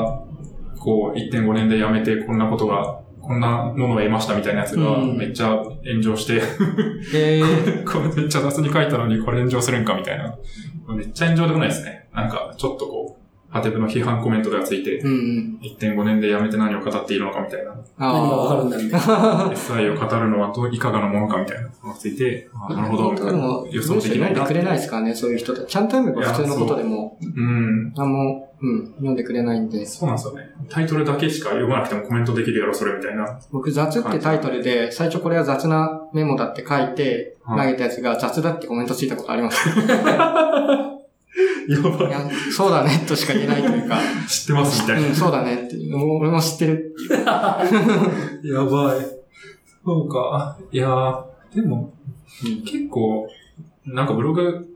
Speaker 3: こう、1.5年で辞めてこんなことが、こんなものを得ましたみたいなやつが、
Speaker 1: うん
Speaker 3: めっちゃ炎上して、
Speaker 1: えー、
Speaker 3: これめっちゃ雑に書いたのにこれ炎上するんかみたいな。めっちゃ炎上でもないですね。なんか、ちょっとこう、ハテブの批判コメントがついて、
Speaker 1: うんうん。
Speaker 3: 1.5年で辞めて何を語っているのかみたいな。
Speaker 2: 何がわか
Speaker 1: あ
Speaker 2: るんだみたいな。
Speaker 1: (laughs)
Speaker 3: SI を語るのはどういかがなものかみたいなのがついて、あ
Speaker 1: あ。
Speaker 3: なるほど、みた
Speaker 1: で
Speaker 3: いな
Speaker 1: も、。
Speaker 3: 予
Speaker 1: 文章
Speaker 3: 想でき
Speaker 1: 読
Speaker 3: ない
Speaker 1: んで
Speaker 3: な
Speaker 1: く。れないですからね、そういう人って。ちゃんと読めば普通のことでも、
Speaker 3: うん。
Speaker 1: 何も、うん、読んでくれないんで。
Speaker 3: そうなんですよね。タイトルだけしか読まなくてもコメントできるやろ、それみたいな。
Speaker 1: 僕、雑ってタイトルで、最初これは雑なメモだって書いて、投
Speaker 3: はい
Speaker 1: げたやつが雑だってコメントついたことあります。
Speaker 3: (laughs) やば
Speaker 1: いや、そうだね、としか言えないというか。
Speaker 3: (laughs) い。知ってますみたいな。
Speaker 1: うん、そうだねって。もう俺も知ってる。
Speaker 3: やばい。そうか。いやー、でも、
Speaker 1: うん
Speaker 3: 結構、なんかブログ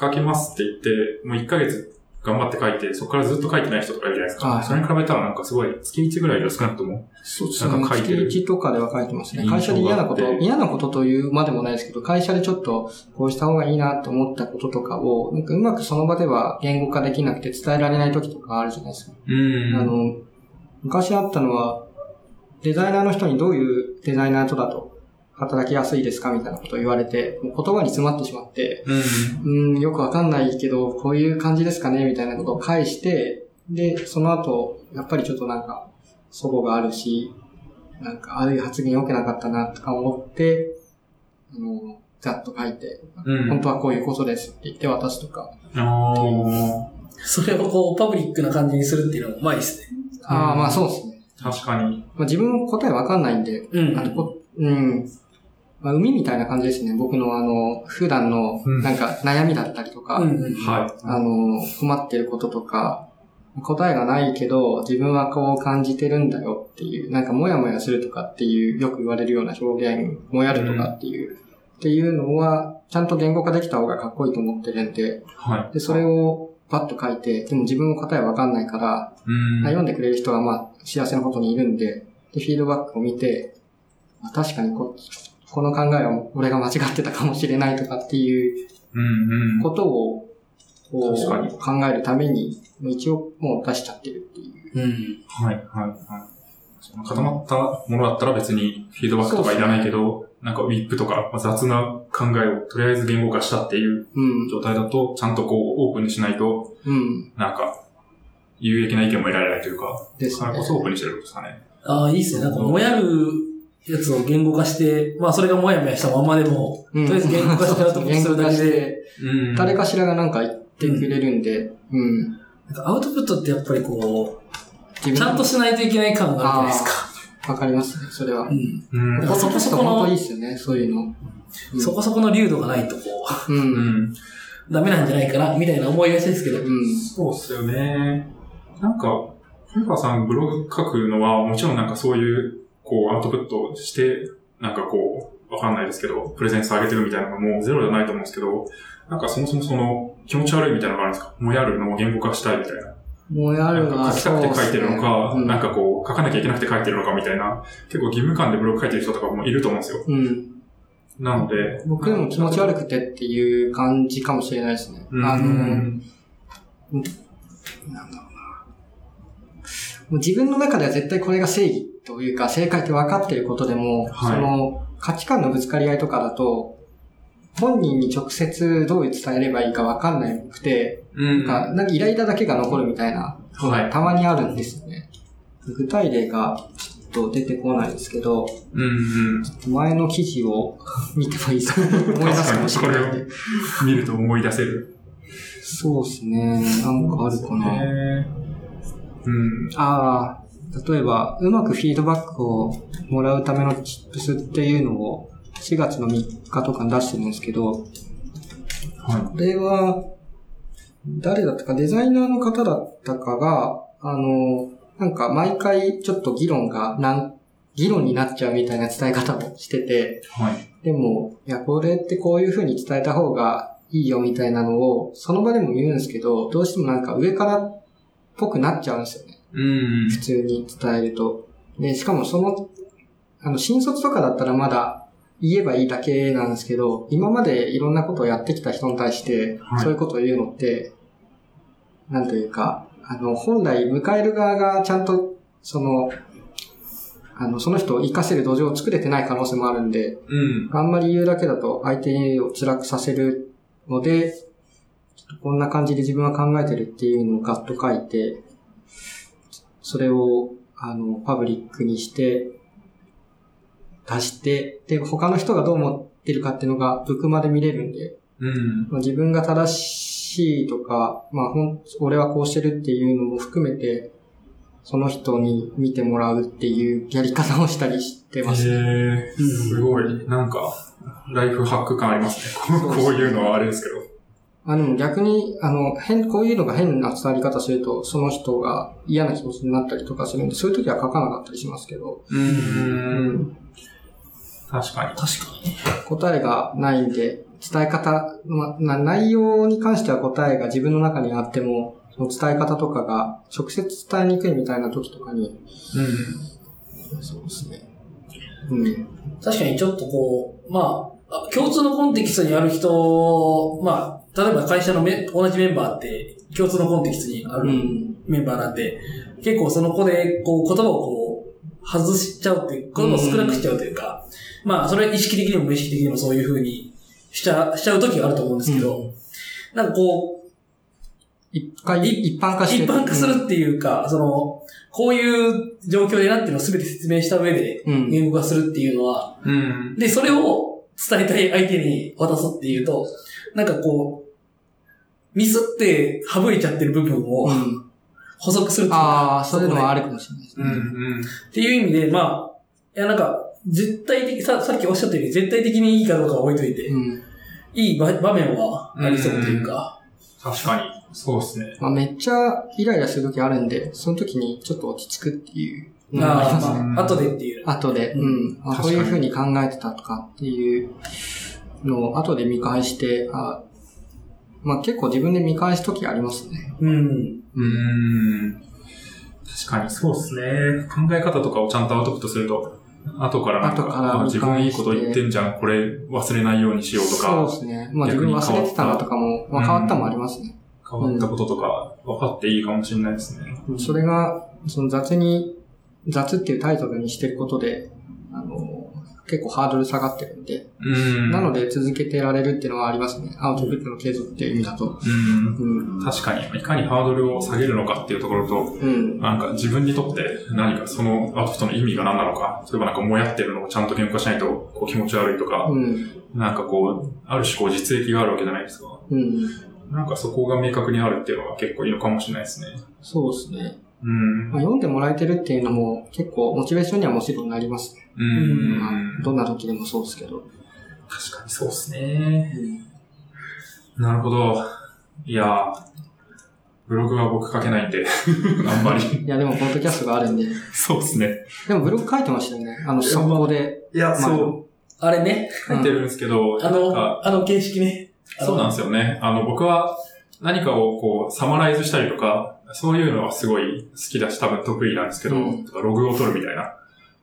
Speaker 3: 書きますって言って、もう1ヶ月頑張って書いて、そこからずっと書いてない人とかいるじゃないですか。
Speaker 1: はい
Speaker 3: それに比べたらなんかすごい、月1ぐらいが少なくとも。
Speaker 1: そう
Speaker 3: すねなんか書いてる
Speaker 1: 月1とかでは書いてますね。
Speaker 3: 印象があ
Speaker 1: 会
Speaker 3: って
Speaker 1: 社で嫌なこと、嫌なことというまでもないですけど、会社でちょっとこうした方がいいなと思ったこととかを、なんかうまくその場では言語化できなくて伝えられない時とかあるじゃないですか。
Speaker 3: うん
Speaker 1: あの、昔あったのは、デザイナーの人にどういうデザイナーとだと働きやすいですかみたいなことを言われて、もう言葉に詰まってしまって、
Speaker 3: うん。
Speaker 1: うん、よくわかんないけど、こういう感じですかねみたいなことを返して、で、その後、やっぱりちょっとなんか、祖母があるし、なんか、ああいう発言良くなかったな、とか思って、あの、ざっと書いて、
Speaker 3: うん。
Speaker 1: 本当はこういうことですって言って渡すとか。
Speaker 3: あ
Speaker 2: それをこう、パブリックな感じにするっていうのもうまいですね。
Speaker 1: ああ、まあそうですね。
Speaker 3: ー確かに。
Speaker 1: まあ自分も答えわかんないんで、
Speaker 2: う
Speaker 1: あとこ、うん。まあ、海みたいな感じですね。僕のあの、普段の、なんか、悩みだったりとか、
Speaker 2: うん。
Speaker 1: あ
Speaker 3: は
Speaker 1: の、困ってることとか、答えがないけど、自分はこう感じてるんだよっていう、なんかもやもやするとかっていう、よく言われるような表現、もやるとかっていう、っていうのは、ちゃんと言語化できた方がかっこいいと思ってるんで
Speaker 3: い。、はい。
Speaker 1: で、それをパッと書いて、でも自分の答えわかんないから、
Speaker 3: うん。
Speaker 1: 読んでくれる人はまあ幸せなことにいるんで、で、フィードバックを見て、あ確かにこ、この考えは俺が間違ってたかもしれないとかっていう
Speaker 3: うんうん。
Speaker 1: ことを、こう、
Speaker 3: 確
Speaker 1: 考えるために、もう一応もう出しちゃってるっていう。
Speaker 2: うん。
Speaker 3: はい、はい、はい。その固まったものだったら別にフィードバックとかいらないけど、なんかウィップとかまあ雑な考えをとりあえず言語化したっていう
Speaker 1: うん。
Speaker 3: 状態だと、ちゃんとこうオープンにしないと、
Speaker 1: うん。
Speaker 3: なんか、有益な意見も得られないというか、
Speaker 1: です
Speaker 3: そ
Speaker 1: ね
Speaker 3: れ。こそオープンにしてるんですかね。
Speaker 2: ああ、いいっすね。なんか、もやるやつを言語化して、まあ、それがもやもやしたままでも、
Speaker 1: うん
Speaker 2: とりあえず言語化してアウトプットするだ
Speaker 1: 言語
Speaker 2: け
Speaker 1: 化し
Speaker 2: で、
Speaker 1: て
Speaker 3: うん
Speaker 1: 誰かしらがなんか言ってくれるんで、うん。
Speaker 2: なんかアウトプットってやっぱりこ
Speaker 1: 自
Speaker 2: う、
Speaker 1: 分
Speaker 2: ちゃんとしないといけない感があるじゃないですか。
Speaker 1: わかりますね、それは
Speaker 2: う。ん。
Speaker 3: うん。
Speaker 2: ん
Speaker 1: そこそこ本当いいっすよね、そういうの。うん
Speaker 2: そこそこの流度がないとこ
Speaker 1: う。
Speaker 3: うんん。
Speaker 2: う、ダメなんじゃないかな、みたいな思いがちですけど。
Speaker 1: うん。
Speaker 3: そうっすよね。なんか、フーパーさんブログ書くのは、もちろんなんかそういう、こう、アウトプットして、なんかこう、わかんないですけど、プレゼンス上げてるみたいなのがもうゼロじゃないと思うんですけど、なんかそもそもその気持ち悪いみたいなのがあるんですかもやるのを言語化したいみたいな。
Speaker 1: もうやる
Speaker 3: なん
Speaker 1: な、
Speaker 3: か書きたくて書いてるのか、
Speaker 1: そうっすね
Speaker 3: なんかこう、書かなきゃいけなくて書いてるのかみたいな、結構義務感でブログ書いてる人とかもいると思うんですよ。
Speaker 1: うん。うん。
Speaker 3: なので、
Speaker 1: 僕でも気持ち悪くてっていう感じかもしれないですね。
Speaker 3: うん
Speaker 1: あの、
Speaker 3: うん
Speaker 1: なんだろうな。もう自分の中では絶対これが正義というか、正解って分かっていることでも、
Speaker 3: はい
Speaker 1: その価値観のぶつかり合いとかだと、本人に直接どう伝えればいいか分かんなくて、
Speaker 3: う
Speaker 1: な
Speaker 3: ん
Speaker 1: んか、なんかイライラだけが残るみたいな、
Speaker 3: はい
Speaker 1: たまにあるんですよね。具体例がちょっと出てこないんですけど、
Speaker 3: うんうん。
Speaker 1: 前の記事を (laughs) 見てもいいですか思い出すかもしれないん
Speaker 3: 確かに
Speaker 1: で。
Speaker 3: 見ると思い出せる。
Speaker 1: そうですね。なんかあるかな。
Speaker 3: ねうん。
Speaker 1: ああ、例えば、うまくフィードバックをもらうためのチップスっていうのを4月の3日とかに出してるんですけど、
Speaker 3: は
Speaker 1: これは、誰だったか、デザイナーの方だったかが、あの、なんか毎回ちょっと議論が、なん議論になっちゃうみたいな伝え方をしてて、
Speaker 3: い。はい。
Speaker 1: でも、いや、これってこういう風に伝えた方がいいよみたいなのを、その場でも言うんですけど、どうしてもなんか上からっぽくなっちゃうんですよね。
Speaker 3: うん
Speaker 1: 普通に伝えると。で、しかもその、あの、新卒とかだったらまだ言えばいいだけなんですけど、今までいろんなことをやってきた人に対して
Speaker 3: は、い
Speaker 1: そういうことを言うのって、なんというか、あの、本来迎える側がちゃんと、その、あの、その人を活かせる土壌を作れてない可能性もあるんで、
Speaker 3: うん。
Speaker 1: あんまり言うだけだと相手を辛くさせるので、ちょっとこんな感じで自分は考えてるっていうのをガッと書いて、それを、あの、パブリックにして、出して、で、他の人がどう思ってるかっていうのが、ブックまで見れるんで、
Speaker 3: うん。
Speaker 1: まあ自分が正しいとか、まあ、ほん、俺はこうしてるっていうのも含めて、その人に見てもらうっていうやり方をしたりしてます。
Speaker 3: えー、すごい。なんか、ライフハック感ありますね。こうこういうのはあれですけど。
Speaker 1: あ、でも逆に、あの、変、こういうのが変な伝わり方すると、その人が嫌な気持ちになったりとかするんで、そういう時は書かなかったりしますけど、
Speaker 3: う。
Speaker 1: うんん、
Speaker 3: 確かに。
Speaker 2: 確かに。
Speaker 1: 答えがないんで、伝え方、ま、な内容に関しては答えが自分の中にあっても、その伝え方とかが直接伝えにくいみたいな時とかに、そうですね。うん。
Speaker 2: 確かにちょっとこう、まあ、あ共通のコンテキストにある人、まあ、例えば会社のめ同じメンバーって、共通のコンテキストにあ
Speaker 1: う
Speaker 2: る
Speaker 1: ん。
Speaker 2: メンバーなんで、結構その子で、こう、言葉をこう、外しちゃうっていう、言葉を少なくしちゃうというか、まあ、それは意識的にも無意識的にもそういう風にしちゃ、しちゃう時があると思うんですけど、なんかこう、
Speaker 1: 一回、一般化して
Speaker 2: 一般化するっていうか、その、こういう状況でなっていうのを全て説明した上で
Speaker 1: うん。うん。
Speaker 2: 言語化するっていうのは、
Speaker 3: うん。
Speaker 2: で、それを伝えたい相手に渡すっていうと、なんかこう、ミスって省いちゃってる部分を
Speaker 1: うん、
Speaker 2: 補足するっていうか
Speaker 1: ああ、そういうのはあるかもしれないです
Speaker 3: う
Speaker 1: ね。
Speaker 3: ん。うん。
Speaker 2: っていう意味で、まあ、いやなんか、絶対的、さ、さっきおっしゃったように絶対的にいいかどうかは置いといて、
Speaker 1: うん。
Speaker 2: いい場場面はありそうというか、
Speaker 3: 確かに。そうですね。
Speaker 1: まあ、めっちゃイライラするときあるんで、その時にちょっと落ち着くっていうのがあり
Speaker 2: あ
Speaker 1: ま
Speaker 2: あ
Speaker 1: す
Speaker 2: ま
Speaker 1: ね。
Speaker 2: あ、後でっていう。
Speaker 1: 後で、うん。あこう
Speaker 3: 確かに
Speaker 1: いう風に考えてたとかっていうのを後で見返して、あまあ結構自分で見返すときありますね。
Speaker 2: うん。
Speaker 3: うん。確かにそうですね。考え方とかをちゃんとアウトプットすると、後からなんか、
Speaker 1: 後から
Speaker 3: あ
Speaker 1: 見返して
Speaker 3: 自分いいこと言ってんじゃん、これ忘れないようにしようと
Speaker 1: そう
Speaker 3: か
Speaker 1: で、すね。まあ自分忘れてたなとかも、まあ変わったもありますね。
Speaker 3: 変わったこととか分かっていいかもしれないですね。
Speaker 1: それが、その雑に、雑っていうタイトルにしてることで、あの、結構ハードル下がってるんで、
Speaker 3: うん。
Speaker 1: なので続けてられるっていうのはありますね。アウトプットの継続っていう意味だと。
Speaker 3: うん。
Speaker 1: うん。
Speaker 3: 確かに、いかにハードルを下げるのかっていうところと、
Speaker 1: うん。
Speaker 3: なんか自分にとって何かそのアウトプットの意味が何なのか、例えばなんかもやってるのをちゃんと言語化しないとこう気持ち悪いとか、
Speaker 1: うん。
Speaker 3: なんかこう、ある種こう実益があるわけじゃないですか。
Speaker 1: うん。
Speaker 3: なんかそこが明確にあるっていうのは結構いいのかもしれないですね。
Speaker 1: そうですね。
Speaker 3: うん。
Speaker 1: まあ、読んでもらえてるっていうのも結構モチベーションにはもちろんなりますね。
Speaker 3: う
Speaker 1: まあ
Speaker 3: ん。
Speaker 1: どんな時でもそうですけど。
Speaker 3: 確かにそうですね。なるほど。いやー、ブログは僕書けないんで、 (laughs) あんまり。
Speaker 1: いや、でも、ポッドキャストがあるんで。
Speaker 3: そうですね。
Speaker 1: でも、ブログ書いてましたよね。あの、
Speaker 3: いや
Speaker 1: 速攻で。
Speaker 3: いや、
Speaker 1: あ
Speaker 3: そう。
Speaker 2: あれね。
Speaker 3: 書いてるんですけど、
Speaker 2: あ
Speaker 3: なんか、
Speaker 2: の、あの形式ね。
Speaker 3: そうなんですよね。あの、僕は何かをこう、サマライズしたりとか、そういうのはすごい好きだし、多分得意なんですけど、
Speaker 1: うん
Speaker 3: とかログを取るみたいな。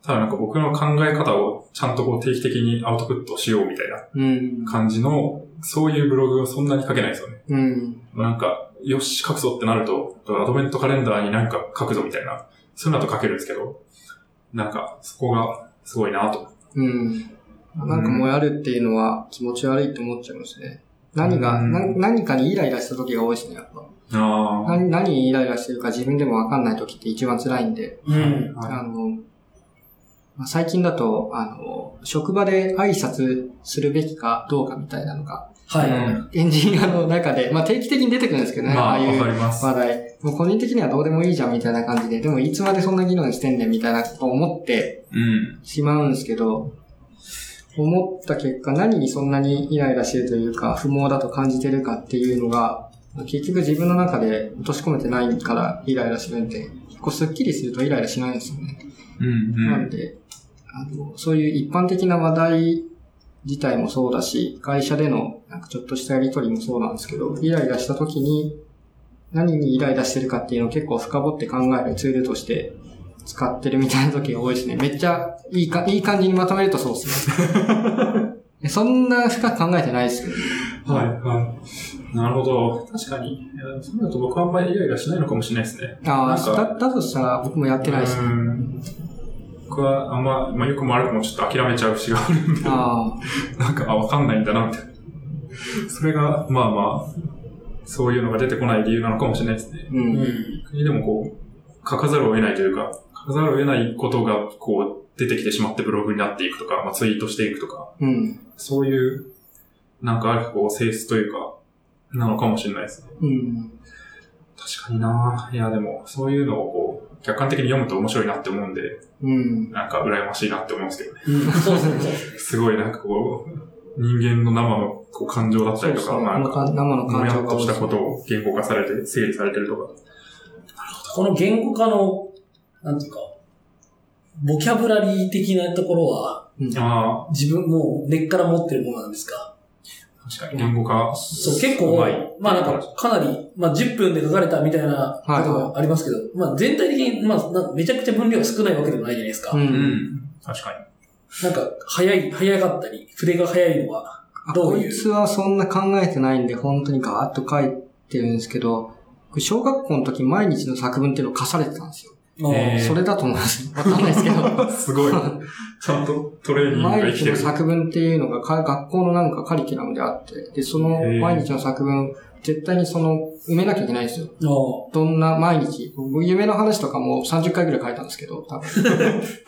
Speaker 3: ただなんか僕の考え方をちゃんとこう定期的にアウトプットしようみたいな
Speaker 1: うん。
Speaker 3: 感じの、そういうブログをそんなに書けないんですよね。
Speaker 1: うん。
Speaker 3: なんか、よし、書くぞってなると、アドベントカレンダーになんか書くぞみたいな、そういうのだと書けるんですけど、なんか、そこがすごいなと。
Speaker 1: うん。なんかもやるっていうのは気持ち悪いって思っちゃいますね。何が、
Speaker 3: うん
Speaker 1: な何かにイライラした時が多いですね、やっぱ。
Speaker 3: ああ。
Speaker 1: 何何にイライラしてるか自分でもわかんない時って一番辛いんで、
Speaker 2: うん。
Speaker 3: はい
Speaker 1: あの、まあ最近だと、あの、職場で挨拶するべきかどうかみたいなのが、
Speaker 2: は
Speaker 3: う
Speaker 2: い。
Speaker 3: ん
Speaker 1: エンジニアの中で、まあ定期的に出てくるんですけどね、
Speaker 3: ま
Speaker 1: あ
Speaker 3: あ、
Speaker 1: あい
Speaker 3: わか
Speaker 1: う
Speaker 3: ります。
Speaker 1: 話題。もう個人的にはどうでもいいじゃんみたいな感じで、でもいつまでそんな議論してんねんみたいなことを思って、
Speaker 3: うん。
Speaker 1: しまうんですけど、思った結果何にそんなにイライラしてるというか不毛だと感じてるかっていうのが、結局自分の中で落とし込めてないからイライラするんで、結構スッキリするとイライラしないんですよね。
Speaker 3: うん。う
Speaker 1: なん
Speaker 3: ん。
Speaker 1: で、あの、そういう一般的な話題自体もそうだし、会社でのなんかちょっとしたやりとりもそうなんですけど、イライラした時に何にイライラしてるかっていうのを結構深掘って考えるツールとして使ってるみたいな時が多いですね。めっちゃいいか、いい感じにまとめるとそうです
Speaker 3: (laughs)
Speaker 1: ね。そんな深く考えてないですけどね。
Speaker 3: はい、はい。なるほど。確かに。いやそうだと僕はあんまりイライラしないのかもしれないですね。
Speaker 1: あ
Speaker 3: なんか
Speaker 1: あ、だ、だとしたら僕もやってないです
Speaker 3: う
Speaker 1: ね。
Speaker 3: ん僕はあんま、まあ、よくも悪くもちょっと諦めちゃう節があるんで、
Speaker 1: あ
Speaker 3: (laughs) なんか、あ、わかんないんだな、みたいな。それが、まあまあ、そういうのが出てこない理由なのかもしれないですね
Speaker 1: あ、。う。
Speaker 2: うんん。
Speaker 3: でもこう、書かざるを得ないというか、書かざるを得ないことが、こう、出てきてしまってブログになっていくとか、まあ、ツイートしていくとか、
Speaker 1: うん。
Speaker 3: そういう、なんかあるこう、性質というか、なのかもしれないですね。
Speaker 1: うん。
Speaker 3: 確かにないや、でも、そういうのをこう、客観的に読むと面白いなって思うんで、
Speaker 1: うん。
Speaker 3: なんか羨ましいなって思うんですけどね。
Speaker 2: うん。そうそうそう。
Speaker 3: すごいなんかこう、人間の生のこう感情だったりと
Speaker 1: そ
Speaker 3: か、
Speaker 1: うですね
Speaker 3: なん
Speaker 1: 生
Speaker 3: か、
Speaker 1: の生の
Speaker 3: も
Speaker 1: 感
Speaker 3: や
Speaker 1: 情
Speaker 3: っ
Speaker 1: が
Speaker 3: と
Speaker 1: 多い
Speaker 3: し
Speaker 1: で
Speaker 3: た
Speaker 1: すね
Speaker 3: ことを言語化されて、整理されてるとか。
Speaker 2: この言語化の、なんていうか、ボキャブラリー的なところは、
Speaker 3: あ
Speaker 2: 自分もう根っから持ってるものなんですか
Speaker 3: あ、確かに言語化。
Speaker 2: そう、結構、
Speaker 3: まい
Speaker 2: まあなんか、かなり、まあ10分で書かれたみたいなことがありますけど、まあ全体的に、まあなめちゃくちゃ分量が少ないわけでもないじゃないですか。
Speaker 1: う。
Speaker 3: うんん。確かに。
Speaker 2: なんか、早い、早かったり、筆が早いのは、
Speaker 1: あ
Speaker 2: どう
Speaker 1: こ
Speaker 2: いう
Speaker 1: いつはそんな考えてないんで、本当にガーッと書いてるんですけど、僕小学校の時毎日の作文っていうのを課されてたんですよ。
Speaker 3: えー
Speaker 1: それだと思います。わかんないですけど。
Speaker 3: すごい。
Speaker 1: (laughs)
Speaker 3: ちゃんとトレーニングが生
Speaker 1: 毎
Speaker 3: き
Speaker 1: 日
Speaker 3: て
Speaker 1: の
Speaker 3: る。
Speaker 1: 作文っていうのがか学校のなんかカリキュラムであって、で、その
Speaker 3: へえ
Speaker 1: 毎日の作文、絶対にその埋めなきゃいけないんですよ。
Speaker 2: あー
Speaker 1: どんな毎日。僕夢の話とかも30回ぐらい書いたんですけど、多分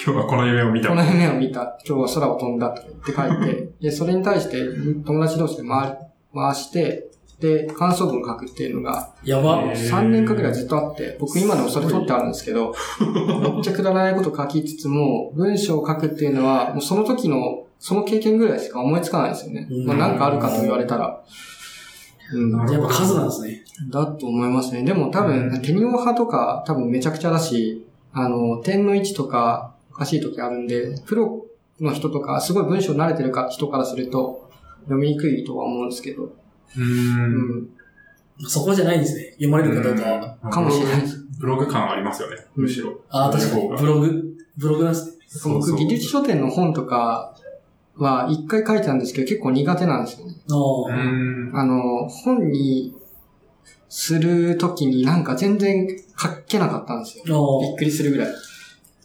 Speaker 3: 今日はこの夢を見た。
Speaker 1: この夢を見た、今日は空を飛んだって書いて、で、それに対して友達同士で回り回して、で、感想文書くっていうのが、
Speaker 2: やば。
Speaker 3: えー
Speaker 1: 3年間くらいずっとあって、僕今でもそれ取ってあるんですけど、めっちゃくだらないこと書きつつも、文章を書くっていうのは、もうその時の、その経験ぐらいしか思いつかないですよね。
Speaker 2: うん
Speaker 1: まあなんかあるかと言われたら。うん、
Speaker 3: なる
Speaker 2: やっぱ数なんですね。
Speaker 1: だと思いますね。でも多
Speaker 3: うん
Speaker 1: 分、テニオ派とか多分めちゃくちゃだし、あの、点の位置とかおかしい時あるんで、プロの人とか、すごい文章慣れてるか人からすると、読みにくいとは思うんですけど、
Speaker 3: う。
Speaker 1: うんん、
Speaker 2: そこじゃないんですね。読まれるかどうかは。
Speaker 1: かもしれないです。
Speaker 3: ブログ感ありますよね、むしろ。
Speaker 2: ああ、確かに。ブログ、ブログなんですね。
Speaker 3: そうそ
Speaker 1: 僕、
Speaker 3: う
Speaker 1: 技術書店の本とかは一回書いたんですけど、結構苦手なんですよね。
Speaker 2: あ
Speaker 3: う
Speaker 2: ー
Speaker 3: ん。
Speaker 1: あの、本にするときになんか全然書けなかったんですよ。
Speaker 2: あー
Speaker 1: びっくりするぐらい。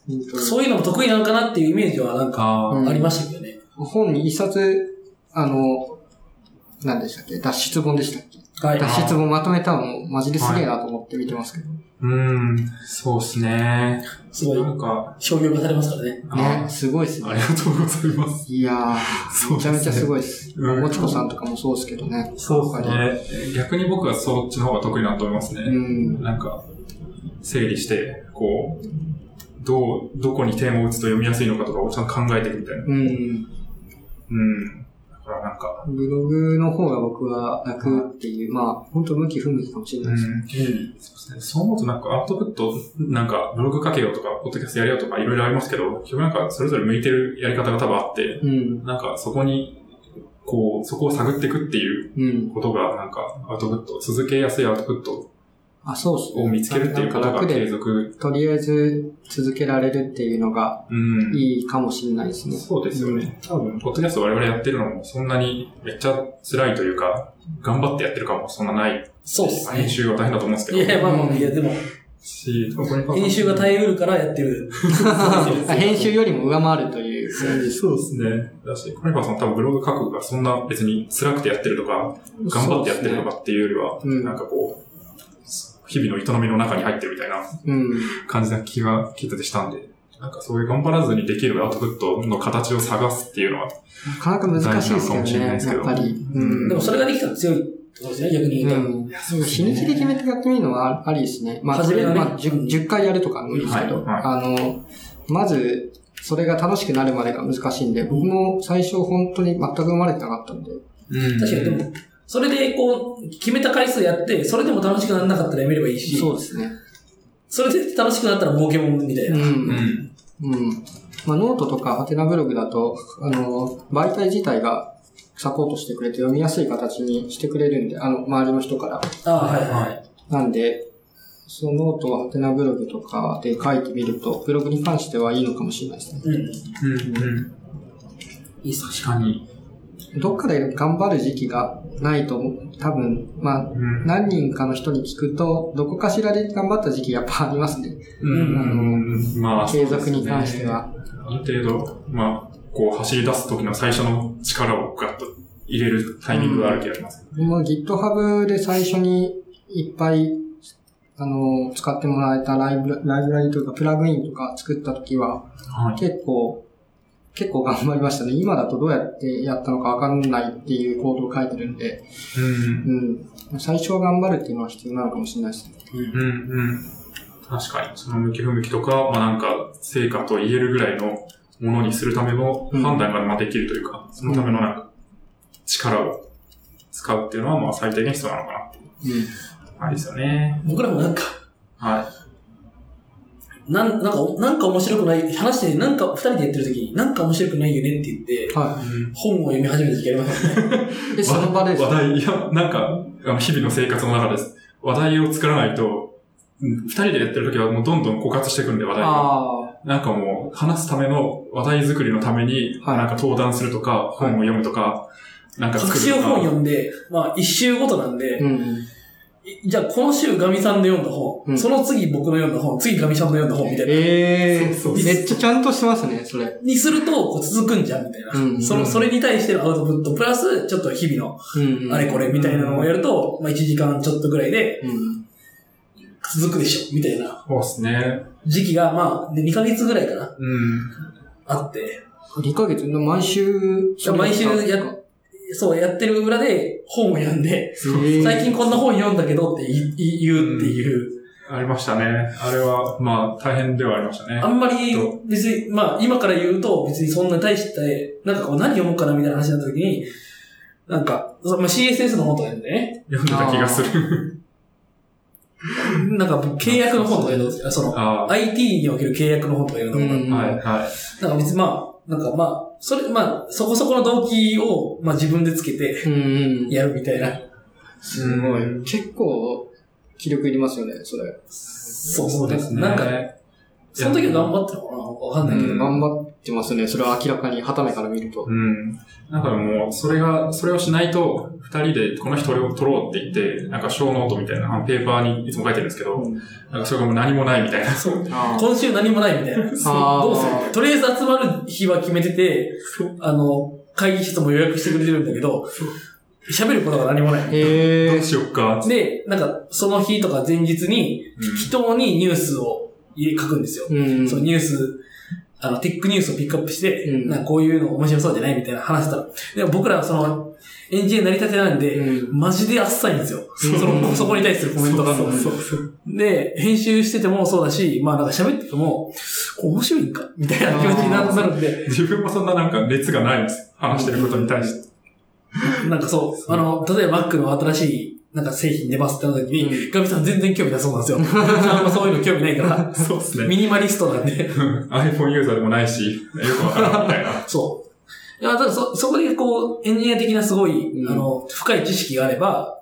Speaker 1: うんと
Speaker 2: そういうのも得意なのかなっていうイメージはなんか
Speaker 3: あ
Speaker 1: うん
Speaker 2: ありましたけどね。
Speaker 1: 本に一冊、あの、何でしたっけ脱出本でしたっけ
Speaker 2: はい。
Speaker 3: あ
Speaker 1: 脱出本まとめたの、マジですげえなと思って見てますけど。
Speaker 3: うん、そうっすね。
Speaker 2: すごい
Speaker 3: なんか、
Speaker 2: 商業化されますからね。
Speaker 3: あ
Speaker 1: ね、すごいっす
Speaker 3: あ
Speaker 1: ね
Speaker 3: り。がとうございます。
Speaker 1: いやー、
Speaker 3: そう
Speaker 1: めちゃめちゃす
Speaker 3: い。
Speaker 1: ごいっす。
Speaker 3: うん
Speaker 1: もちこさんとかもそうですけどね。
Speaker 3: そうですね。逆に僕はそっちの方が得意だと思います
Speaker 1: う
Speaker 3: ね。
Speaker 1: ん。
Speaker 3: なんか、整理して、こう、どう、どこに点を打つと読みやすいのかとかをちゃんと考えていくみたいな。
Speaker 1: うん。
Speaker 3: うん。だかからなんか、
Speaker 1: ブログの方が僕は楽っていう、まあ、本当向き不向きかもしれないですね。
Speaker 3: うんそうですね。そう思うとなんかアウトプット、なんかブログ書けよとか、ポッドキャストやれよとかいろいろありますけど、結局なんかそれぞれ向いてるやり方が多分あって、
Speaker 1: うん。
Speaker 3: なんかそこに、こう、そこを探っていくってい
Speaker 1: う
Speaker 3: う
Speaker 1: ん。
Speaker 3: ことが、なんかアウトプット、続けやすいアウトプット
Speaker 1: あ、そうっすね。
Speaker 3: を見つけるっていうこと
Speaker 1: なんか
Speaker 3: が
Speaker 1: 楽
Speaker 3: 継
Speaker 1: で、
Speaker 3: 続、
Speaker 1: とりあえず続けられるっていうのが
Speaker 3: うん。
Speaker 1: いいかもしれないですね。
Speaker 3: そうですよね。多分、ポッドキャスト我々やってるのもそんなにめっちゃ辛いというか、頑張ってやってる感もそんなない。
Speaker 2: そうですね
Speaker 3: 編。集は大変だと思うんですけ
Speaker 2: い
Speaker 3: ど。
Speaker 2: やいや、まあまあ、いや、でも、
Speaker 3: し、多分これ
Speaker 2: 編集が耐えうるからやってる。
Speaker 1: あ編集よりも上回るという感じです。
Speaker 3: そうですね。だし、コネパさん多分ブログ書くがそんな別に辛くてやってるとか、頑張ってやってるとかっていうよりは、
Speaker 1: うん
Speaker 3: なんかこう、日々の営みの中に入ってるみたいな
Speaker 1: うん。
Speaker 3: 感じな気が聞いててしたんで、なんかそういう頑張らずにできるアウトプットの形を探すっていうのは、
Speaker 1: なかなか難しいですけど
Speaker 3: 大事なのかもしれない
Speaker 1: ね、
Speaker 3: ですけ
Speaker 1: や
Speaker 3: ど
Speaker 1: っぱり。
Speaker 3: うん
Speaker 2: でも、それができたら強いってことですね、逆に言うと。
Speaker 1: うん。日にちで決めてやってみるのはありですね。まあ、
Speaker 2: 初めはね
Speaker 1: まあ、10, 10回やるとかのいいですけど、
Speaker 3: はい
Speaker 1: あの、まず、それが楽しくなるまでが難しいんで、僕も最初本当に全く生まれてなかったんで。
Speaker 2: 確かに、でも、それで、こう、決めた回数やって、それでも楽しくならなかったらやめればいいし、
Speaker 1: そうですね。。
Speaker 2: それで楽しくなったら儲けもんみたいうな。
Speaker 3: うんん。
Speaker 1: うん。まあ、ノートとかハテナブログだと、あの、媒体自体がサポートしてくれて読みやすい形にしてくれるんで、あの、周りの人から。
Speaker 2: ああ、はいはい。
Speaker 1: なんで、そのノート、ハテナブログとかで書いてみると、ブログに関してはいいのかもしれないですね。
Speaker 2: うん。い
Speaker 3: うん。うん。
Speaker 2: いっす。
Speaker 3: 確かに。
Speaker 1: どっかで頑張る時期がないと、多分、まあ、
Speaker 3: うん。
Speaker 1: 何人かの人に聞くと、どこかしらで頑張った時期やっぱありますね。
Speaker 3: うん。まあ、
Speaker 1: 継続に関しては。
Speaker 3: ある程度、まあ、こう走り出す時の最初の力をガッと入れるタイミングがある気がします。
Speaker 1: もう GitHub で最初にいっぱい、あの、使ってもらえたライブラライブラリというか、プラグインとか作った時は、
Speaker 3: はい。
Speaker 1: 結構、結構頑張りましたね。今だとどうやってやったのかわかんないっていうコードを書いてるんで、
Speaker 3: うん。
Speaker 1: うん。最初は頑張るっていうのは必要なのかもしれないですね。
Speaker 3: うんうん。確かに。その向き不向きとか、まあなんか、成果と言えるぐらいのものにするための
Speaker 1: うん
Speaker 3: 判断がまあできるというか、そのためのなんか、力を使うっていうのはまあ最低限必要なのかなっていう。はいですよね。
Speaker 2: 僕らもなんか、
Speaker 3: は。
Speaker 2: なんなんか、なんか面白くない、話して、なんか、二人でやってる時に、なんか面白くないよねって言って、
Speaker 1: はい
Speaker 3: うん
Speaker 2: 本を読み始めた時期ありますよね。
Speaker 1: い。え、その場でです
Speaker 3: 話
Speaker 1: か
Speaker 3: 題、いや、なんか、あの日々の生活の中です。話題を作らないと、うん二人でやってる時はもうどんどん枯渇していくんで、話題が。
Speaker 1: ああ。
Speaker 3: なんかもう、話すための、話題作りのために、
Speaker 1: はい
Speaker 3: なんか登壇するとか、本を読むとか、なんか
Speaker 2: 各
Speaker 3: 作る
Speaker 2: 週
Speaker 3: とか。
Speaker 2: 本読んで、まあ、一週ごとなんで、
Speaker 1: うん。
Speaker 2: いじゃあこの週ガミさんの読んだ本、
Speaker 1: うん
Speaker 2: その次僕の読んだ本、次ガミさんの読んだ本みたいな。
Speaker 1: ええ
Speaker 3: そうそう
Speaker 1: ー、めっちゃちゃんとしてますね、それ。
Speaker 2: にすると、こう続くんじゃんみたいな。
Speaker 1: うん
Speaker 2: そのそれに対してのアウトプット、プラス、ちょっと日々
Speaker 1: うん、
Speaker 2: のあれこれみたいなのをやると、まあ1時間ちょっとぐらいで
Speaker 1: うん。
Speaker 2: 続くでしょ、みたいな
Speaker 3: そうですね。
Speaker 2: 時期が、まあ、で2ヶ月ぐらいかな、
Speaker 3: うん。
Speaker 2: あって、
Speaker 1: 2ヶ月、毎週、
Speaker 2: や毎週や
Speaker 1: っ
Speaker 2: そうやってる裏で本を読んで、最近こんな本読んだけどっていい言うっていう、
Speaker 3: ありましたね。あれは、まあ、大変ではありましたね
Speaker 2: あ。んまり別に、まあ今から言うと別にそんな大して、なんかこう何読もうかなみたいな話になった時に、なんか、そまあ、CSS の本とか読んでね、
Speaker 3: 読んでた気がする。
Speaker 2: なんか契約の本とか読んだんですよ、その、
Speaker 3: あ
Speaker 2: IT における契約の本とか読んだ本があって
Speaker 1: う
Speaker 3: あ、
Speaker 1: ん
Speaker 3: はい、は
Speaker 2: なんか別にまあ、なんかまあ、それ、まあ、そこそこの動機を、まあ自分でつけて
Speaker 1: うんうん。
Speaker 2: やるみたいな。
Speaker 3: い。
Speaker 1: すごい。結構、気力いりますよね、それ。
Speaker 2: そう
Speaker 3: そうですね。
Speaker 2: なんか、その時は頑張ったのかなわかんないけど。
Speaker 3: うん
Speaker 1: 頑張ってますね、それは明らかに、旗目から見ると。
Speaker 3: うん。なんかもう、それが、それをしないと、二人でこの人を取ろうって言って、なんか小ノートみたいな、あのペーパーにいつも書いてるんですけど、
Speaker 1: うん
Speaker 3: なんかそれがもう何もないみたいな。
Speaker 2: そう。
Speaker 1: あ
Speaker 2: 今週何もないみたいな。
Speaker 1: あー
Speaker 2: どうするとりあえず集まる日は決めてて、あの、会議室も予約してくれてるんだけど、喋ることが何もない。
Speaker 1: へ
Speaker 3: ど
Speaker 1: え
Speaker 3: うしよっか。
Speaker 2: で、なんか、その日とか前日に、適当にニュースを入れ書くんですよ。
Speaker 1: うん。
Speaker 2: そのニュース、あの、テックニュースをピックアップして、
Speaker 1: うん
Speaker 2: なんかこういうの面白そうじゃないみたいな話したら。でも僕らはその、エンジニア成り立てなんで、
Speaker 1: うん
Speaker 2: マジであっさいんですよ。その、そこに対するコメントが。
Speaker 3: そうそうそう。
Speaker 2: で、編集しててもそうだし、まあなんか喋ってても、こう面白いんかみたいな気持ちにな
Speaker 1: あー
Speaker 2: なるんで、
Speaker 3: 自分もそんななんか熱がないんです。話してることに対して。
Speaker 2: なんかそう、あの、例えば Mac の新しい、なんか製品出ますってなった時に、ガビさん全然興味なそうなんですよ。 (laughs) あんまそういうの興味ないか
Speaker 3: (laughs)
Speaker 2: ら、
Speaker 3: そうですね。
Speaker 2: ミニマリストなんで、
Speaker 3: iPhone ユーザーでもないし、よくわからんみたいな。
Speaker 2: そう。いや、ただそ、そこでこう、エンジニア的なすごい、
Speaker 1: うん
Speaker 2: あの、深い知識があれば、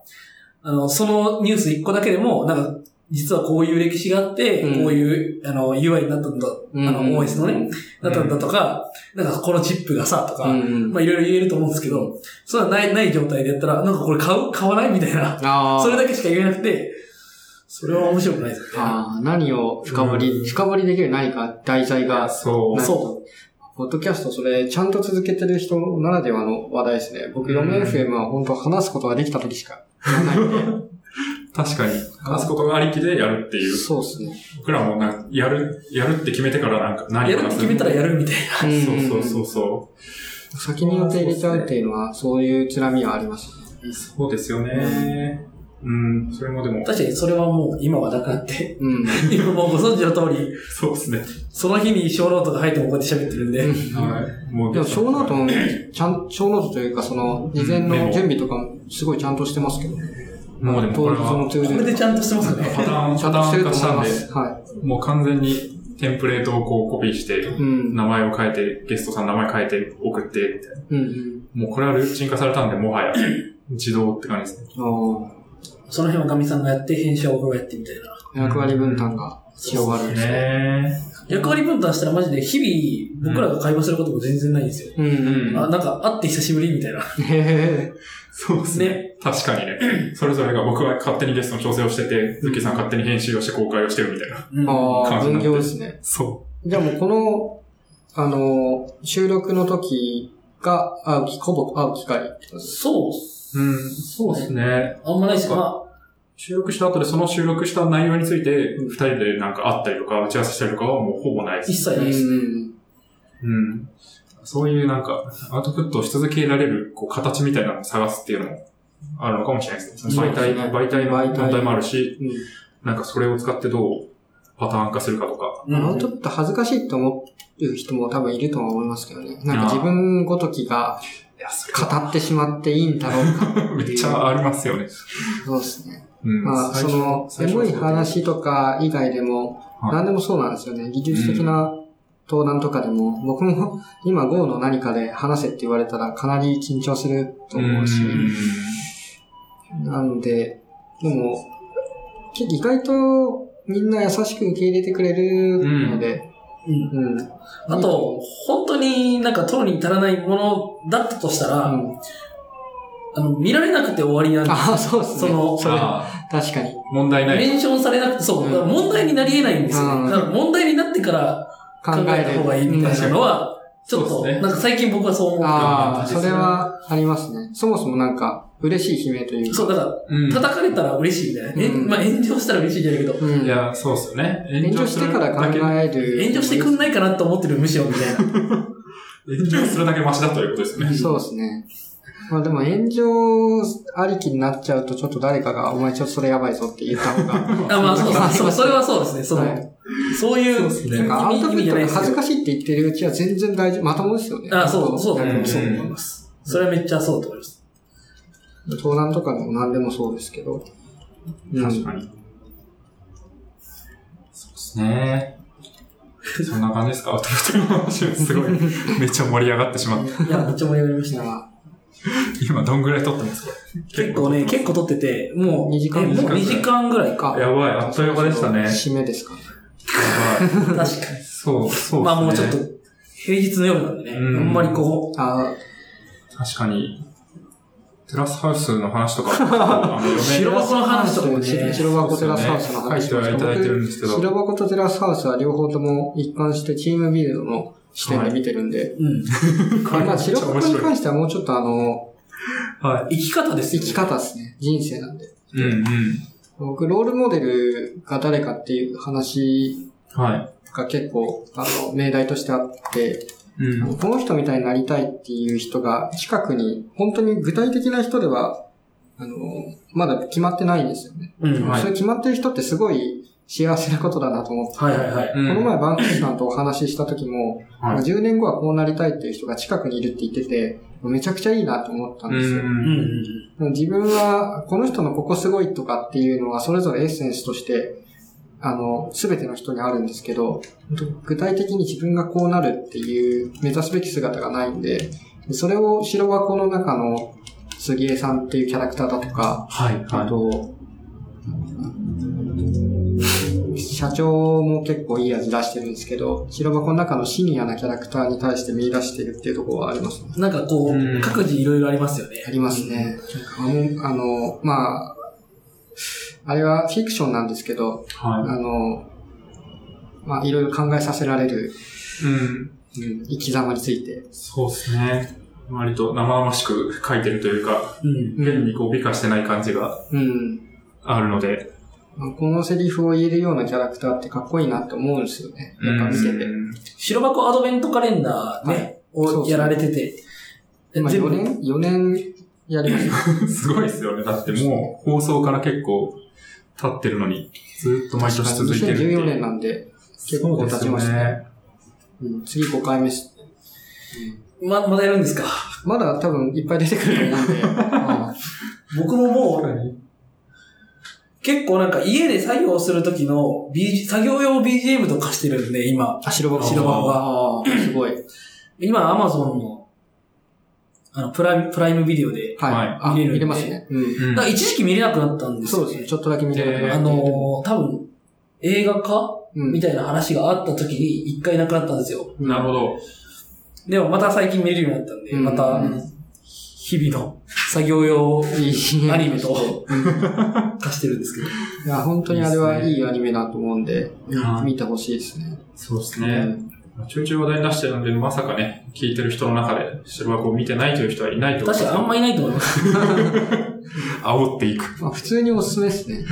Speaker 2: あの、そのニュース一個だけでも、なんか、実はこういう歴史があって、
Speaker 1: うん
Speaker 2: こういう、あの、UI になったんだ、あの、OS のね、だったんだとか、なんかこのチップがさ、とか、
Speaker 1: うん。
Speaker 2: まあいろいろ言えると思うんですけど、それはない、ない状態でやったら、なんかこれ買う買わないみたいな、
Speaker 1: あー
Speaker 2: それだけしか言えなくて、それは面白くないですよね。
Speaker 1: あー何を深掘り、
Speaker 3: うん
Speaker 1: 深掘りできる何か題材が
Speaker 3: そ
Speaker 1: ないと
Speaker 2: そ
Speaker 1: ポッドキャスト、それ、ちゃんと続けてる人ならではの話題ですね。僕、
Speaker 3: うん
Speaker 1: 4FM は本当話すことができた時しかやらないんで。
Speaker 3: う。確かに。話すことがありきでやるって
Speaker 1: (laughs)
Speaker 3: いう。
Speaker 1: そうですね。
Speaker 3: 僕らもなんか、やる、やるって決めてからなんか、何
Speaker 2: や
Speaker 3: を
Speaker 2: るって
Speaker 3: 話す
Speaker 2: 決めたらやるみたい
Speaker 3: そうそう
Speaker 1: う
Speaker 3: そ
Speaker 1: ん
Speaker 3: うそ
Speaker 1: 先に予定入れちゃうっていうのは、そういうつらみはありますね
Speaker 3: う。そうですよね。うん、それもでも (laughs)
Speaker 2: な。、確かにそれはもう今はなくなって、 (laughs)
Speaker 1: うん。
Speaker 2: 今もうご存知の通り、
Speaker 3: そうですね。
Speaker 2: その日に小ノートが入ってもこうやって喋ってるんで、
Speaker 3: はい。もう、
Speaker 1: でも、小ノートも、ちゃん、小ノートというか、その、事前の
Speaker 3: メモ
Speaker 1: 準備とかも、すごいちゃんとしてますけどね。
Speaker 3: もうでもこ
Speaker 1: 当
Speaker 3: れ
Speaker 1: 日の
Speaker 3: は、
Speaker 1: 通
Speaker 2: これでちゃんとしてますね。
Speaker 3: パターン、
Speaker 1: ちゃ
Speaker 3: パ
Speaker 1: んと
Speaker 3: タ
Speaker 1: して
Speaker 3: ーン
Speaker 1: ると
Speaker 3: 化し
Speaker 1: 思い
Speaker 3: たん
Speaker 1: ま。
Speaker 3: です
Speaker 1: は
Speaker 3: もう完全にテンプレートをこうコピーして
Speaker 1: い。、うん。
Speaker 3: 名前を変えて、ゲストさんの名前変えて送って、みたいな。
Speaker 1: うんうん。
Speaker 3: もうこれはルーチン化されたんで、
Speaker 1: (laughs)
Speaker 3: もはや、自動って感じですね。
Speaker 1: あ
Speaker 2: (laughs) その辺はガミさんがやって、編集は僕がやってみたいな。
Speaker 1: あ、役割分担が広がるんですね。
Speaker 3: ね
Speaker 2: 役割分担したらマジで日々僕らが会話することも全然ないんですよ。
Speaker 1: うんうん。
Speaker 3: うん
Speaker 2: あ、なんか会って久しぶりみたいな。
Speaker 1: へえ。
Speaker 3: そうですね。確かにね。それぞれが僕は勝手にゲストの調整をしてて、ズッキーさん勝手に編集をして公開をしてるみたいな。
Speaker 2: う
Speaker 1: (laughs)
Speaker 2: ん
Speaker 1: ああ、
Speaker 3: 感じに
Speaker 1: 分
Speaker 3: なって
Speaker 1: 業ですね。
Speaker 3: そ
Speaker 1: じゃあもうこの、あの、収録の時が会う機、ほぼ会う機会ってことです。
Speaker 2: そうっす。
Speaker 3: う。うん。そうですね。
Speaker 2: あんまないっすか。まあ
Speaker 3: 収録した後でその収録した内容について、二人でなんか会ったりとか、打ち合わせしたりとかはもうほぼないです
Speaker 2: 一。切
Speaker 1: う
Speaker 2: ないっす。
Speaker 1: ん。
Speaker 3: うん。そういうなんか、アウトプットをし続けられる、こう、形みたいなのを探すっていうのもあるのかもしれないですね。
Speaker 1: そう
Speaker 3: 媒
Speaker 1: ですね
Speaker 3: 体、媒体の
Speaker 1: 媒体
Speaker 3: 問題もあるし、
Speaker 1: うん
Speaker 3: なんかそれを使ってどうパターン化するかとか。
Speaker 1: あの、ちょっと恥ずかしいと思う人も多分いるとは思いますけどね。なんか
Speaker 3: あー
Speaker 1: 自分ごときが
Speaker 3: いや、そ
Speaker 1: 語ってしまっていいんだろう (laughs) か。
Speaker 3: (laughs) めっちゃありますよね。
Speaker 1: そうですね。
Speaker 3: うん。
Speaker 1: まあ、
Speaker 3: 最
Speaker 1: そ
Speaker 3: 初
Speaker 1: の、エ
Speaker 3: 最初
Speaker 1: モ
Speaker 3: はい
Speaker 1: 話とか以外でも、
Speaker 3: はい
Speaker 1: 何でもそうなんですよね。技術的な登壇とかでも、僕も今 GO の何かで話せって言われたらかなり緊張すると思うし、
Speaker 3: ん
Speaker 1: なんで、でも、け意外とみんな優しく受け入れてくれるので、
Speaker 2: うん
Speaker 1: うん。
Speaker 2: あと、本当になんか取るに足らないものだったとした
Speaker 1: う
Speaker 2: ら、
Speaker 1: ん、
Speaker 2: あの、見られなくて終わりなんで
Speaker 1: ああ、そうです
Speaker 2: す。
Speaker 1: ね。
Speaker 2: その、
Speaker 3: あ
Speaker 1: 確かに。
Speaker 3: あ問題ない。
Speaker 2: メンションされなくて、そう、
Speaker 1: うん
Speaker 2: だから問題になり得ないんですよ、
Speaker 1: うん
Speaker 2: ね。だから問題になってから
Speaker 1: 考
Speaker 2: 考え
Speaker 1: え
Speaker 2: た
Speaker 1: る
Speaker 2: 方がいいみたいなのは、ちょっ
Speaker 3: そう
Speaker 2: と、
Speaker 3: ですね
Speaker 2: なんか最近僕はそう思っ
Speaker 1: ああ、
Speaker 3: って
Speaker 1: そ
Speaker 3: 感じ
Speaker 1: れ
Speaker 3: ですね
Speaker 1: はありますね。そもそもなんか、嬉しい悲鳴という
Speaker 2: て。
Speaker 1: か。
Speaker 2: そう、だから、
Speaker 3: うん
Speaker 2: 叩かれたら嬉しいみたいな。え
Speaker 1: うん
Speaker 2: まあ炎上したら嬉しいじゃないけど、
Speaker 1: うん
Speaker 3: いや、そうっすよね。
Speaker 1: 炎上してから考
Speaker 3: 炎
Speaker 1: える。
Speaker 2: 炎上してくんないかなと思ってるむしろみたいな。
Speaker 3: 上するだけマシだということですよね。
Speaker 1: そうですね。まあでも炎上ありきになっちゃうと、ちょっと誰かが、お前ちょっとそれやばいぞって言った方が。
Speaker 2: あ、まあそうそうそう、それはそうですね。 (laughs) その、
Speaker 1: はい
Speaker 2: そうい
Speaker 3: そう
Speaker 2: う
Speaker 3: っ、すね
Speaker 1: なんかアウトプットが恥ず
Speaker 2: か
Speaker 1: かしいって言ってるうちは全然大丈夫。まともですよね。
Speaker 2: あ、そう、そう、
Speaker 1: やること
Speaker 2: そう思います。それはめっちゃそうと思います。
Speaker 1: 登壇とかでも何でもそうですけど。
Speaker 3: 確かに。そうですね。そんな感じですかアウトプットの話はすごい。めっちゃ盛り上がってしまった。
Speaker 2: いや、めっちゃ盛り上がりまし
Speaker 1: じ
Speaker 2: た。
Speaker 1: ゃあ、
Speaker 3: 今どんぐらい撮ってます
Speaker 1: (laughs)
Speaker 3: か
Speaker 2: 結構ね、結構撮ってて、もう、
Speaker 1: 2時間
Speaker 2: えもう
Speaker 1: ぐらい
Speaker 2: 2時間ぐらいか。
Speaker 1: か。
Speaker 3: やばい、あっという間でしたね。や
Speaker 1: 締めですかね。
Speaker 3: ば
Speaker 2: 確かに。
Speaker 3: い。そう、そうですね。
Speaker 2: まあもうちょっと、平日の夜なんでね、
Speaker 3: うん
Speaker 2: あんまりこ
Speaker 1: あ
Speaker 3: 確かに、テラスハウスの話とか、あの
Speaker 2: う、白箱の話とかもね、
Speaker 1: 白白箱テラスハウスの話
Speaker 3: そうですね書いてはいただいてるんですけど
Speaker 1: 白箱とテラスハウスは両方とも一貫してチームビルドの視点で見てるんで。
Speaker 2: うん。
Speaker 1: まあ、
Speaker 3: めっち
Speaker 1: 白
Speaker 3: ゃ面
Speaker 1: 箱に
Speaker 3: 白い。
Speaker 1: 関してはもうちょっとあの、
Speaker 3: は
Speaker 2: 生き方です
Speaker 1: 生
Speaker 2: よ、ね。
Speaker 1: き方ですね。人生なんで。
Speaker 3: い。うんうん。
Speaker 1: 僕、ロールモデルが誰かっていう話
Speaker 3: は
Speaker 1: が結構、あの、命題としてあって、
Speaker 3: い。うん。
Speaker 1: この人みたいになりたいっていう人が近くに、本当に具体的な人では、あの、まだ決まってないんですよね。
Speaker 2: うん。
Speaker 3: はい
Speaker 1: それ決まってる人ってすごい幸せなことだなと思って。
Speaker 2: はいはいはい。
Speaker 3: うん
Speaker 1: この前バンクスさんとお話しした時も、
Speaker 3: はい。
Speaker 1: 10年後はこうなりたいっていう人が近くにいるって言ってて、めちゃくちゃいいなと思ったんですよ。
Speaker 4: うんん。
Speaker 1: 自分は、この人のここすごいとかっていうのは、それぞれエッセンスとして、あの、すべての人にあるんですけど、具体的に自分がこうなるっていう、目指すべき姿がないんで、それを白箱の中の杉江さんっていうキャラクターだとか、
Speaker 3: はい、
Speaker 1: あ
Speaker 3: は
Speaker 1: と、社長も結構いい味出してるんですけど、白箱の中のシニアなキャラクターに対して見出してるっていうところはありますね。
Speaker 2: なんかこう、
Speaker 3: うん
Speaker 2: 各自いろいろありますよね
Speaker 1: あ。りますね。なんかあの、あのまあ、あれはフィクションなんですけど、
Speaker 3: い。は
Speaker 1: あの、まあ、いろいろ考えさせられる、
Speaker 3: い。うん。
Speaker 1: うん、生き様について。
Speaker 3: そうですね。割と生々しく書いてるというか、
Speaker 2: うん。
Speaker 3: 変にこう美化してない感じが
Speaker 1: うん。
Speaker 3: あるので。
Speaker 1: まあこのセリフを言えるようなキャラクターってかっこいいなって思うんですよね。やっぱ見てて。
Speaker 3: うん (laughs)
Speaker 2: 白箱アドベントカレンダーね、
Speaker 1: そうそう
Speaker 2: をやられてて。
Speaker 1: まあ、
Speaker 2: 全
Speaker 1: 4
Speaker 2: 部
Speaker 1: 年 ?4 年やりました。
Speaker 3: すごいですよね。だってもう放送から結構経ってるのに、ずっと毎年続いてるっていう。
Speaker 1: 2014年なんで、結構経ちましたね。うん、次5回目です。
Speaker 2: ま、まだやるんですか
Speaker 1: まだ多分いっぱい出てくると思
Speaker 3: (laughs)
Speaker 1: うんで、まあ
Speaker 2: 僕もも
Speaker 3: そう
Speaker 2: う、
Speaker 3: ですね。
Speaker 2: 結構なんか家で作業する時の、B、作業用 BGM とかしてるんで、今。
Speaker 1: あ、白箱。
Speaker 2: 白箱
Speaker 1: あーすごい。はい。
Speaker 2: 今、Amazon の、あの、プライム、プライムビデオで。
Speaker 3: はい
Speaker 1: あ、
Speaker 2: 見れるんで
Speaker 1: 見れますね。うん。
Speaker 3: うん
Speaker 2: だから一時期見れなくなったんです
Speaker 1: そ
Speaker 2: よ、
Speaker 1: うですね。ちょっとだけ見てる
Speaker 3: えー
Speaker 2: あのー、多分、映画化
Speaker 1: うん
Speaker 2: みたいな話があった時に一回なくなったんですよ。
Speaker 3: なるほど。
Speaker 2: でもまた最近見れるようになったんで、
Speaker 1: うん
Speaker 2: また
Speaker 1: うん、
Speaker 2: 日々の作業用
Speaker 1: いい
Speaker 2: アニメ
Speaker 3: (laughs)
Speaker 2: と
Speaker 1: うん
Speaker 2: 化してるんですけど。
Speaker 1: いや、本当にあれはいいアニメだと思うんで、
Speaker 3: はい
Speaker 1: 見てほしいですね。
Speaker 3: そうです
Speaker 1: う
Speaker 3: ね。
Speaker 1: ん
Speaker 3: ちょいちょい話題に出してるので、まさかね、聞いてる人の中で、白箱を見てないという人はいないと思い
Speaker 2: 確かにあんまいないと思います。
Speaker 3: 煽っていく。
Speaker 1: まあ、普通におすすめですね。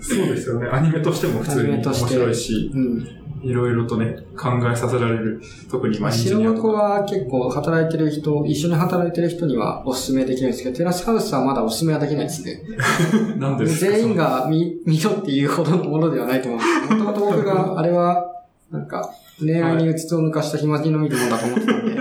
Speaker 3: そうですよね。アニメとしても普通に
Speaker 1: アニメ
Speaker 3: 面
Speaker 1: として
Speaker 3: 白いし、
Speaker 1: うん。うん。
Speaker 3: いろいろとね、考えさせられる。特にまあエンジニア
Speaker 1: 白
Speaker 3: と
Speaker 1: 箱
Speaker 3: か。
Speaker 1: は結構働いてる人、一緒に働いてる人にはおすすめできるんですけど、テラスハウスはまだおすすめはできないですね。
Speaker 3: なんですか
Speaker 1: 全員。が見、見ろっていうほどのものではない
Speaker 3: (laughs)
Speaker 1: と思うんですけど、もともと僕が、あれは、なんか、恋愛にうつつを抜かした暇人の見るもんだと思ってたんで、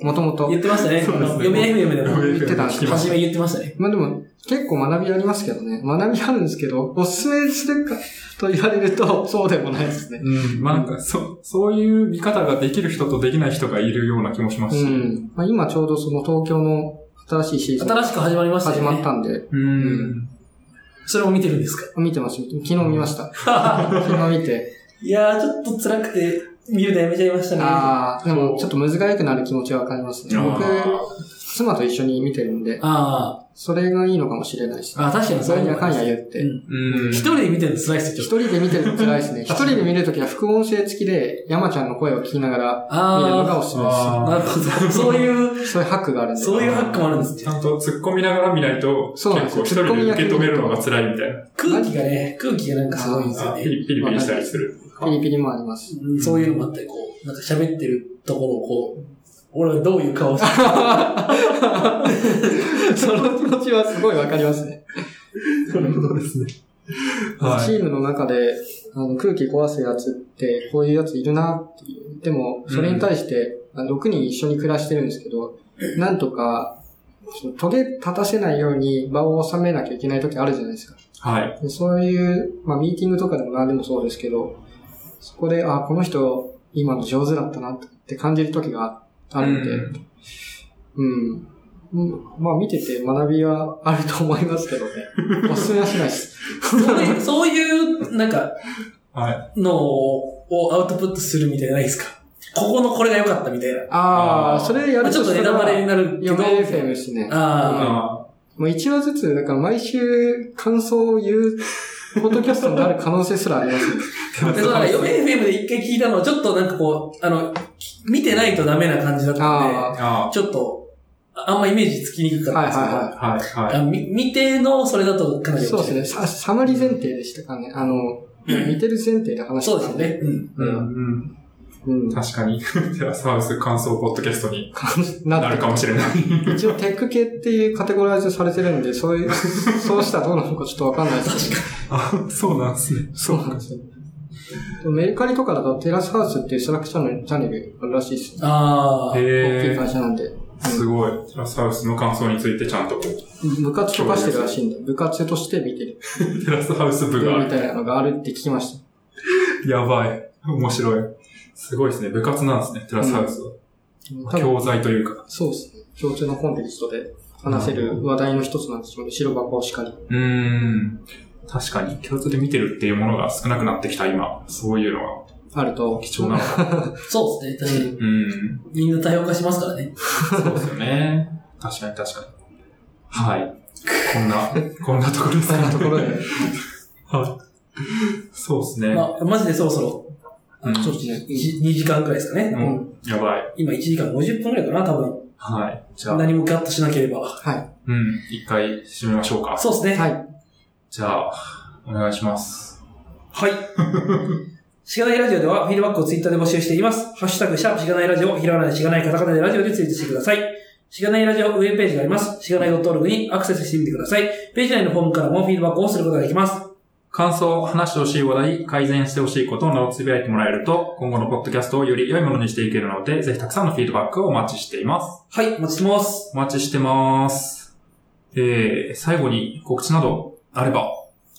Speaker 3: (laughs)
Speaker 1: もともと
Speaker 2: 言。ってましたね。
Speaker 3: そうですね
Speaker 2: 読み FM でも。
Speaker 1: 言ってたんです
Speaker 3: 聞きま
Speaker 2: 初
Speaker 3: し
Speaker 2: め言ってましたね。
Speaker 1: まあでも、結構学びありますけどね。学びあるんですけど、おすすめするかと言われると、 (laughs) そうでもないですね。
Speaker 3: うん。まあなんか、そ、そういう見方ができる人とできない人がいるような気もしま
Speaker 1: う
Speaker 3: すし。
Speaker 1: ん。まあ今ちょうどその東京の新しいシーズンが
Speaker 2: 新しく始まりましたよ
Speaker 1: 始
Speaker 2: ね。
Speaker 1: まったんで、
Speaker 3: うん。
Speaker 2: それも見てるんです
Speaker 1: 見てます。見て昨日見ました。
Speaker 2: か (laughs)
Speaker 1: 昨日見て。
Speaker 2: いやー、ちょっと辛くて、見るのやめちゃいましたね。あ
Speaker 1: ああ、でもちょっと難しくなる気持ちはわかりますね。僕、妻と一緒に見てるんで、
Speaker 2: あ
Speaker 1: それがいいのかもしれないです
Speaker 2: ー、あ確かにそ
Speaker 1: な
Speaker 2: れ
Speaker 1: んやかんや
Speaker 2: 一
Speaker 1: 言って。
Speaker 2: うん
Speaker 3: うん。
Speaker 2: 人で見てるの辛いっすよ、ち
Speaker 1: 一
Speaker 2: ょっと。
Speaker 1: 人で見てると辛い
Speaker 2: (laughs)
Speaker 1: ですね。一人で見るときは副音声付きで山ちゃんの声を聞きながら見るのが
Speaker 2: あ
Speaker 1: おすすめ
Speaker 2: あ、
Speaker 3: あ
Speaker 2: な
Speaker 3: あ
Speaker 2: るほど。そういう、
Speaker 1: です。そういうハックがあるんで。
Speaker 2: そういうハックもあるんです
Speaker 3: ち
Speaker 2: ね。
Speaker 3: ゃんと突っ込みながら見ないと、結
Speaker 1: そうなんです
Speaker 3: 構
Speaker 1: よ
Speaker 3: 一人で受け止めるのが辛いみたいな。
Speaker 2: 空気がね、空気がなんかすごいんですよ
Speaker 3: あ
Speaker 2: ね
Speaker 3: ピ。リピリピリしたりする。
Speaker 1: ピリピリもあります。
Speaker 2: うんそういうのもあったり、こう、なんか喋ってるところをこう、俺はどういう顔し
Speaker 1: (laughs)
Speaker 2: て
Speaker 1: (laughs) その気持ちはすごいわかりますね。
Speaker 3: なるほどですね。は
Speaker 1: チ
Speaker 3: い。
Speaker 1: ームの中であの空気壊すやつってこういうやついるなっていう。でも、それに対して、あの6人一緒に暮らしてるんですけど、なんとか、そのトゲ立たせないように場を収めなきゃいけない時あるじゃないですか。
Speaker 3: はい。
Speaker 1: でそういう、まあ、ミーティングとかでも何でもそうですけど、そこで、あ、この人、今の上手だったなって感じる時があるんで、
Speaker 3: う
Speaker 1: うん。うんまあ、見てて学びはあると思います
Speaker 2: (laughs)
Speaker 1: けどね。おすすめはしないです。
Speaker 2: そういう、そういう、なんか、
Speaker 3: はい。
Speaker 2: のをアウトプットするみたいなのないですかここのこれが良かったみたいな。
Speaker 1: あ
Speaker 3: あ
Speaker 1: あ、
Speaker 3: ー
Speaker 1: それや
Speaker 2: まあ
Speaker 1: る
Speaker 2: ちょっと
Speaker 1: そ
Speaker 2: ネ
Speaker 1: れ
Speaker 2: タ
Speaker 1: は
Speaker 2: バレになるけど。
Speaker 1: 読め FM ですね。
Speaker 2: あ
Speaker 3: あ
Speaker 1: もう一話ずつ、だから毎週感想を言う、ポッドキャストになる可能性すらありますね。
Speaker 2: あ。で、そう (laughs) だね、読め FM で一回聞いたのは、ちょっとなんかこう、あの、き見てないとダメな感じだったん
Speaker 1: あ
Speaker 2: で、
Speaker 3: あ
Speaker 2: ちょっと、ああんまイメージつきにくか
Speaker 1: あ、
Speaker 2: ったん
Speaker 1: はい
Speaker 2: で
Speaker 1: はい
Speaker 2: すけど、
Speaker 1: はい。
Speaker 3: あ。はい。はい。
Speaker 2: あみ見ての、それだとかなり
Speaker 1: そうですね。さサマリ前提でしたかね。あの、見てる前提で話して
Speaker 2: そうで
Speaker 1: た
Speaker 2: す
Speaker 1: ん
Speaker 2: よね。。うん。
Speaker 1: う
Speaker 3: う
Speaker 1: んん。
Speaker 3: うん。
Speaker 1: うん。
Speaker 3: 確かに。 (laughs) テラスハウス感想ポッドキャストにな
Speaker 1: な
Speaker 3: るかもしれない。
Speaker 1: れない。一応テック系っていうカテゴライズされてるんで、そう
Speaker 2: (laughs)
Speaker 1: いう、そうしたらどうなのかちょっとわかんないですけど。
Speaker 3: あ、 (laughs) そうなんですね。
Speaker 1: そうなんですよ。でもメルカリとかだとテラスハウスっていうスラックチャンネルチャンネルあるらしいですよ。
Speaker 2: ああ。
Speaker 1: 大きい
Speaker 3: へえ。
Speaker 1: 会社なんで。
Speaker 3: すごい。テラスハウスの感想についてちゃんとこう、
Speaker 1: 部活とかしてるらしいんで、部活として見てる。
Speaker 3: テラスハウス部があ
Speaker 1: みたいなのがあるって聞きました。
Speaker 3: る。やばい。面白い。すごいですね。部活なんですね、テラスハウスは。
Speaker 1: 多分
Speaker 3: 教材というか。
Speaker 1: そうですね。共通のコンテキストで話せる話題の一つなんですよね。白箱をしかり。
Speaker 3: うーん。確かに、共通で見てるっていうものが少なくなってきた今、そういうのは
Speaker 1: あると。
Speaker 3: 貴重なのか。
Speaker 5: そうですね、確かに。
Speaker 3: (laughs) うん。
Speaker 5: みんな多様化しますからね。
Speaker 3: そうですよね。確かに確かに。はい。こんな、こんなところです
Speaker 1: そんなところで。
Speaker 3: そうですね。
Speaker 5: まあ、マジでそろそろ、
Speaker 3: うん
Speaker 1: そうですね。
Speaker 5: 2時間くらいですかね。
Speaker 3: もうやばい。
Speaker 5: 今1時間50分くらいかな、多分。
Speaker 3: はい。じゃあ、
Speaker 5: 何もガッとしなければ。
Speaker 3: うん。一回締めましょうか。
Speaker 5: そうですね。
Speaker 1: はい。
Speaker 3: じゃあ、お願いします。
Speaker 5: はい。しがないラジオではフィードバックをツイッターで募集しています。ハッシュタグ、シャープしがないラジオ、ひらがなでしがないカタカナでラジオでツイートしてください。しがないラジオウェブページがあります。しがない .org にアクセスしてみてください。ページ内のフォームからもフィードバックをすることができます。
Speaker 3: 感想、話してほしい話題、改善してほしいことなどつぶやいてもらえると、今後のポッドキャストをより良いものにしていけるので、ぜひたくさんのフィードバックをお待ちしています。
Speaker 5: はい、お待ちしてます。
Speaker 3: お待ちしてます。えー、最後に告知などあれば、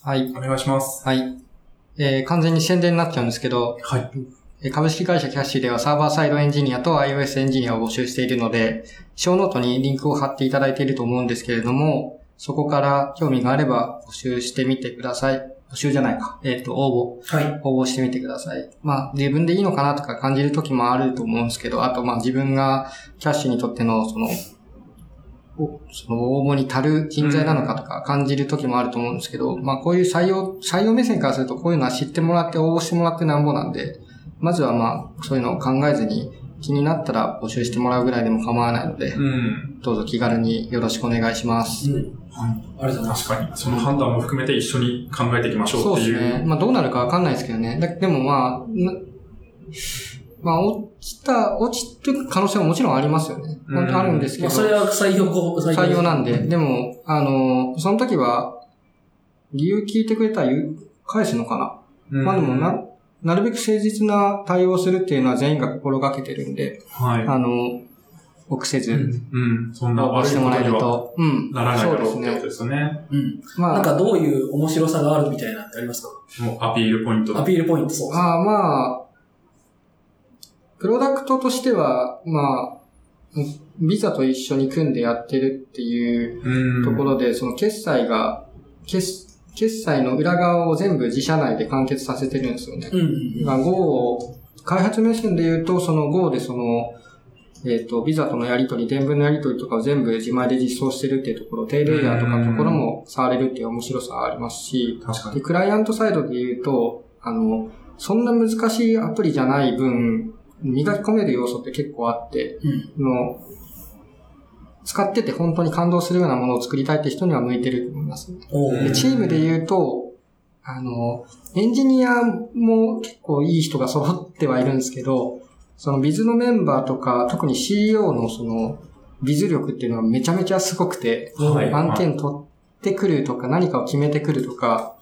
Speaker 1: はい。
Speaker 3: お願いします。
Speaker 1: はい。えー完全に宣伝になっちゃうんですけど、
Speaker 3: はい。
Speaker 1: えー株式会社キャッシーではサーバーサイドエンジニアと iOS エンジニアを募集しているので、小ノートにリンクを貼っていただいていると思うんですけれども、そこから興味があれば募集してみてください。募集じゃないか。えっ、と、応募、
Speaker 5: はい。
Speaker 1: 応募してみてください。まあ、自分でいいのかなとか感じる時もあると思うんですけど、あとまあ自分がキャッシーにとってのその、おその応募に足る人材なのかとか感じる時もあると思うんですけど、まあこういう採用、採用目線からするとこういうのは知ってもらって応募してもらってなんぼなんで、まずはまあそういうのを考えずに気になったら募集してもらうぐらいでも構わないので、
Speaker 3: うん。
Speaker 1: どうぞ気軽によろしくお願いします。
Speaker 5: うん。ありがとうございます。
Speaker 3: 確かに。その判断も含めて一緒に考えていきましょ
Speaker 1: そうう
Speaker 3: っ
Speaker 1: で
Speaker 3: てい
Speaker 1: す
Speaker 3: う。
Speaker 1: ね。まあどうなるかわかんないですけどね。だでもまあ、なまあ落ちた、落ちてく可能性ももちろんありますよね。
Speaker 3: うん
Speaker 1: 本当あるんですけ
Speaker 5: ま
Speaker 1: ど。
Speaker 5: あ、それは採用候補、
Speaker 1: 採用なんで。
Speaker 5: う
Speaker 1: でも、あの、その時は、理由聞いてくれたら言う返すのかな。
Speaker 3: うん
Speaker 1: まあでもな、なるべく誠実な対応をするっていうのは全員が心がけてるんで、
Speaker 3: はい。
Speaker 1: あの、臆せず、
Speaker 3: うん。そんな
Speaker 1: 応募
Speaker 3: 悪
Speaker 1: し
Speaker 3: い
Speaker 1: ても
Speaker 3: こ
Speaker 1: ら
Speaker 3: と
Speaker 1: える
Speaker 3: には
Speaker 1: と、うん。
Speaker 3: ならないだろう
Speaker 1: そう
Speaker 3: っ
Speaker 1: ですね
Speaker 3: てこと。ですよね。
Speaker 5: うん。
Speaker 1: まあ
Speaker 5: なん、かどういう面白さがあるみたいなのってありますか
Speaker 3: もうアピールポイントだ
Speaker 5: アピールポイント、そうです。
Speaker 1: ああまあ、プロダクトとしては、まあ、ビザと一緒に組んでやってるっていう
Speaker 3: うん。
Speaker 1: ところで、その決済が、決、決済の裏側を全部自社内で完結させてるんですよね。
Speaker 5: うんうん。
Speaker 1: まあ Go を、開発目線で言うと、その Go でその、えっ、と、ビザとのやり取り、電文のやり取りとかを全部自前で実装してるっていうところ、低レイヤーとかのところも触れるっていう面白さはありますし、
Speaker 3: 確か
Speaker 1: で、
Speaker 3: に。
Speaker 1: クライアントサイドで言うと、あの、そんな難しいアプリじゃない分、磨き込める要素って結構あって、
Speaker 5: うん。
Speaker 1: あの使ってて本当に感動するようなものを作りたいって人には向いてると思います。
Speaker 5: お
Speaker 3: う
Speaker 1: で
Speaker 3: ん
Speaker 5: ー
Speaker 1: チームで言うと、あの、エンジニアも結構いい人が揃ってはいるんですけど、そのビズのメンバーとか、特に CEO のその、ビズ力っていうのはめちゃめちゃすごくて、
Speaker 3: はい
Speaker 1: 案件取ってくるとか、何かを決めてくるとか、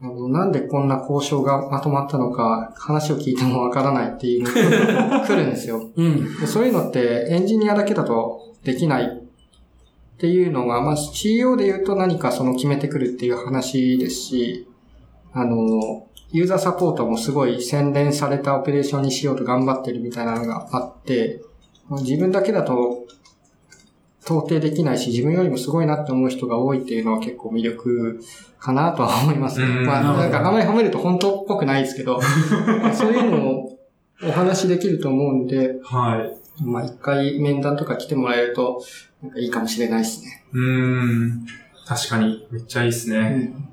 Speaker 1: あのなんでこんな交渉がまとまったのか、話を聞いてもわからないっていうのが来るんですよ。
Speaker 5: うん。
Speaker 1: でそういうのってエンジニアだけだとできないっていうのが、まあ、CEO で言うと何かその決めてくるっていう話ですし、あの、ユーザーサポートもすごい洗練されたオペレーションにしようと頑張ってるみたいなのがあって、自分だけだと到底できないし、自分よりもすごいなって思う人が多いっていうのは結構魅力かなとは思いますね。
Speaker 3: うん
Speaker 1: まあ、
Speaker 5: なるほ
Speaker 1: な
Speaker 5: ど
Speaker 1: んかあまり褒めると本当っぽくないですけど、そういうのをお話しできると思うんで、
Speaker 3: はい。
Speaker 1: まあ、一回面談とか来てもらえると、なんかいいかもしれないですね。
Speaker 3: うん。確かに、めっちゃいいですね。
Speaker 1: うん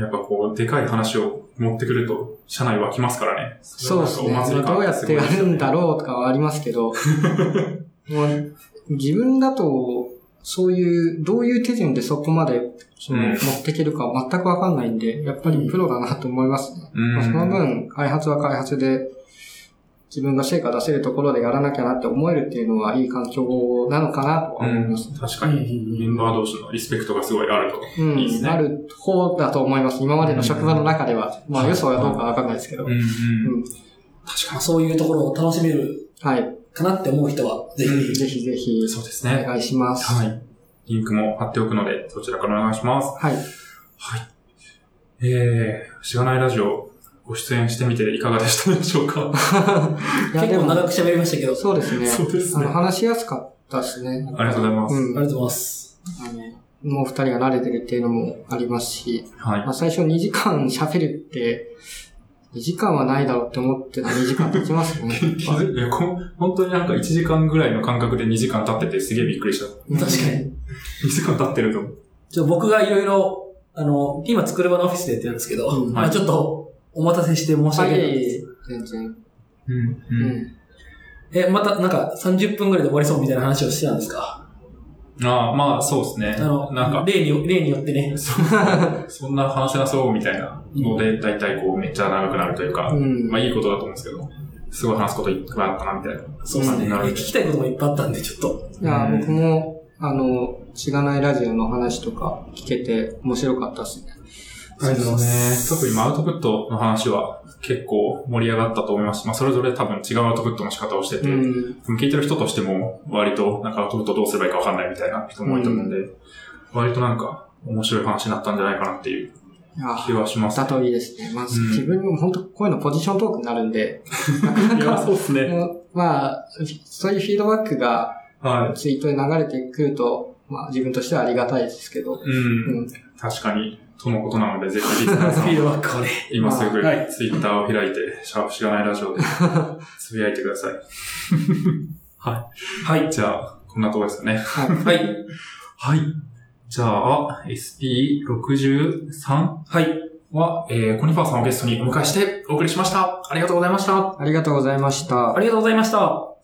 Speaker 3: やっぱこう、でかい話を持ってくると、社内湧きますからね。
Speaker 1: そうですね。
Speaker 3: れはなんか
Speaker 1: ど
Speaker 3: お
Speaker 1: うや
Speaker 3: 祭り感
Speaker 1: ってやるんだ
Speaker 3: う。
Speaker 1: ろうとかはありますけど、もう自分だと、そういう、どういう手順でそこまで、その、
Speaker 3: うん
Speaker 1: 持っていけるか全くわかんないんで、やっぱりプロだなと思いますね。
Speaker 3: うん。
Speaker 1: まあ、その分、開発は開発で、自分が成果出せるところでやらなきゃなって思えるっていうのはいい環境なのかなとは思います
Speaker 3: う。ん、確かに、メンバー同士のリスペクトがすごいあると。
Speaker 1: うん、
Speaker 3: いいですね
Speaker 1: ある方だと思います。今までの職場の中では。まあ、
Speaker 3: はい
Speaker 1: 予想はどうかわかんないですけど。
Speaker 3: ん、うん
Speaker 1: うん
Speaker 3: 確か
Speaker 5: そういうところを楽しめる
Speaker 1: はい。
Speaker 5: かなって思う人は、ぜ
Speaker 3: うん
Speaker 1: ぜひぜひ、
Speaker 3: そうです
Speaker 1: お
Speaker 3: ね。
Speaker 1: 願いします。
Speaker 3: はい。リンクも貼っておくので、そちらからお願いします。
Speaker 1: はい。
Speaker 3: えー、しがないラジオ、ご出演してみていかがでしたでしょうか
Speaker 1: いや、
Speaker 5: ひ。
Speaker 1: で
Speaker 5: 結構
Speaker 1: も、
Speaker 5: 長く喋りましたけど、あ
Speaker 1: そうですね。
Speaker 3: そうです
Speaker 1: あ
Speaker 3: ね。
Speaker 1: の、
Speaker 3: あ
Speaker 1: 話しやすかったですね。
Speaker 3: りがとうございます。
Speaker 1: うん
Speaker 5: り。がとうございます。
Speaker 1: あのもう二人が慣れてるっていうのもありますし、
Speaker 3: はい
Speaker 1: ま。あ、最初2時間 (laughs) 喋るって、2時間はないだろうって思ってた2時間経ちますね。
Speaker 3: 気づいやこ本当になんか1時間ぐらいの間隔で2時間経っててすげえびっくりした。
Speaker 5: 確かに。
Speaker 3: 2時間経ってると思う。
Speaker 5: ちょっと僕がいろいろ、あの、今作る場のオフィスでやってるんですけど、
Speaker 1: うん
Speaker 5: まあちょっとお待たせして申し
Speaker 1: は
Speaker 5: 訳ない
Speaker 1: い
Speaker 5: です。、
Speaker 1: 全然。
Speaker 3: うん。
Speaker 1: う
Speaker 3: うん。
Speaker 1: ん。
Speaker 5: え、またなんか30分ぐらいで終わりそうみたいな話をしてたんですか
Speaker 3: ああ、まあそうですね。
Speaker 5: あの、
Speaker 3: なん (laughs) か、
Speaker 5: 例に、例によってね。
Speaker 3: そんな話せなそうみたいなので、大体こうめっちゃ長くなるというか、
Speaker 1: うん。
Speaker 3: まあいいことだと思うんですけど、すごい話すこといっぱいあったなみたいな。
Speaker 5: そうですね。え
Speaker 3: なる
Speaker 5: 聞きたいこともいっぱいあったんで、ちょっと。
Speaker 1: いや、
Speaker 3: うん
Speaker 1: 僕も、あの、しがないラジオの話とか聞けて面白かったですね。
Speaker 3: そうですね。特にまあアウトプットの話は結構盛り上がったと思いますし、まあそれぞれ多分違うアウトプットの仕方をしてて、
Speaker 1: うん。
Speaker 3: 聞いてる人としても、割と、なんかアウトプットどうすればいいかわかんないみたいな人も多いと思うんで、割となんか、面白い話になったんじゃないかなっていう
Speaker 1: いや
Speaker 3: 気はします。
Speaker 1: だといいですね。まあ、
Speaker 3: うん
Speaker 1: 自分も本当こういうのポジショントークになるんで、
Speaker 3: いや、そうですね。
Speaker 1: もうまあ、そういうフィードバックが
Speaker 3: は
Speaker 1: ツイートで流れてくると、まあ自分としてはありがたいですけど、
Speaker 3: い。うん。
Speaker 1: うん。 (laughs)
Speaker 3: 確かに、とのことなので、ぜひリスナー
Speaker 5: フ
Speaker 3: さ
Speaker 5: ィー
Speaker 3: ん、
Speaker 5: ドバックをね。
Speaker 3: (laughs) 今すぐ
Speaker 5: まあはい、
Speaker 3: ツイッターを開いて、シャープしがないラジオで、 (laughs) つぶやいてください。 (laughs) は
Speaker 5: はい
Speaker 3: い。。じゃあ、こんなところですかね。
Speaker 1: はい。
Speaker 5: はい。
Speaker 3: (laughs) はい。じゃあ、SP63
Speaker 5: はい。
Speaker 3: は、えー、コニファーさんをゲストにお迎えしてお送りしました。ありがとうございました。
Speaker 1: ありがとうございました
Speaker 5: あ。りがとうございました。